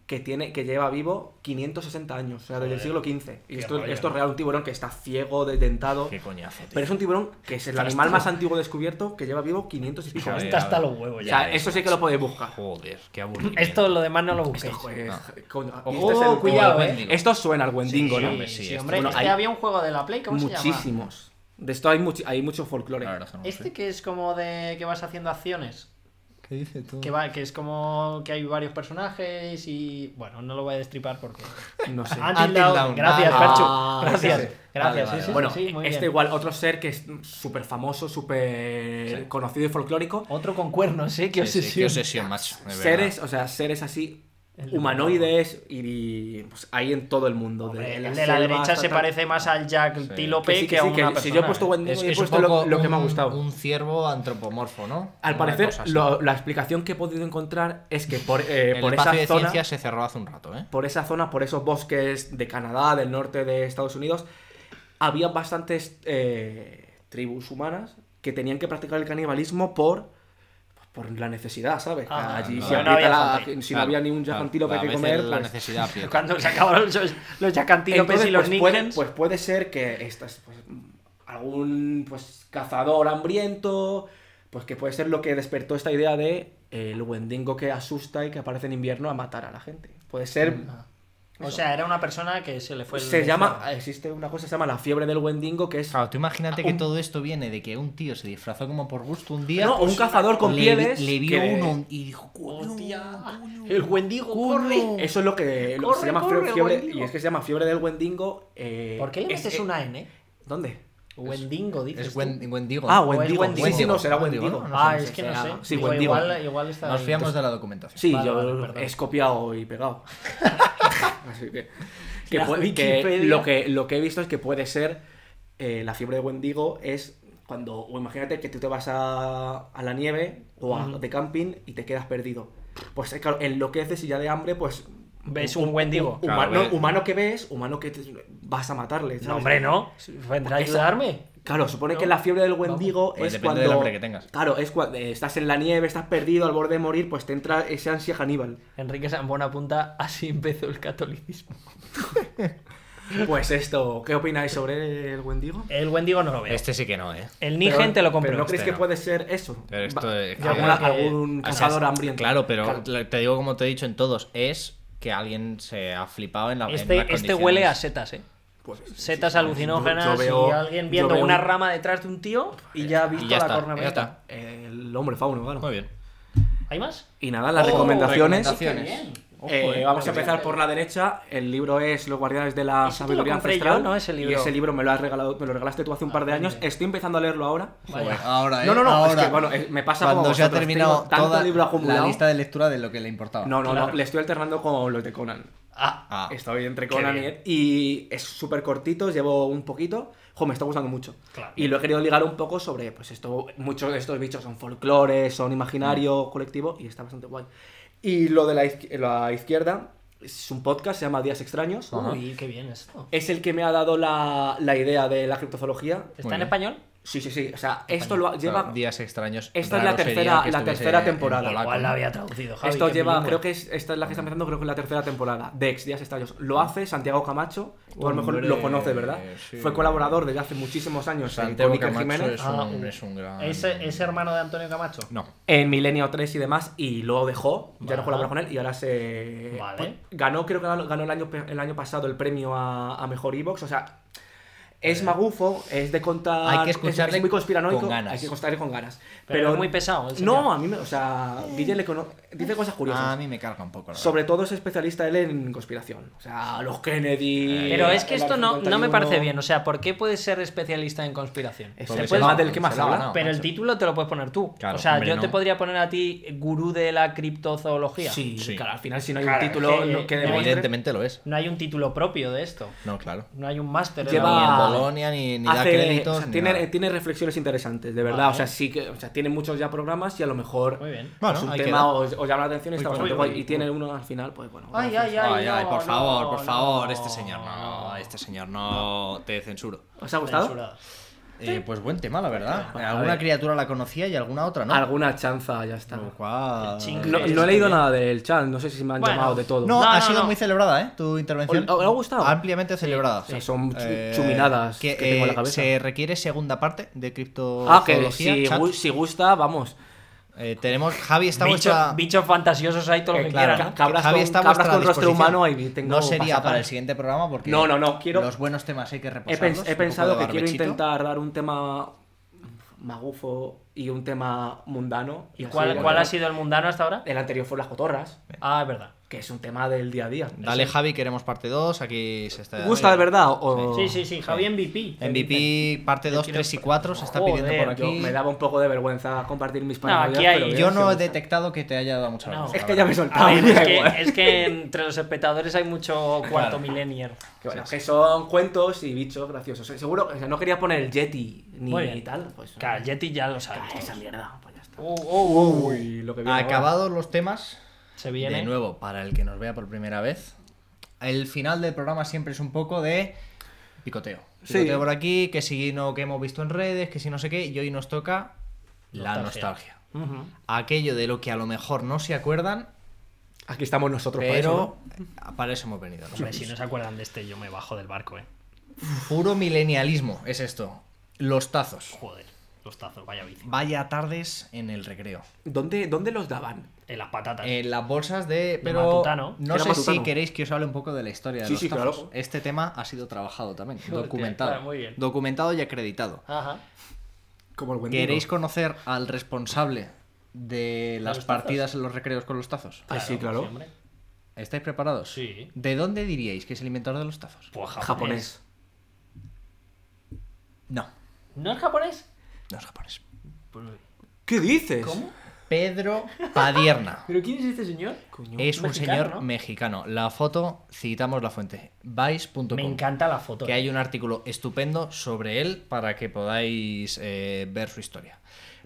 S3: que tiene que lleva vivo 560 años, o sea, desde el siglo XV. Y esto,
S2: rollo,
S3: esto es real, un tiburón que está ciego, dentado.
S1: Qué coñazo. tío.
S3: Pero es un tiburón que es el animal más antiguo descubierto que lleva vivo 500 y pico
S1: Joder,
S3: años.
S2: Está hasta
S1: a ver.
S2: los huevos
S3: O
S2: ya.
S3: sea, eso sí que lo podéis buscar.
S1: Joder, qué aburrimiento.
S2: Esto lo demás no lo busquéis.
S3: eh. Esto, joder,
S1: Ah.
S3: coño,
S1: Ojo,
S3: este es el-
S2: oh, cuidado, eh.
S1: Wendigo.
S3: Esto suena al Wendigo,
S1: Sí,
S3: ¿no?
S1: hombre, sí,
S2: sí,
S1: esto-
S2: hombre,
S3: bueno,
S2: este
S3: hay
S2: había un juego de la Play, ¿cómo se llama?
S3: Muchísimos. De esto hay, much- hay mucho folclore.
S1: La verdad es que no lo
S2: Este
S1: sé.
S2: que es como de que vas haciendo acciones.
S1: ¿Qué dices tú?
S2: Que, va, que es como que hay varios personajes y. Bueno, no lo voy a destripar porque.
S3: No sé.
S2: Until
S1: Until
S2: Dawn.
S1: Dawn.
S2: Gracias,
S1: Ah,
S2: Perchu.
S3: ah,
S2: Gracias.
S1: sí, sí. Vale, vale,
S2: Gracias. Ah, sí, sí,
S3: bueno,
S2: sí, muy
S3: este
S2: bien.
S3: igual, otro ser que es súper famoso, súper conocido y folclórico.
S2: Otro con cuernos, ¿eh? Qué
S1: Sí, sí,
S2: obsesión.
S1: Qué obsesión, macho. de verdad.
S3: Seres, o sea, seres así
S2: El de-
S3: humanoides y, y, pues, hay en todo el mundo.
S2: Hombre,
S4: El
S3: las
S4: de la
S3: selvas
S4: derecha
S3: hasta
S4: se
S3: tal.
S4: parece más al Jack
S1: Sí.
S4: Tílope
S3: Que
S4: que,
S3: sí, que
S4: a
S3: sí,
S4: una
S3: que
S4: persona.
S3: si yo he puesto
S4: ¿eh?
S3: Wendigo,
S1: Es
S3: yo
S1: que
S3: he
S1: es un
S3: puesto lo,
S1: poco
S3: lo que me ha
S1: un-
S3: gustado.
S1: Un ciervo antropomorfo, ¿no?
S3: Al
S1: Una
S3: parecer,
S1: cosa así.
S3: lo- la explicación que he podido encontrar es que por, eh,
S1: el
S3: por
S1: espacio
S3: esa
S1: de
S3: zona,
S1: ciencia se cerró hace un rato, ¿eh?
S3: por esa zona, por esos bosques de Canadá, del norte de Estados Unidos, había bastantes eh, tribus humanas que tenían que practicar el canibalismo por por la necesidad, ¿sabes?
S4: Ah,
S3: Allí
S1: claro.
S3: si,
S1: No
S3: aprieta
S4: había
S3: la-
S4: gente.
S3: si no había ni un
S1: Claro,
S3: jacantílope
S1: a
S3: que
S1: veces
S3: comer,
S1: La
S3: pues-
S1: necesidad pierde.
S4: Cuando se acabaron los, los Jack Antílopes
S3: Entonces,
S4: y los
S3: pues, puede,
S4: Nickens.
S3: pues puede ser que estas, pues, algún pues, cazador hambriento, pues que puede ser lo que despertó esta idea de eh, el Wendigo que asusta y que aparece en invierno a matar a la gente. Puede ser...
S2: O sea, era una persona que se le Mm. fue el
S3: se llama,
S2: mechero.
S3: existe una cosa que se llama la fiebre del Wendigo, que es
S1: Claro, tú imagínate que
S3: Ah, Un-
S1: todo esto viene de que un tío se disfrazó como por gusto un día. pues,
S3: No, o un cazador con
S1: le,
S3: pieles
S1: Le vio
S3: que-
S1: uno y dijo, "Coño, coño".
S2: El Wendigo, corre.
S3: eso es lo que, lo que
S2: Corre,
S3: se llama
S2: corre,
S3: fiebre,
S2: Wendigo.
S3: y es que se llama fiebre del Wendigo. eh,
S2: ¿Por qué le
S3: es-
S2: metes
S3: eh,
S2: una N?
S3: ¿Dónde?
S2: Wendigo, dices.
S1: Es
S2: tú.
S1: buen, Wendigo.
S3: Ah,
S1: ¿no?
S2: es
S3: Wendigo.
S2: Wendigo.
S3: Sí, sí, no, será
S1: Wendigo,
S3: Wendigo.
S1: ¿no?
S2: Ah,
S1: sé,
S2: es que no
S1: será-
S2: sé.
S3: sí,
S2: Digo,
S3: Wendigo.
S2: Igual, igual está
S1: Nos
S2: ahí.
S1: fiamos de la documentación.
S3: Sí,
S2: Vale,
S3: yo
S2: vale, perdón.
S3: es copiado y pegado. Así que, que
S2: La
S3: puede- que
S2: Wikipedia.
S3: lo que lo que he visto es que puede ser eh, la fiebre de Wendigo es cuando o imagínate que tú te vas a, a la nieve o a, de camping y te quedas perdido. Pues eh, claro, enloqueces y ya de hambre, pues
S4: Ves un Wendigo.
S1: Claro,
S3: humano,
S1: ves.
S3: humano que ves, humano que te- vas a matarle.
S4: No,
S3: ¿sabes?
S4: hombre, no.
S2: ¿Vendrá a ayudarme?
S3: Claro, supone
S2: No.
S3: que la fiebre del Wendigo
S1: Pues
S3: es
S1: depende
S3: cuando
S1: del hambre que tengas.
S3: Claro, es cuando estás en la nieve, estás perdido al borde de morir, pues te entra ese ansia caníbal.
S2: Enrique Sambón apunta, así empezó el catolicismo.
S3: Pues esto, ¿qué opináis sobre el Wendigo?
S4: El Wendigo no lo veo.
S1: Este sí que no, ¿eh?
S4: El Nigen te lo compro.
S3: Pero ¿no creéis
S1: este
S3: que
S1: no.
S3: puede ser eso?
S1: Pero esto
S3: Va-
S1: es-
S3: de alguna- algún
S1: O sea,
S3: cazador hambriento.
S1: Claro, pero la- te digo como te he dicho en todos, es que alguien se ha flipado en la en las
S4: Este, este
S1: condiciones.
S4: huele a setas, ¿eh?
S3: Pues,
S4: Setas
S3: sí, sí,
S4: alucinógenas
S3: yo- yo veo-
S4: y alguien
S3: yo
S4: viendo
S3: veo
S4: una
S3: un-
S4: rama detrás de un tío.
S3: Y ya ha visto
S1: Y ya
S3: la
S1: está,
S3: cornamenta.
S1: ya está.
S3: El hombre fauno, claro.
S1: Muy bien.
S4: ¿Hay más?
S3: Y nada, las
S1: Oh,
S3: recomendaciones.
S1: recomendaciones.
S3: Eh, vamos a empezar por la derecha. El libro es Los guardianes de la
S4: Ese te lo
S3: sabiduría
S4: compré
S3: ancestral.
S4: yo, ¿no? Ese libro. Ah,
S3: Y ese libro me lo has regalado, me lo regalaste tú hace un par de años. Estoy empezando a leerlo ahora.
S1: Joder, Ahora, ¿eh?
S3: No, no, no, es
S1: Ahora,
S3: que, bueno, es- me pasa
S1: Cuando
S3: como
S1: se ha
S3: vosotros,
S1: terminado
S3: tengo tanto
S1: toda
S3: libro
S1: la
S3: acumulado.
S1: lista de lectura de lo que le importaba.
S3: No, no, no, le estoy alternando con los de Conan.
S4: Ah,
S1: Ah,
S3: Estoy entre
S4: qué
S3: Conan y
S4: bien.
S3: Ed. Y es súper cortito, llevo un poquito. Jo, me está gustando mucho.
S4: Claro.
S3: Y lo he querido ligar un poco sobre, pues esto, muchos de estos bichos son folclores, son imaginario colectivo y está bastante guay. Y lo de la, izqui- la izquierda es un podcast, se llama Días Extraños.
S2: Uy, qué bien esto.
S3: Es el que me ha dado la, la idea de la criptozoología.
S4: ¿está en
S1: bien.
S4: español?
S3: Sí, sí, sí. O sea, esto lo ha- lleva...
S1: días extraños.
S3: Esta es la
S1: Raro sería
S3: tercera-
S1: que
S3: la
S1: estuviese
S3: tercera
S1: en
S3: temporada.
S1: polaco,
S4: Igual la
S1: ¿no?
S4: había traducido, Javi.
S3: Esto
S4: que es
S3: lleva,
S4: bilingüe.
S3: creo que es, esta es la que está empezando, creo que es la tercera temporada. Dex, Días Extraños. Lo hace Santiago Camacho, tú a lo mejor
S1: Ah. Hombre,
S3: lo conoces, ¿verdad?
S1: sí.
S3: Fue colaborador desde hace muchísimos años
S1: Santiago
S3: en Crónicas
S1: Camacho
S3: Jiménez,
S1: es un,
S2: Ah,
S1: es un gran.
S2: ¿Ese, ¿Es hermano de Antonio Camacho?
S1: No.
S3: en Milenio 3 y demás, y lo dejó, ya
S2: Vale.
S3: no colaboró con él, y ahora se...
S2: Vale.
S3: pues, ganó, creo que ganó, ganó el, año, pe- el año pasado el premio a, a Mejor Evox, o sea... Es magufo, es de contar.
S1: Hay que
S3: es-
S1: escucharle
S3: es muy conspiranoico.
S1: con ganas.
S3: Hay que escucharle con ganas.
S2: Pero es muy pesado el señor.
S3: No, a mí me. O sea, Guille le cono- dice cosas curiosas.
S1: A mí me carga un poco. la
S3: Sobre todo es especialista él en conspiración. O sea, los Kennedy.
S2: Pero es que
S3: eh, el
S2: esto
S3: Área
S2: no, no me
S3: 51.
S2: parece bien. O sea, ¿por qué puedes ser especialista en conspiración?
S3: Es
S1: Porque
S3: el
S1: se
S3: tema
S1: lo ha-
S3: del que más
S1: se lo ha
S3: habla.
S1: ganado,
S2: Pero el
S1: macho.
S2: título te lo puedes poner tú.
S1: Claro,
S2: o sea,
S1: hombre,
S2: yo
S1: no.
S2: te podría poner a ti gurú de la criptozoología.
S3: Sí,
S1: Sí.
S3: claro, al final si no hay
S4: Claro,
S3: un título
S2: que-
S3: no- que demuestre-
S1: Evidentemente lo es.
S2: No hay un título propio de esto.
S1: No, claro.
S2: No hay un máster. en
S3: Lleva-
S1: Ni en
S2: la-
S1: Bolonia, ni, ni da
S3: hace-
S1: créditos.
S3: o sea,
S1: ni
S3: tiene,
S1: nada.
S3: tiene reflexiones interesantes, de verdad.
S2: Vale.
S3: O sea, sí que. O sea, tiene muchos ya programas y a lo mejor.
S2: Muy bien.
S1: Bueno,
S3: es un
S1: ahí
S3: tema
S1: queda.
S3: os, os llama la atención y
S1: Uy,
S3: está bastante
S1: uy,
S3: guay.
S1: uy,
S3: y tiene uno al final, pues bueno.
S2: Ay,
S3: gracias.
S2: ay, ay.
S1: Ay, ay,
S2: no,
S1: por
S2: no,
S1: favor, por
S2: no.
S1: favor, este señor no, este señor no, te censuro.
S3: ¿Os ha gustado?
S2: Censurado.
S1: Eh, pues buen tema, la verdad. Eh,
S3: A
S1: alguna
S3: ver.
S1: criatura la conocía y alguna otra no.
S3: Alguna chanza, ya está.
S1: Lo cual-
S2: El ching-
S3: No,
S2: Eh,
S3: no he
S2: está
S3: leído
S2: bien.
S3: nada del chat, no sé si me han
S2: Bueno.
S3: llamado de todo.
S1: No,
S2: No,
S1: ha
S2: no,
S1: sido
S2: no.
S1: muy celebrada, ¿eh? Tu intervención.
S3: ¿Os- os ha gustado?
S1: Ampliamente celebrada. Eh,
S3: O sea, son chu- chuminadas
S1: que,
S3: que tengo en la
S1: eh,
S3: cabeza.
S1: Se requiere segunda parte de
S3: Ah, que
S1: criptozoología.
S3: si,
S1: chat.
S3: gu- si gusta, vamos.
S1: Eh, tenemos Javi está a
S4: Bichos,
S1: vuestra-
S4: bichos fantasiosos hay todo lo
S3: Eh,
S4: que
S3: claro,
S4: quieran.
S3: ca- cabras
S1: Javi
S3: con-
S1: está a
S3: cabras
S1: vuestra
S3: con rostro
S1: disposición.
S3: humano, ahí tengo
S1: no sería
S3: pasacanas.
S1: para el siguiente programa porque
S3: No, no, no, quiero-
S1: los buenos temas hay que
S3: He,
S1: repasarlos.
S3: pens-
S1: un
S3: he
S1: poco
S3: pensado
S1: de
S3: que quiero
S1: barbechito.
S3: intentar dar un tema magufo y un tema mundano.
S2: ¿Y
S3: así,
S2: cuál,
S3: bueno,
S2: cuál ha sido el mundano hasta ahora?
S3: El anterior fue las cotorras.
S2: Ah, es verdad.
S3: que es un tema del día a día.
S1: Dale, Javi, queremos parte 2. Aquí se está.
S3: ¿Gusta de verdad? O...
S4: Sí, sí, sí, Javi MVP.
S1: MVP parte 2, 3 y 4 se está pidiendo
S4: Joder,
S1: por
S3: Yo
S1: aquí.
S3: me daba un poco de vergüenza compartir mis
S4: aquí
S3: palabras.
S4: hay-
S3: pero
S1: Yo
S3: gracias.
S1: no he detectado que te haya dado mucha
S4: No.
S1: vergüenza,
S3: Es que
S1: la
S3: ya me he
S4: A
S1: verdad.
S2: Ah,
S3: soltado.
S4: ver,
S3: me da
S4: es,
S3: igual.
S4: que, es que entre los espectadores hay mucho cuarto millennial.
S3: Que bueno, que son cuentos y bichos graciosos. Eh, Seguro, o sea, no quería poner el Yeti ni
S4: Muy bien.
S3: tal. Pues,
S4: Claro, Yeti ya lo sabe.
S3: Ah, esa mierda, pues ya está.
S4: Uh, uh, uh.
S3: Uy, lo que viene ahora.
S1: Acabados los temas,
S4: Se viene.
S1: de nuevo, para el que nos vea por primera vez, el final del programa siempre es un poco de picoteo.
S3: Sí.
S1: Picoteo por aquí, que si no, que hemos visto en redes, que si no sé qué, y hoy nos toca la nostalgia.
S2: Nostalgia.
S1: Aquello de lo que a lo mejor no se acuerdan,
S3: Aquí estamos nosotros para eso,
S1: pero
S3: ¿no?
S1: eh, para eso hemos venido. ¿no?
S2: Hombre, si no se acuerdan de este, yo me bajo del barco, eh.
S1: Puro milenialismo es esto. Los tazos.
S2: Joder, los tazos, vaya bici.
S1: Vaya tardes en el recreo.
S3: ¿Dónde, ¿Dónde los daban?
S2: En Eh, las patatas.
S1: En las bolsas de. Pero
S2: Matutano.
S1: no
S3: Era
S1: sé
S3: Matutano.
S1: si queréis que os hable un poco de la historia de
S3: Sí,
S1: los
S3: sí,
S1: tazos.
S3: claro.
S1: Este tema ha sido trabajado también,
S4: Hostia,
S1: documentado.
S4: claro, muy bien.
S1: Documentado y acreditado.
S4: Ajá.
S3: Como el buen Diego.
S1: ¿Queréis conocer al responsable de las
S4: los tazos?
S1: partidas en los recreos con los tazos?
S3: Ah, sí, claro.
S4: hombre.
S1: ¿Estáis preparados?
S2: Sí.
S1: ¿De dónde diríais que es el inventor de los tazos?
S2: Pues japonés.
S3: Japonés.
S1: No,
S4: ¿No es japonés?
S1: no es japonés.
S3: ¿Qué dices?
S4: ¿Cómo?
S1: Pedro Padierna.
S4: ¿Pero quién es este señor?
S3: Coño.
S1: Es un
S4: Mexicano,
S1: señor
S4: ¿no?
S1: mexicano. La foto, citamos la fuente, vice.com.
S2: Me encanta la foto.
S1: Que
S2: eh.
S1: hay un artículo estupendo sobre él para que podáis eh, ver su historia.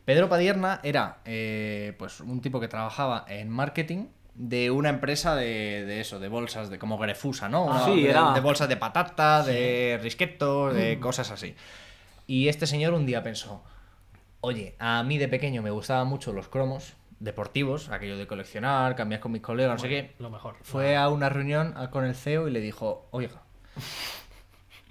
S1: Pedro Padierna era eh, pues un tipo que trabajaba en marketing de una empresa de, de eso, de bolsas, de como Grefusa, ¿no?
S3: Ah,
S1: Una-
S3: sí,
S1: de,
S3: era- Mm.
S1: de bolsas de patata, de risquetos, de cosas así. Y este señor un día pensó, Oye, a mí de pequeño me gustaban mucho los cromos deportivos, aquello de coleccionar, cambiar con mis colegas, no sé qué.
S2: Lo mejor.
S1: Fue a una reunión a- con el CEO y le dijo, oiga,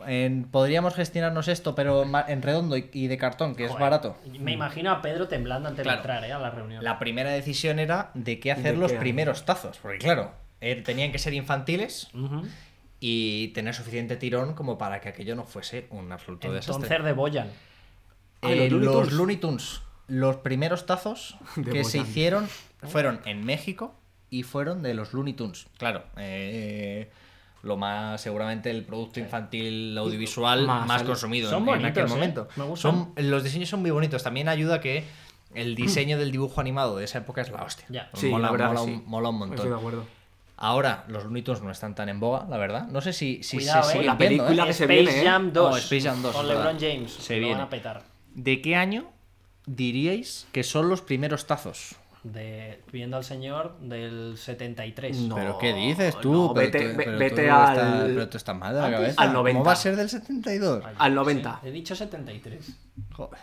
S1: en- podríamos gestionarnos esto, pero ma- en redondo y, y de cartón, que es
S2: Joder,
S1: barato.
S2: Me imagino a Pedro temblando antes
S1: Claro.
S2: de entrar, eh, a la reunión.
S1: La primera decisión era de qué hacer
S3: ¿De
S1: los
S3: qué?
S1: primeros tazos, porque claro, eh, tenían que ser infantiles
S2: Ujú.
S1: y tener suficiente tirón como para que aquello no fuese un absoluto desastre.
S2: Entonces de Boyan.
S3: Ah,
S1: Eh,
S3: los Looney
S1: los
S3: Tunes.
S1: Looney Tunes, los primeros tazos
S3: De Ah.
S1: que se
S3: Boyan.
S1: hicieron fueron en México y fueron de los Looney Tunes. Claro, eh, lo más seguramente el producto infantil audiovisual
S3: Más
S1: más,
S3: al-
S1: consumido
S2: son
S1: en, en
S2: bonitos,
S1: aquel
S2: ¿eh?
S1: momento.
S2: Me
S1: son,
S2: gustan.
S1: los diseños son muy bonitos. También ayuda que el diseño del dibujo animado de esa época es la hostia. Pues
S2: Ya.
S3: Sí,
S1: mola,
S3: la verdad
S1: mola
S3: que
S1: un-
S3: sí.
S1: mola un montón.
S3: Estoy de acuerdo.
S1: Ahora los Looney Tunes no están tan en boga, la verdad. No sé si, si
S2: Cuidado,
S1: se
S2: eh.
S1: siguen
S3: La
S1: viendo,
S3: película
S1: ¿eh?
S3: que se
S2: Space
S3: viene, ¿eh?
S2: Jam 2.
S1: Oh, Space Jam 2,
S2: Con
S1: es
S2: LeBron
S1: verdad.
S2: James.
S1: Se
S2: lo
S1: viene.
S2: van a petar.
S1: ¿De qué año diríais que son los primeros tazos?
S2: De, viendo al señor del 73.
S3: No.
S1: ¿Pero qué dices tú?
S3: no,
S1: Pero
S3: vete-
S1: tú-
S3: ve-
S1: pero
S3: vete
S1: tú
S3: al-
S1: estás- pero tú estás mal de la
S3: al
S1: cabeza.
S3: 90.
S1: ¿Cómo va a ser del 72?
S2: Ay,
S3: Al
S2: no sé,
S3: 90.
S2: he dicho 73.
S1: Joder.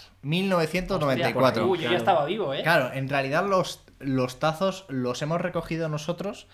S2: Hostia,
S1: 1994.
S2: Uy, yo ya estaba vivo, ¿eh?
S1: Claro, en realidad los, los tazos los hemos recogido nosotros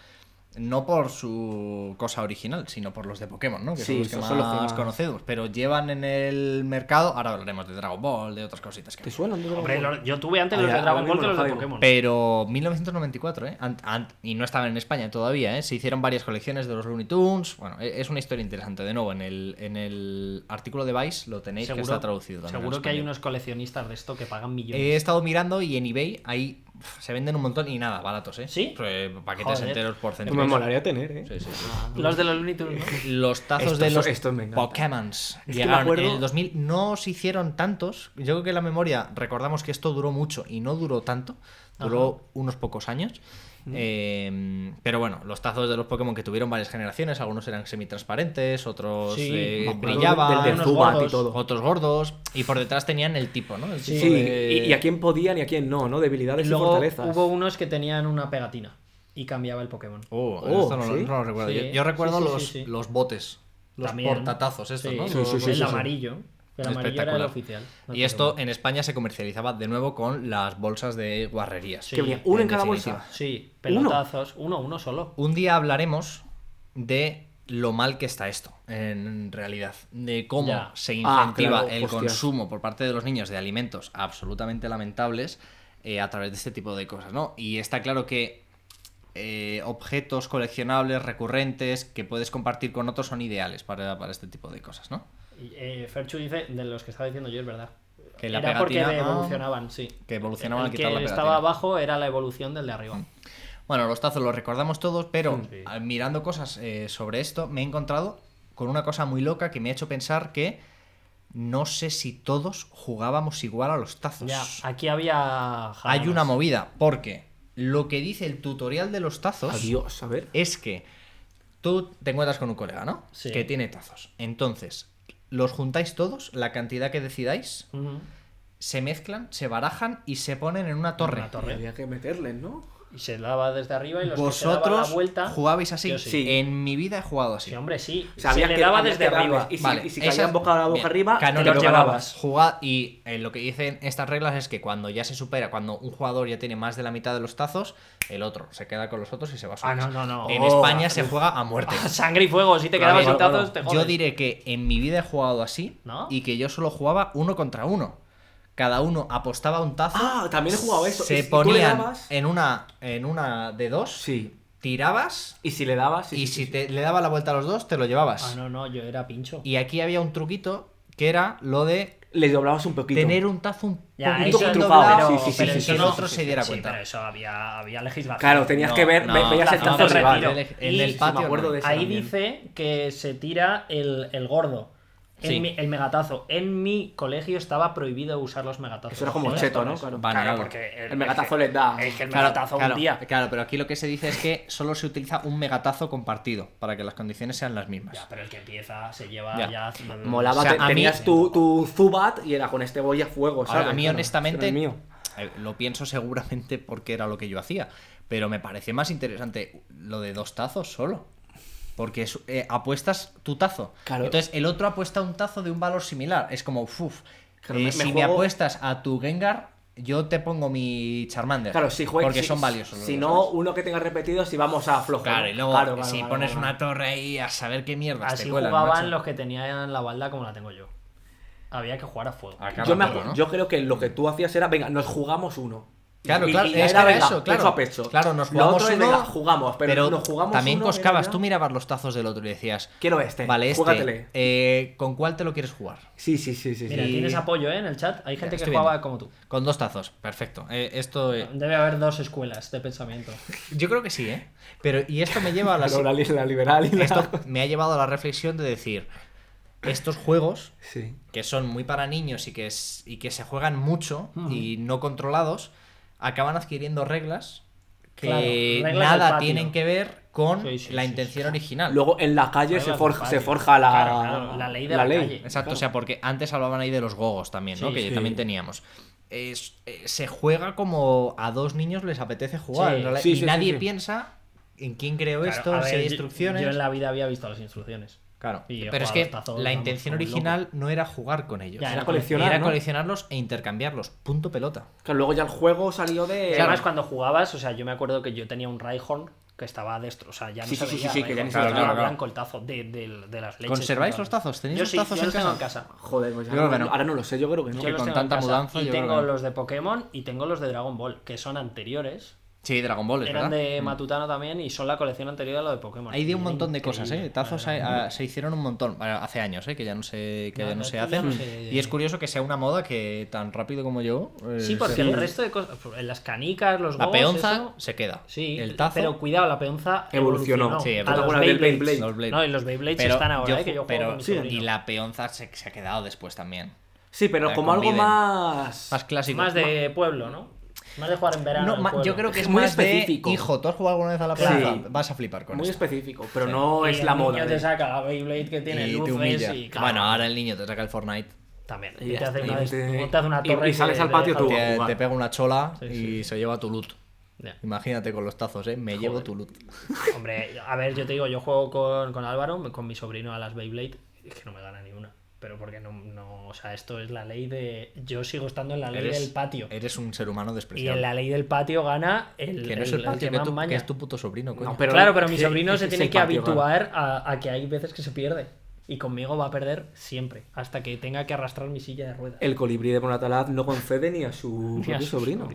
S1: no por su cosa original, sino por los de Pokémon, ¿no? Que son
S3: Sí,
S1: los que
S3: esos
S1: más,
S3: son los que más-
S1: conocemos. Pero llevan en el mercado, ahora hablaremos de Dragon Ball, de otras cositas que...
S3: ¿Te suenan? de
S2: Hombre,
S3: algo?
S2: lo- yo tuve antes los
S3: Ahora-
S2: de Dragon
S3: ahora
S2: Ball que
S3: mismo
S2: los de
S3: lo
S2: Pokémon.
S1: Pero 1994, ¿eh? Ant- ant- y no estaban en España todavía, ¿eh? Se hicieron varias colecciones de los Looney Tunes. Bueno, e- es una historia interesante. De nuevo, en el, en el artículo de Vice lo tenéis que está traducido también.
S2: seguro
S1: al
S2: que hay
S1: español.
S2: unos coleccionistas de esto que pagan millones.
S1: He estado mirando y en eBay ahí pf, se venden un montón y nada, baratos, ¿eh?
S2: ¿Sí?
S1: Pues, paquetes
S2: Joder.
S1: enteros por
S3: Pues me
S1: centavos.
S3: molaría tener, ¿eh?
S1: Sí, sí, sí.
S4: Los de los Looney Tunes, ¿no?
S1: Los tazos
S3: Esto-
S1: de los
S3: esto me encanta.
S1: Pokémons
S3: que me
S1: llegaron
S3: acuerdo-
S1: en el 2000. No se hicieron tantos. Yo creo que la memoria, recordamos que esto duró mucho y no duró tanto. Duró unos pocos años.
S3: Mm.
S1: Eh, pero bueno, los tazos de los Pokémon que tuvieron varias generaciones, algunos eran semitransparentes, otros
S2: Sí,
S1: eh,
S2: me
S3: acuerdo
S1: brillaban,
S3: del de
S1: unos
S3: Zubat y
S1: gordos,
S3: todo.
S1: otros gordos, y por detrás tenían el tipo, ¿no? El
S3: Sí,
S1: tipo de-
S3: y, y a quién podían y a quién no, ¿no? Debilidades
S2: Y
S3: y,
S2: luego
S3: fortalezas.
S2: hubo unos que tenían una pegatina y cambiaba el Pokémon.
S1: Oh,
S3: Oh,
S1: esto no, lo-
S3: ¿sí?
S1: no lo recuerdo.
S2: Sí,
S1: yo, yo
S2: sí,
S1: recuerdo
S2: sí, sí,
S1: los,
S2: sí.
S1: los botes, los
S2: También.
S1: portatazos, estos,
S2: Sí,
S1: ¿no?
S2: sí,
S1: Los-
S3: sí, sí,
S2: el
S3: sí, sí.
S2: amarillo. El amarillo era el
S1: Espectacular.
S2: oficial. No
S1: y
S2: te
S1: esto
S2: preocupes.
S1: en España se comercializaba de nuevo con las bolsas de guarrerías.
S2: Sí.
S3: que venía uno en cada
S1: definitiva.
S3: bolsa.
S2: Sí,
S3: Uno.
S2: pelotazos. Uno, uno solo.
S1: Un día hablaremos de lo mal que está esto, en realidad. De cómo
S2: Ya.
S1: se
S3: Ah,
S1: incentiva
S3: claro,
S1: el
S3: hostias.
S1: consumo por parte de los niños de alimentos absolutamente lamentables eh, a través de este tipo de cosas, ¿no? Y está claro que eh, objetos coleccionables, recurrentes, que puedes compartir con otros son ideales para, para este tipo de cosas, ¿no?
S2: Y, eh, Ferchu dice de los que estaba diciendo yo, es verdad.
S1: Que la
S2: era porque
S1: pegatina, ah,
S2: evolucionaban, sí.
S1: que evolucionaban
S2: el
S1: al
S2: que
S1: quitar la
S2: estaba
S1: pegatina. Mm.
S2: abajo era la evolución del de arriba.
S1: Bueno, los tazos los recordamos todos, pero ah, mirando cosas eh, sobre esto me he encontrado con una cosa muy loca que me ha hecho pensar que no sé si todos jugábamos igual a los tazos.
S2: Ya, aquí había.
S1: Hay una
S2: jaranas.
S1: movida, porque lo que dice el tutorial de los tazos
S3: Adiós, a ver.
S1: es que tú te encuentras con un colega, ¿no?
S2: Sí.
S1: Que tiene tazos. Entonces, los juntáis todos, la cantidad que decidáis,
S2: Ujú.
S1: se mezclan, se barajan y se ponen en una torre.
S2: Una torre.
S3: Habría que meterle, ¿no?
S2: Y se lava desde arriba y los que se daban
S1: Vosotros
S2: la vuelta.
S1: jugabais así.
S2: Yo sí.
S3: Sí.
S1: En mi vida he jugado así.
S2: Sí, hombre, sí.
S3: O sea,
S2: se
S3: había
S2: le
S3: que-
S2: daba
S3: había
S2: desde
S3: que darles.
S2: arriba.
S3: Y si,
S1: Vale,
S3: y si
S1: esas-
S3: caían boca a boca
S1: bien,
S3: arriba, te
S1: canónico.
S3: los llevabas.
S1: Jugad- y eh, lo que dicen estas reglas es que cuando ya se supera, cuando un jugador ya tiene más de la mitad de los tazos, el otro se queda con los otros y se va a
S2: Ah, no, no, no.
S1: En
S2: Oh,
S1: España se juega a muerte.
S2: Sangre y fuego, si te
S1: A
S2: quedabas
S1: ver,
S2: sin tazos,
S1: claro,
S2: te jodes.
S1: Yo diré que en mi vida he jugado así
S2: ¿No?
S1: y que yo solo jugaba uno contra uno. Cada uno apostaba un tazo.
S3: Ah, también he jugado eso. Y
S1: Se
S3: si tú le
S1: ponían
S3: dabas-
S1: en una, en una de dos,
S3: Sí.
S1: tirabas
S3: Y si le dabas. sí,
S1: y
S3: sí,
S1: si
S3: sí,
S1: te, le daba la vuelta a los dos, te lo llevabas.
S2: Ah, no, no, yo era pincho.
S1: Y aquí había un truquito que era lo de
S3: sí. Le doblabas un poquito.
S1: tener un tazo un
S2: Ya,
S1: poquito
S2: eso es
S1: doblado, pero,
S2: trufado, sí, sí, sí, sí,
S1: que
S2: sí,
S1: el
S2: sí,
S1: otro
S2: sí,
S1: se diera
S2: sí,
S1: cuenta.
S2: pero eso había, había legislación.
S3: Claro, tenías que ver. ve-
S1: no,
S3: veías el
S2: la zona
S3: tazo
S2: de
S3: rival.
S2: retiro.
S1: El, el
S2: Y-
S1: del
S2: sí,
S1: patio.
S3: me acuerdo
S1: no.
S3: de eso.
S2: Ahí
S3: también.
S2: dice que se tira el, el gordo. En
S1: Sí.
S2: mi- el megatazo. En mi colegio estaba prohibido usar los megatazos. ¿Eh?
S3: Eso era como
S2: Los
S3: cheto, ¿no?
S2: torres.
S3: Claro.
S1: Vale.
S4: Claro,
S1: Baneado.
S4: porque el,
S3: El megatazo les da.
S4: Es que el
S1: Claro,
S4: megatazo
S1: claro,
S4: un día.
S1: claro, pero aquí lo que se dice es que solo se utiliza un megatazo compartido para que las condiciones sean las mismas.
S2: Ya, pero el que empieza se lleva
S1: Ya.
S2: ya.
S3: Molaba,
S1: O sea, a
S3: te-
S1: mí-
S3: tenías tu, tu Zubat y era con este voy a fuego,
S1: Ahora,
S3: ¿sabes?
S1: a mí,
S3: Claro,
S1: honestamente,
S3: este no es mío.
S1: eh, lo pienso seguramente porque era lo que yo hacía, pero me parece más interesante lo de dos tazos solo. Porque es- eh, apuestas tu tazo.
S3: Claro.
S1: Entonces el otro apuesta un tazo de un valor similar. Es como, uff,
S3: Claro, me- me
S1: si me
S3: juego-
S1: apuestas a tu Gengar, yo te pongo mi Charmander.
S3: Claro, si juegas.
S1: Porque son valiosos. los
S3: Si
S1: dos,
S3: no,
S1: ¿sabes?
S3: uno que tenga repetido, si vamos a aflojar.
S1: Claro, y luego
S3: Claro, claro,
S1: si
S3: claro,
S1: pones
S3: claro.
S1: una torre ahí a saber qué mierda
S3: Ah,
S2: Así
S1: te cuelan,
S2: jugaban
S1: macho.
S2: los que tenían la balda como la tengo yo. Había que jugar a fuego.
S1: A cara
S3: Yo, me
S1: todo,
S3: acu-
S1: ¿no?
S3: yo creo que lo que tú hacías era, venga, nos jugamos uno.
S1: Claro, claro,
S3: ya
S1: es que
S3: era,
S1: era
S3: venga,
S1: eso, claro.
S3: pecho a pecho.
S1: Claro, nos
S3: Lo
S1: jugamos
S3: otro es,
S1: uno,
S3: venga, jugamos, pero, nos jugamos
S1: también
S3: uno,
S1: coscabas,
S3: era ya-
S1: tú mirabas los tazos del otro y decías,
S3: Quiero este.
S1: vale, este,
S3: Júgatele.
S1: eh, ¿con cuál te lo quieres jugar?
S3: Sí, sí, sí, sí. sí.
S2: Mira,
S1: Y-
S2: tienes apoyo ¿eh? en el chat. Hay gente que
S1: estoy
S2: jugaba
S1: viendo.
S2: como tú.
S1: Con dos tazos, perfecto. Eh, esto, eh,
S2: Debe haber dos escuelas de pensamiento.
S1: yo creo que sí, ¿eh? Pero, y esto me lleva a la...
S3: Pero la, li- la liberal y la...
S1: esto me ha llevado a la reflexión de decir, estos juegos
S3: Sí.
S1: que son muy para niños y que, es- y que se juegan mucho y no controlados, acaban adquiriendo reglas que
S2: Claro, reglas del
S1: nada
S2: patio.
S1: tienen que ver con
S2: Sí, sí,
S1: la
S2: sí,
S1: intención original.
S3: Luego en la calle
S2: Reglas
S3: se
S2: del
S3: forja, se
S2: patio.
S3: forja la...
S2: Claro, claro, la ley de la calle.
S1: Exacto, o sea, porque antes hablaban ahí de los gogos también, ¿no?
S2: Sí,
S1: que
S2: sí.
S1: también teníamos. Es- eh, se juega como a dos niños les apetece jugar
S2: Sí.
S1: en realidad,
S3: Sí,
S1: y
S3: sí, sí,
S1: nadie
S3: sí.
S1: piensa en quién creó
S2: Claro,
S1: esto,
S2: a
S1: si
S2: ver,
S1: hay
S2: yo-
S1: instrucciones.
S2: Yo en la vida había visto las instrucciones.
S1: Claro,
S2: Y he
S1: pero es
S2: jugado
S1: que
S2: al tazón,
S1: la
S2: vamos,
S1: intención
S2: como un loco.
S1: original no era jugar con ellos.
S2: Ya,
S3: Era
S2: era
S3: coleccionar,
S1: era
S3: ¿no?
S1: coleccionarlos e intercambiarlos. Punto pelota.
S3: Claro, luego ya el juego salió de...
S2: Y Además, cuando jugabas, o sea, yo me acuerdo que yo tenía un Raihorn que estaba destro, o sea, ya no
S3: Sí,
S2: se
S3: sí, sí,
S2: veía
S3: sí, que ya ni
S2: Raihorn,
S3: se veía,
S2: estaba
S1: claro, claro.
S2: blanco el tazo de, de- de las leches.
S1: ¿Conserváis
S2: Claro.
S1: los tazos? ¿Tenéis
S2: yo
S1: los
S2: sí,
S1: tazos
S2: yo
S1: en
S2: los
S1: casa?
S2: tengo en casa.
S3: Joder, pues ya
S1: Yo creo que
S3: no-
S1: no.
S3: ahora no lo sé, yo creo que no.
S2: Yo los
S1: con
S2: tengo en
S1: tanta
S2: casa.
S1: mudanza,
S2: y
S1: yo creo
S2: tengo
S1: que no.
S2: los de Pokémon y tengo los de Dragon Ball, que son anteriores.
S1: Sí, Dragon Ball, es
S2: Eran
S1: verdad. Mm.
S2: de Matutano también y son la colección anterior a lo de Pokémon.
S1: Hay de un
S2: Y
S1: montón de
S2: increíble.
S1: cosas, ¿eh? Tazos
S2: Madre
S1: a- a- se hicieron un montón. Bueno, hace años, ¿eh? Que ya no se, que
S2: No,
S1: ya
S2: no,
S1: no
S2: es
S1: se
S2: que ya
S1: hacen.
S2: no se-
S1: Y es curioso que sea una moda que tan rápido como yo. eh,
S2: mía. Sí, porque
S1: se-
S2: el resto de cosas, pues, las canicas, los
S1: La
S2: gogos,
S1: peonza
S2: eso-
S1: se queda.
S2: Sí,
S1: el tazo.
S2: pero cuidado, la peonza
S3: Evolucionó.
S2: evolucionó.
S1: Sí,
S2: A
S1: evolucionó.
S2: los
S3: Alguna del
S2: Beyblades.
S3: Beyblade.
S1: Los Blade.
S2: No, y los Beyblades
S1: Pero
S2: están ahora,
S1: yo
S2: ¿eh? Que
S1: ju-
S2: yo juego
S1: pero-
S2: con mi
S1: sí,
S2: sobrino.
S1: Y la peonza se, se ha quedado después también.
S3: Sí, pero
S1: Ah,
S3: como algo
S1: conviven.
S3: más...
S1: Más clásico.
S2: Más de pueblo, ¿no? Más de jugar en verano.
S1: No,
S2: en
S1: ma- yo
S2: pueblo.
S1: creo que
S3: Es
S1: es,
S3: muy
S1: más
S3: específico.
S1: de. Hijo, ¿tú has jugado alguna vez a la
S2: Claro.
S1: peonza?
S3: Sí.
S1: Vas a flipar con
S3: Muy
S1: esta".
S3: específico, pero no
S2: Y
S3: Oh, es
S2: el
S3: la
S2: niño
S3: moda. eh.
S2: te
S3: de-
S2: saca la Beyblade que tiene
S1: Y te
S2: luces
S1: humilla.
S2: y claro,
S1: Bueno, ahora el niño te saca el Fortnite.
S2: también.
S3: Y
S2: Y
S3: ya
S2: te hace
S3: está,
S2: una,
S3: y te-
S2: te hace una
S3: y-
S2: torre
S3: y sales
S2: que
S3: al
S2: te
S3: patio
S2: deja-
S3: tú.
S1: Te,
S3: jugar.
S1: te pega una chola
S2: Sí,
S1: y
S2: sí,
S1: se lleva tu loot.
S2: Ya.
S1: Imagínate con los tazos, ¿eh? Me llevo tu loot.
S2: Hombre, a ver, yo te digo, yo juego con, con Álvaro, con mi sobrino a las Beyblade, es que no me gana ni una. Pero porque no, no, o sea, esto es la ley de... Yo sigo estando en la ley del patio.
S1: Eres un ser humano
S2: Y en
S1: despreciable.
S2: la ley del patio gana el,
S1: Que no es
S2: el-
S1: el
S2: el
S1: patio, que,
S2: más
S1: tú- que
S2: maña.
S1: es tu puto sobrino, coño.
S3: No, pero-
S2: claro, pero mi
S3: ¿qué-
S2: sobrino
S3: qué
S2: se
S3: es
S2: tiene
S3: el
S2: que
S3: patio,
S2: habituar a, a que hay veces que se pierde. Y conmigo va a perder siempre, hasta que tenga que arrastrar mi silla de ruedas.
S3: El colibrí de Monatalaz no concede ni a su
S2: Ni a
S3: propio
S2: sus
S3: sobrino.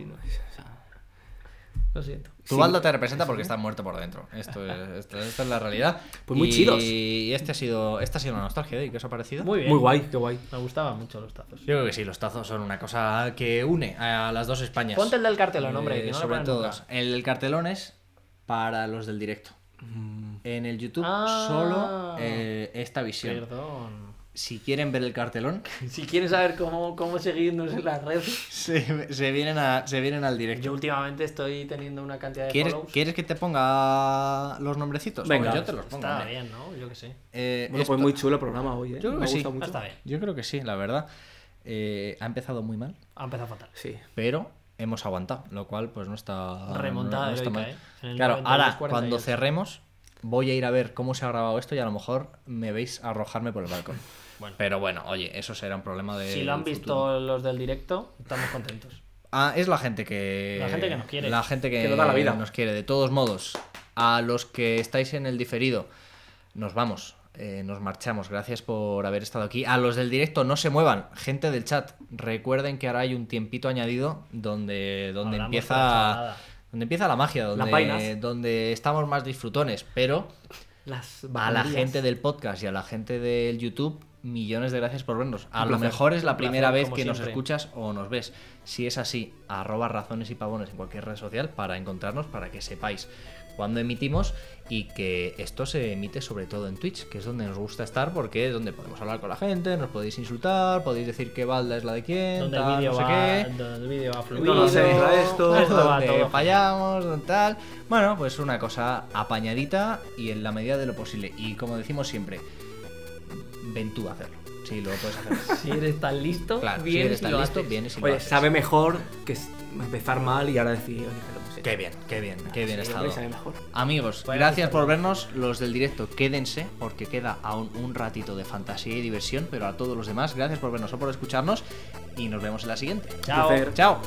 S2: Lo siento.
S1: Tu balda te representa porque está muerto por dentro. Esto es, esto- esta es la realidad.
S3: Pues muy
S1: y,
S3: chidos.
S1: Y este ha sido, esta ha sido una nostalgia de hoy. ¿Qué os ha parecido?
S2: Muy bien.
S3: Muy guay, qué guay.
S2: Me gustaban mucho los tazos.
S1: Yo creo que sí, los tazos son una cosa que une a las dos Españas.
S2: Ponte el del cartelón, hombre,
S1: Eh,
S2: que no lo
S1: sobre
S2: ponen
S1: todo.
S2: nunca.
S1: El del cartelón es para los del directo.
S3: Mm.
S1: En el YouTube
S2: Ah.
S1: solo eh, esta visión.
S2: Perdón.
S1: Si quieren ver el cartelón,
S4: Si quieres saber cómo, cómo seguirnos en las redes.
S1: se, se vienen, a- se vienen al directo.
S2: Yo últimamente estoy teniendo una cantidad de
S1: ¿Quieres,
S2: follows.
S1: ¿Quieres que te ponga los nombrecitos?
S3: Venga.
S1: Pues yo te los pongo.
S2: Está
S1: hombre.
S2: bien, ¿no? Yo qué sé.
S1: Eh,
S3: Bueno,
S1: esto-
S3: pues muy chulo el programa hoy, ¿eh?
S1: Yo creo
S3: Me
S1: que
S3: ha
S1: sí.
S3: gustado
S2: Ah,
S3: mucho.
S2: está bien.
S1: Yo creo que sí, la verdad. Eh, ha empezado muy mal,
S2: Ha empezado fatal.
S3: Sí.
S1: pero hemos aguantado, lo cual pues no está...
S2: Remontada
S1: no- no está
S2: heroica,
S1: mal.
S2: ¿eh? En el
S1: Claro,
S2: 92,
S1: ahora
S2: 48.
S1: cuando cerremos voy a ir a ver cómo se ha grabado esto y a lo mejor me veis arrojarme por el balcón.
S2: Bueno.
S1: Pero bueno, oye, eso será un problema de...
S2: Si lo han visto los del directo, estamos contentos.
S1: Ah, es la gente que.
S2: La gente que nos quiere.
S1: La gente que,
S3: Que nos da la vida.
S1: nos quiere. De todos modos, a los que estáis en el diferido, nos vamos. eh, nos marchamos. Gracias por haber estado aquí. A los del directo, no se muevan. Gente del chat, recuerden que ahora hay un tiempito añadido donde, donde
S2: Hablamos con la
S1: empieza.
S2: chavalada.
S1: Donde empieza la magia, donde,
S3: vainas.
S1: donde estamos más disfrutones, pero
S3: Las
S1: a la
S3: baterías.
S1: gente del podcast y a la gente del YouTube, millones de gracias por vernos. A
S3: Un
S1: lo
S3: placer,
S1: mejor es la
S2: un placer,
S1: primera vez
S2: como
S1: que nos
S2: siempre.
S1: escuchas o nos ves. Si es así, arroba razones y pavones en cualquier red social para encontrarnos, para que sepáis cuándo emitimos y que esto se emite sobre todo en Twitch, que es donde nos gusta estar porque es donde podemos hablar con la gente, nos podéis insultar, podéis decir que balda es la de quién,
S2: Donde el
S1: tal,
S2: vídeo
S1: no sé
S2: va,
S1: qué
S2: donde el vídeo va fluido.
S3: No nos entra esto,
S2: Esto va
S1: donde
S2: todo.
S1: fallamos, donde tal. Bueno, pues una cosa apañadita y en la medida de lo posible. Y como decimos siempre, ven tú a hacerlo. Si lo puedes hacer.
S4: Si eres tan listo,
S1: Claro, si
S4: vienes
S1: eres
S4: y
S1: tan
S4: lo
S1: listo,
S4: haces.
S1: vienes y lo
S3: Oye,
S1: haces.
S3: sabe mejor que s- empezar mal y ahora decir, oye, que lo hemos hecho.
S1: Qué bien, qué bien, qué bien
S3: Sí,
S1: estado.
S3: sabe mejor.
S1: Amigos,
S2: Vaya
S1: gracias
S2: pizarra.
S1: por vernos. Los del directo, quédense porque queda aún un ratito de fantasía y diversión. Pero a todos los demás, gracias por vernos o por escucharnos. Y nos vemos en la siguiente.
S2: Chao.
S3: Placer.
S1: Chao.